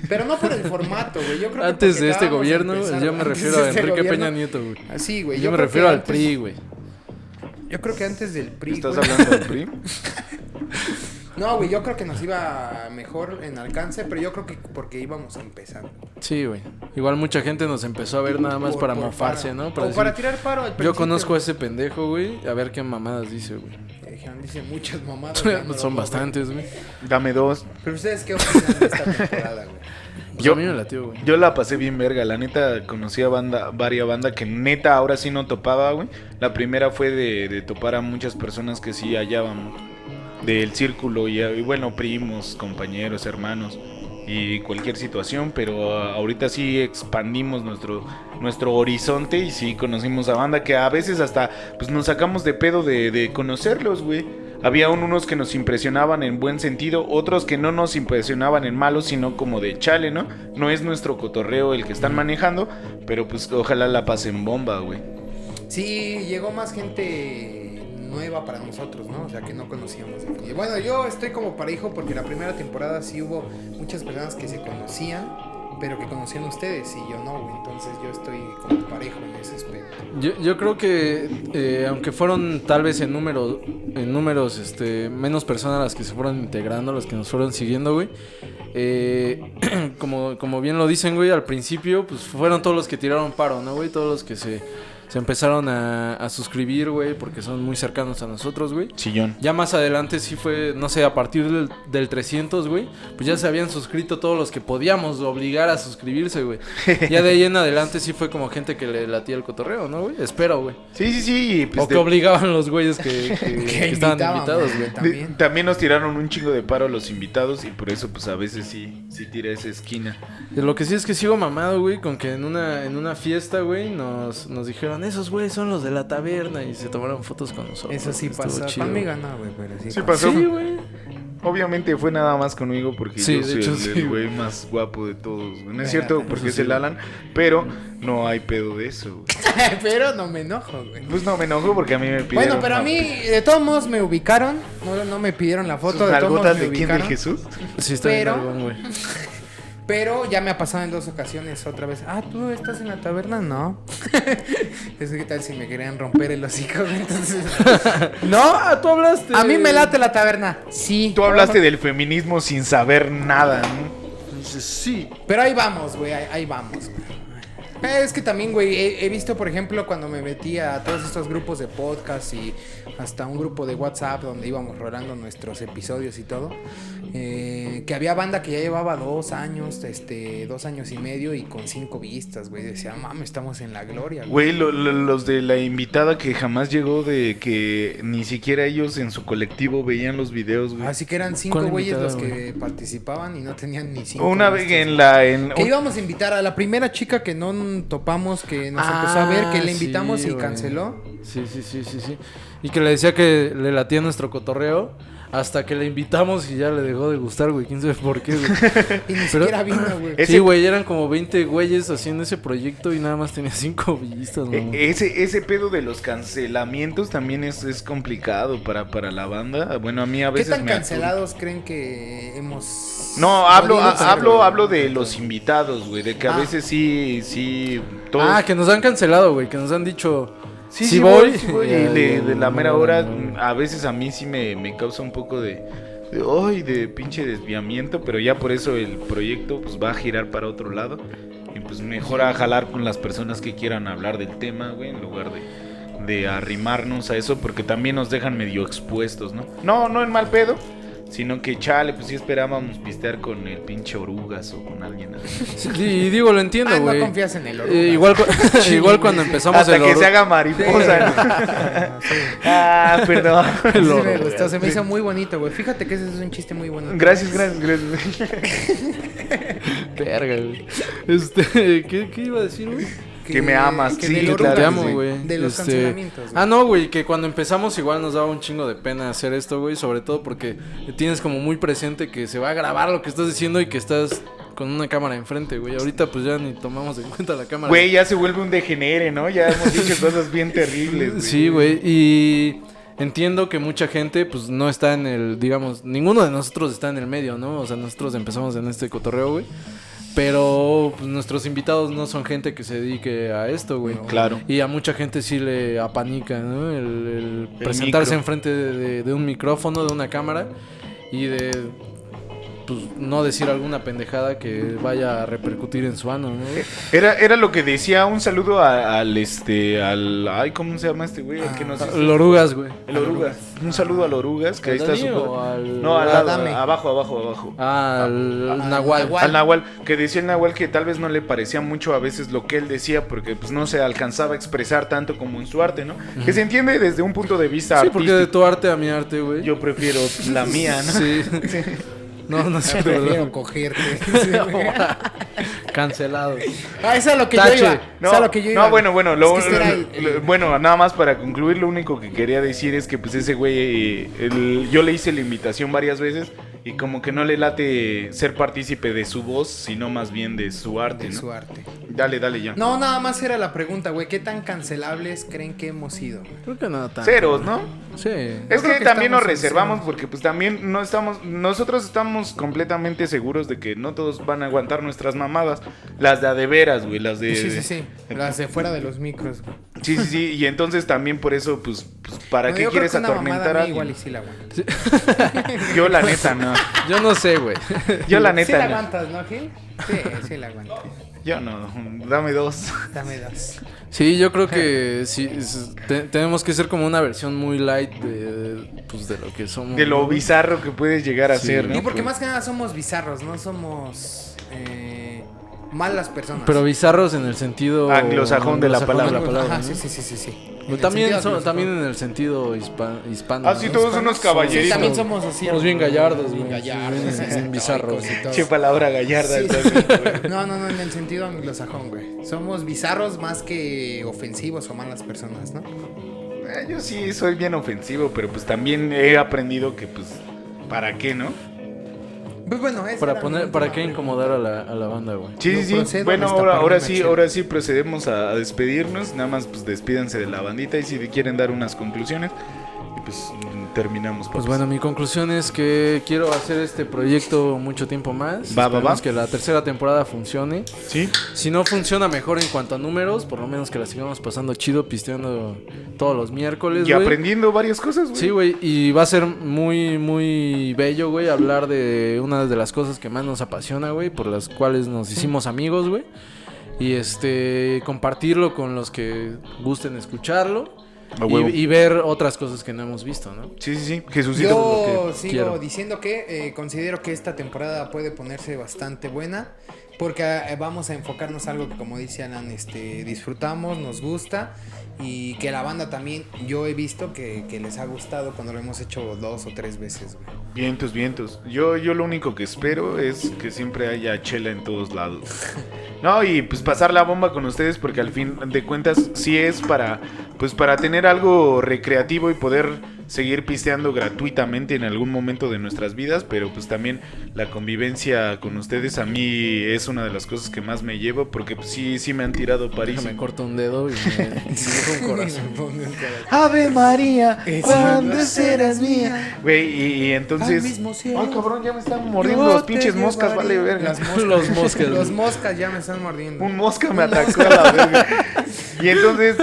S6: Pero no por el formato, güey. Yo creo que
S2: Antes
S6: porque
S2: de este
S6: estábamos
S2: gobierno,
S6: empezando-
S2: yo me
S6: antes
S2: refiero
S6: de
S2: a
S6: este
S2: Enrique
S6: gobierno.
S2: Peña Nieto, güey.
S6: Así, güey.
S2: Yo me
S6: creo
S2: refiero
S6: que
S2: al
S6: antes-
S2: PRI, güey.
S6: Yo creo que antes del PRI.
S5: ¿Estás
S6: güey.
S5: hablando del PRI?
S6: No, güey, yo creo que nos iba mejor en alcance, pero yo creo que porque íbamos empezando.
S2: Sí, güey. Igual mucha gente nos empezó a ver nada más
S6: Por-
S2: para
S6: por
S2: mofarse,
S6: para-
S2: ¿no?
S6: o
S2: Para
S6: para
S2: decir,
S6: tirar paro al
S2: yo
S6: principio.
S2: conozco a ese pendejo, güey. A ver qué mamadas dice, güey.
S6: Y dijeron, dice muchas mamadas. ya no lo
S2: (laughs) Son
S6: puedo ver.
S2: bastantes, güey.
S5: Dame dos.
S6: Pero ustedes, ¿qué opinan de esta temporada, güey?
S2: Pues
S5: Yo-
S2: a mí me latió, güey.
S5: Yo la pasé bien verga, la neta conocí a banda, varias bandas que neta ahora sí no topaba, güey. La primera fue de, de topar a muchas personas que sí hallábamos del círculo y, y bueno, primos, compañeros, hermanos y cualquier situación, pero ah, ahorita sí expandimos nuestro nuestro horizonte y sí conocimos a banda que a veces hasta pues nos sacamos de pedo de, de conocerlos, güey. Había un- unos que nos impresionaban en buen sentido, otros que no nos impresionaban en malo, sino como de chale, ¿no? No es nuestro cotorreo el que están manejando, pero pues ojalá la pasen bomba, güey.
S11: Sí, llegó más gente nueva para nosotros, ¿no? O sea, que no conocíamos. Y bueno, yo estoy como parejo porque la primera temporada sí hubo muchas personas que se conocían, pero que conocían a ustedes y yo no, güey. Entonces yo estoy como parejo en ese aspecto.
S2: Yo, yo creo que, eh, aunque fueron tal vez en, número, en números este, menos personas las que se fueron integrando, las que nos fueron siguiendo, güey. eh, (clears throat) como, como bien lo dicen, güey, al principio, pues fueron todos los que tiraron paro, ¿no, güey? Todos los que se, se empezaron a, a suscribir, güey, porque son muy cercanos a nosotros, güey.
S5: Sillón.
S2: Ya más adelante sí fue, no sé, a partir del, del 300, güey, pues ya se habían suscrito todos los que podíamos obligar a suscribirse, güey. Ya de ahí en adelante sí fue como gente que le latía el cotorreo, ¿no, güey? Espero, güey.
S5: Sí, sí, sí. y, Pues,
S2: o que
S5: de-
S2: obligaban los güeyes que, que- que estaban
S11: invitaban,
S2: invitados, güey.
S11: güey.
S5: de-
S11: También.
S5: también. nos tiraron un chingo de paro los invitados y por eso pues a veces sí, sí tira esa esquina.
S2: Lo que sí es que sigo mamado, güey, con que en una, en una fiesta, güey, nos, nos dijeron, esos güeyes son los de la taberna y se tomaron fotos con nosotros.
S6: Eso sí
S2: Estuvo
S6: pasa.
S2: chido,
S6: Conmigo no, güey, pero sí.
S5: Sí
S6: pasa.
S5: pasó.
S2: Sí, güey.
S5: Obviamente fue nada más conmigo porque
S2: Sí,
S5: yo
S2: de
S5: soy
S2: hecho,
S5: el-
S2: sí, Eh,
S5: el
S2: güey.
S5: güey más guapo de todos. güey. No es cierto porque es el Alan, pero no hay pedo de eso. güey.
S11: (laughs)
S6: pero no me enojo, güey.
S5: Pues no me enojo porque a mí me pidieron.
S6: Bueno, pero a
S5: una-
S6: mí, de todos modos, me ubicaron. No, no me pidieron la foto.
S5: ¿Sus
S6: De todos modos,
S5: nalgotas
S6: me
S5: de quién? ¿De
S6: ubicaron.
S5: Jesús?
S2: Sí, está bien,
S6: Pero-
S2: nalgón, güey.
S6: Pero ya me ha pasado en dos ocasiones otra vez. Ah, ¿tú estás en la taberna? No. (laughs) es que tal si me querían romper el hocico, (laughs) güey? entonces... ¿No?
S2: Ah, tú hablaste.
S6: A mí me late la taberna. Sí.
S5: Tú hablaste del feminismo sin saber nada, ¿no?
S2: Dices, Sí.
S6: Pero ahí vamos, güey, ahí, ahí vamos. güey. Eh, Es que también, güey, he, he visto, por ejemplo, cuando me metí a todos estos grupos de podcast y hasta un grupo de WhatsApp donde íbamos rolando nuestros episodios y todo, eh, que había banda que ya llevaba dos años, este, dos años y medio y con cinco vistas, güey. Decía, mames, estamos en la gloria, güey.
S5: Güey, lo- lo- los de la invitada que jamás llegó de que ni siquiera ellos en su colectivo veían los videos, güey.
S6: Así que eran cinco
S2: ¿Cuál
S6: güeyes
S2: invitada,
S6: los que participaban y no tenían ni cinco.
S5: Una vez
S6: vistas.
S5: que en la... En,
S6: Que íbamos a invitar a la primera chica que no topamos, que nos empezó a ver, que le invitamos
S2: Ah, sí,
S6: y
S2: güey.
S6: canceló.
S2: Sí, sí, sí, sí, sí. Y que le decía que le latía nuestro cotorreo hasta que le invitamos y ya le dejó de gustar, güey. ¿Quién sabe por qué, güey?
S6: Y ni
S2: Pero-
S6: siquiera vino, güey.
S5: (laughs) Ese-
S2: Sí, güey, eran como 20 güeyes haciendo ese proyecto y nada más tenía 5 vistas,
S5: E-
S2: mamón.
S5: Ese, ese pedo de los cancelamientos también es, es complicado para, para la banda. Bueno, a mí a
S6: ¿Qué
S5: veces
S6: tan
S5: me
S6: cancelados creen que hemos.?
S5: atur- No, hablo,
S6: podido
S5: a-
S6: ser,
S5: hablo,
S6: güey?
S5: hablo de los invitados, güey, de que a
S6: Ah.
S5: veces sí, sí, todos...
S2: Ah, que nos han cancelado, güey, que nos han dicho...
S5: Sí,
S2: sí
S5: sí, voy,
S2: voy.
S5: sí (laughs) voy.
S2: Ya,
S5: Y de,
S2: ya,
S5: de la
S2: no,
S5: mera hora,
S2: no, no.
S5: a veces a mí sí me, me causa un poco de, de. ¡Ay! De pinche desviamiento, pero ya por eso el proyecto pues va a girar para otro lado. Y pues mejor a jalar con las personas que quieran hablar del tema, güey, en lugar de, de arrimarnos a eso, porque también nos dejan medio expuestos, ¿no? No, no en mal pedo. Sino que chale, pues sí esperábamos pistear con el pinche orugas o con alguien así.
S2: Sí, y digo, lo entiendo,
S6: Ah,
S2: güey.
S6: no confías en el oro.
S2: Eh, igual, cu- (laughs)
S5: (laughs)
S2: igual cuando empezamos
S5: Hasta
S2: el
S5: que
S2: oro-
S5: se haga mariposa. ¿no? ah, perdón.
S6: Sí, me gustó, se me hizo muy bonito, güey. Fíjate que ese es un chiste muy bonito.
S5: Gracias, gracias, gracias.
S2: Verga, güey. Este, (laughs) ¿qué, qué iba a decir, güey?
S5: que me amas, sí,
S6: del oro
S5: claro
S2: Te
S5: que
S2: amo,
S5: sí.
S2: güey.
S6: De los
S2: Este,
S6: cancelamientos, güey.
S2: Ah, no, güey, que cuando empezamos igual nos daba un chingo de pena hacer esto, güey, sobre todo porque tienes como muy presente que se va a grabar lo que estás diciendo y que estás con una cámara enfrente, güey. Ahorita pues ya ni tomamos en cuenta la cámara.
S5: Güey, ya se vuelve un degenere, ¿no? Ya hemos dicho cosas bien terribles. güey.
S2: Sí, güey, y entiendo que mucha gente pues no está en el, digamos, ninguno de nosotros está en el medio, ¿no? O sea, nosotros empezamos en este cotorreo, güey. Pero pues, nuestros invitados no son gente que se dedique a esto, güey.
S5: Claro.
S2: Y a mucha gente sí le apanica, ¿no? El, el
S5: El
S2: presentarse
S5: micro.
S2: enfrente de, de- de un micrófono, de una cámara y de pues, no decir alguna pendejada que vaya a repercutir en su ano, ¿no?
S5: Era, era lo que decía un saludo a- al este al ay cómo se llama este güey el que nos hizo-
S2: Ah, Al Orugas, güey.
S5: el orugas un saludo al orugas que ahí está
S2: ¿Al
S5: su
S2: Dani o al-
S5: no al
S2: al
S5: lado,
S2: Adame?
S5: abajo abajo abajo
S2: Al Nahual.
S5: Al Nahual, que decía el Nahual que tal vez no le parecía mucho a veces lo que él decía porque pues no se alcanzaba a expresar tanto como en su arte, ¿no? Que se entiende desde un punto de vista
S2: Sí, porque
S5: artístico.
S2: de tu arte a mi arte, güey.
S5: Yo prefiero la mía, ¿no?
S2: Sí. (laughs) No, no es cierto, ¿verdad?
S6: Prefiero cogerte.
S2: (laughs) Cancelado.
S6: ah, eso es lo que
S2: Tache.
S6: yo iba.
S5: No,
S6: eso es lo que yo
S5: no,
S6: iba.
S5: bueno, bueno, lo-
S6: Es que este era
S5: lo-
S6: el-
S5: lo- bueno, nada más para concluir, lo único que quería decir es que pues ese güey, eh, el- yo le hice la invitación varias veces y como que no le late ser partícipe de su voz, sino más bien de su arte,
S6: De
S5: ¿no?
S6: su arte.
S5: Dale, dale ya.
S6: No, nada más era la pregunta, güey. ¿Qué tan cancelables creen que hemos sido?
S2: Creo que nada tan.
S5: Ceros, ¿no?
S2: Sí.
S5: Es que,
S6: creo que
S5: también nos
S6: estamos en
S5: reservamos
S6: cero.
S5: porque pues también no estamos, nosotros estamos completamente seguros de que no todos van a aguantar nuestras mamadas, las de a de veras, güey, las de...
S6: Sí, sí, sí. Las de fuera de los micros, güey.
S5: Sí, sí, sí, y entonces también por eso, pues, pues, ¿para
S6: No,
S5: qué
S6: yo creo
S5: quieres
S6: que una mamada
S5: atormentar a
S6: mía Igual y
S5: alguien?
S6: sí la aguantas.
S5: Yo la neta no,
S2: Yo no sé, güey.
S5: yo la
S6: Sí la
S5: neta no.
S6: aguantas, ¿no, Gil? Sí, sí la aguantas.
S5: Yo no, dame dos.
S6: Dame dos.
S2: Sí, yo creo que sí, es- te- tenemos que ser como una versión muy light de, pues, de lo que somos.
S5: De lo
S2: ¿no?
S5: bizarro que puedes llegar a
S2: Sí.
S5: ser,
S6: Y
S5: ¿no?
S6: porque más que nada somos bizarros, no somos eh, malas personas.
S2: Pero bizarros en el sentido
S5: Anglosajón de la palabra.
S6: Ajá,
S2: ¿no?
S6: sí, sí, sí, sí, sí.
S2: Pero También,
S6: sentido
S2: son-
S6: anglosajón.
S2: también en el sentido hispa- hispano.
S5: Así
S2: ¿no?
S5: Ah, todos unos caballeritos.
S6: Sí, también somos así.
S2: Somos bien gallardos, güey.
S6: Bien gallardos,
S2: Sí, bien
S6: bien
S2: bizarros.
S6: históricos y todo.
S5: Che palabra gallarda.
S6: Sí.
S5: entonces, güey.
S6: No, no, no, en el sentido anglosajón, güey. Somos bizarros más que ofensivos o malas personas, ¿no?
S5: Eh, Yo sí soy bien ofensivo, pero pues también he aprendido que, pues, ¿para qué, no?
S6: Pues bueno, esa
S2: Para
S6: era
S2: poner,
S6: mi
S2: para
S6: última
S2: qué incomodar a la, a la banda, güey.
S5: Sí,
S6: Yo
S5: sí, sí.
S6: procedo
S5: Bueno,
S6: a destapar
S5: ahora,
S6: mi
S5: ahora sí,
S6: machete.
S5: ahora sí procedemos a, a despedirnos. Nada más, pues despídanse de la bandita y si quieren dar unas conclusiones. Y pues mm, terminamos.
S2: Pues
S5: papás.
S2: bueno, mi conclusión es que quiero hacer este proyecto mucho tiempo más.
S5: Va, va, va.
S2: Esperemos que la tercera temporada funcione.
S5: Sí.
S2: Si no funciona mejor en cuanto a números, por lo menos que la sigamos pasando chido, pisteando todos los miércoles,
S5: Y
S2: pues, güey.
S5: aprendiendo varias cosas, güey.
S2: Sí, güey, y va a ser muy, muy bello, güey, hablar de una de las cosas que más nos apasiona, güey, por las cuales nos hicimos amigos, güey. Y este, compartirlo con los que gusten escucharlo.
S5: A
S2: Y,
S5: huevo.
S2: y ver otras cosas que no hemos visto, ¿no?
S5: Sí, sí, sí. Jesucito.
S6: Yo
S2: Pues lo que
S6: sigo
S2: quiero.
S6: diciendo que eh, considero que esta temporada puede ponerse bastante buena porque eh, vamos a enfocarnos a algo que como dice Alan, este, disfrutamos, nos gusta y que la banda también yo he visto que, que les ha gustado cuando lo hemos hecho dos o tres veces. güey.
S5: Vientos, vientos. Yo, yo lo único que espero es que siempre haya chela en todos lados. No, y pues pasar la bomba con ustedes porque al fin de cuentas sí es para pues para tener algo recreativo y poder seguir pisteando gratuitamente en algún momento de nuestras vidas, pero pues también la convivencia con ustedes a mí es una de las cosas que más me llevo porque pues, sí sí me han tirado París.
S2: Déjame corto un dedo y
S6: (laughs)
S2: me me dejo un corazón.
S5: Ave María,
S6: ¿cuándo serás mía?
S5: Güey, y, y entonces
S6: Al mismo cielo.
S5: Ay, cabrón, ya me están mordiendo los pinches moscas, vale verga.
S6: Las moscas.
S2: Los moscas.
S6: Los moscas ya me están mordiendo.
S5: Un mosca me atacó a la verga. Y entonces,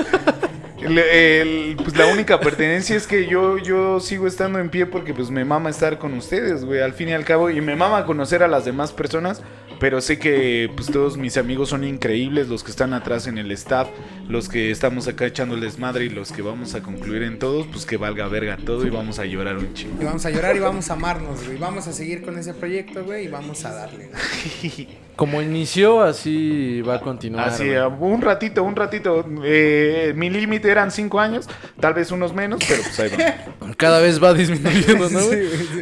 S5: el- el- pues la única pertenencia es que yo, yo sigo estando en pie porque pues me mama estar con ustedes, güey, al fin y al cabo. Y me mama conocer a las demás personas, pero sé que pues todos mis amigos son increíbles, los que están atrás en el staff, los que estamos acá echándoles madre y los que vamos a concluir en todos, pues que valga verga todo y vamos a llorar un chingo.
S6: Y vamos a llorar y vamos a amarnos, güey. Vamos a seguir con ese proyecto, güey, y vamos a darle. güey.
S2: Como inició, así va a continuar.
S5: Así,
S2: güey.
S5: un ratito, un ratito. Eh, mi límite eran cinco años, tal vez unos menos, pero pues ahí va.
S2: Cada vez va (laughs) disminuyendo, ¿no, güey?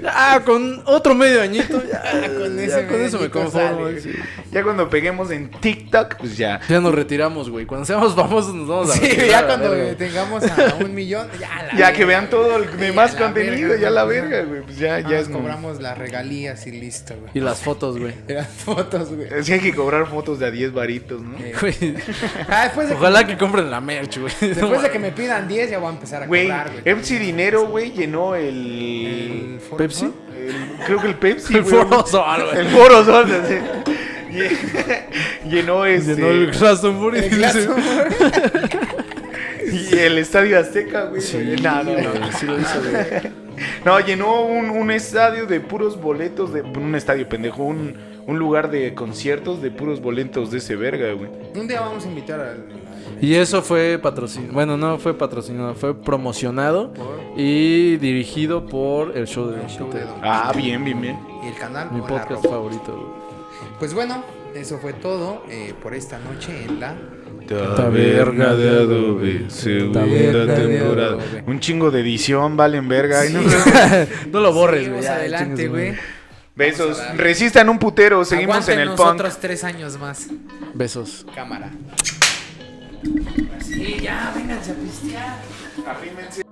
S2: Ah, con otro medio añito. Ya,
S6: (laughs) Con
S2: ya,
S6: ese
S2: con eso me
S6: medio
S2: conformo.
S6: sale.
S2: sí.
S5: Ya cuando peguemos en TikTok, pues ya.
S2: Ya nos retiramos, güey. Cuando seamos famosos nos vamos a
S6: Sí,
S2: retirar.
S6: ya
S2: la
S6: cuando
S2: verga.
S6: eh, tengamos a un millón, ya a la
S5: Ya que
S6: verga.
S5: vean todo el
S6: Sí,
S5: demás
S6: a la
S5: contenido,
S6: verga,
S5: ya la
S6: güey.
S5: verga, güey. Pues ya,
S6: Ah,
S5: ya
S6: nos
S5: es como-
S6: cobramos las regalías y listo, güey.
S2: Y las fotos, güey.
S6: Eran (laughs) fotos, güey.
S5: Es que hay que cobrar fotos de a 10 varitos, ¿no?
S6: Eh,
S2: Güey,
S6: Ah, después de,
S2: Ojalá que compren la merch, güey.
S6: que, después de que me pidan 10, ya voy a empezar a
S5: Güey,
S6: cobrar, güey.
S5: MC Dinero, güey, llenó el...
S6: El Foro
S2: ¿Pepsi?
S6: Sol.
S5: el- Creo que el Pepsi,
S2: El
S5: güey.
S2: Foro Sol, güey.
S5: El Foro Sol, así. (laughs) Llenó este...
S2: Llenó el Glastonbury.
S6: El Glastonbury.
S5: Y el Estadio Azteca, güey. Nada, no, no.
S2: Sí lo hizo, güey.
S5: No, llenó un, un estadio de puros boletos, de un estadio pendejo, un, un lugar de conciertos de puros boletos de ese verga, güey.
S6: Un día vamos a invitar al.
S2: Y eso fue patrocinado, bueno, no fue patrocinado, fue promocionado y dirigido por el show de Don Peter.
S5: Ah, bien, bien, bien.
S6: Y el canal.
S2: Mi
S6: Hola,
S2: podcast
S6: Rob.
S2: favorito.
S6: Pues bueno, eso fue todo eh, por esta noche en la.
S2: Taberna de
S5: Adobe,
S2: segunda Taberna de temporada.
S6: Adobe.
S5: Un chingo de edición, valen verga. Ay, no.
S6: (laughs)
S2: no lo borres, güey.
S6: Seguimos
S2: ya,
S6: adelante,
S2: chingues,
S6: güey.
S5: Besos. Resistan un putero, seguimos
S6: Aguanten
S5: en el punk.
S6: nosotros tres años más.
S2: Besos.
S6: Cámara.
S12: Sí, ya, vénganse a pistear.
S5: Arrímense.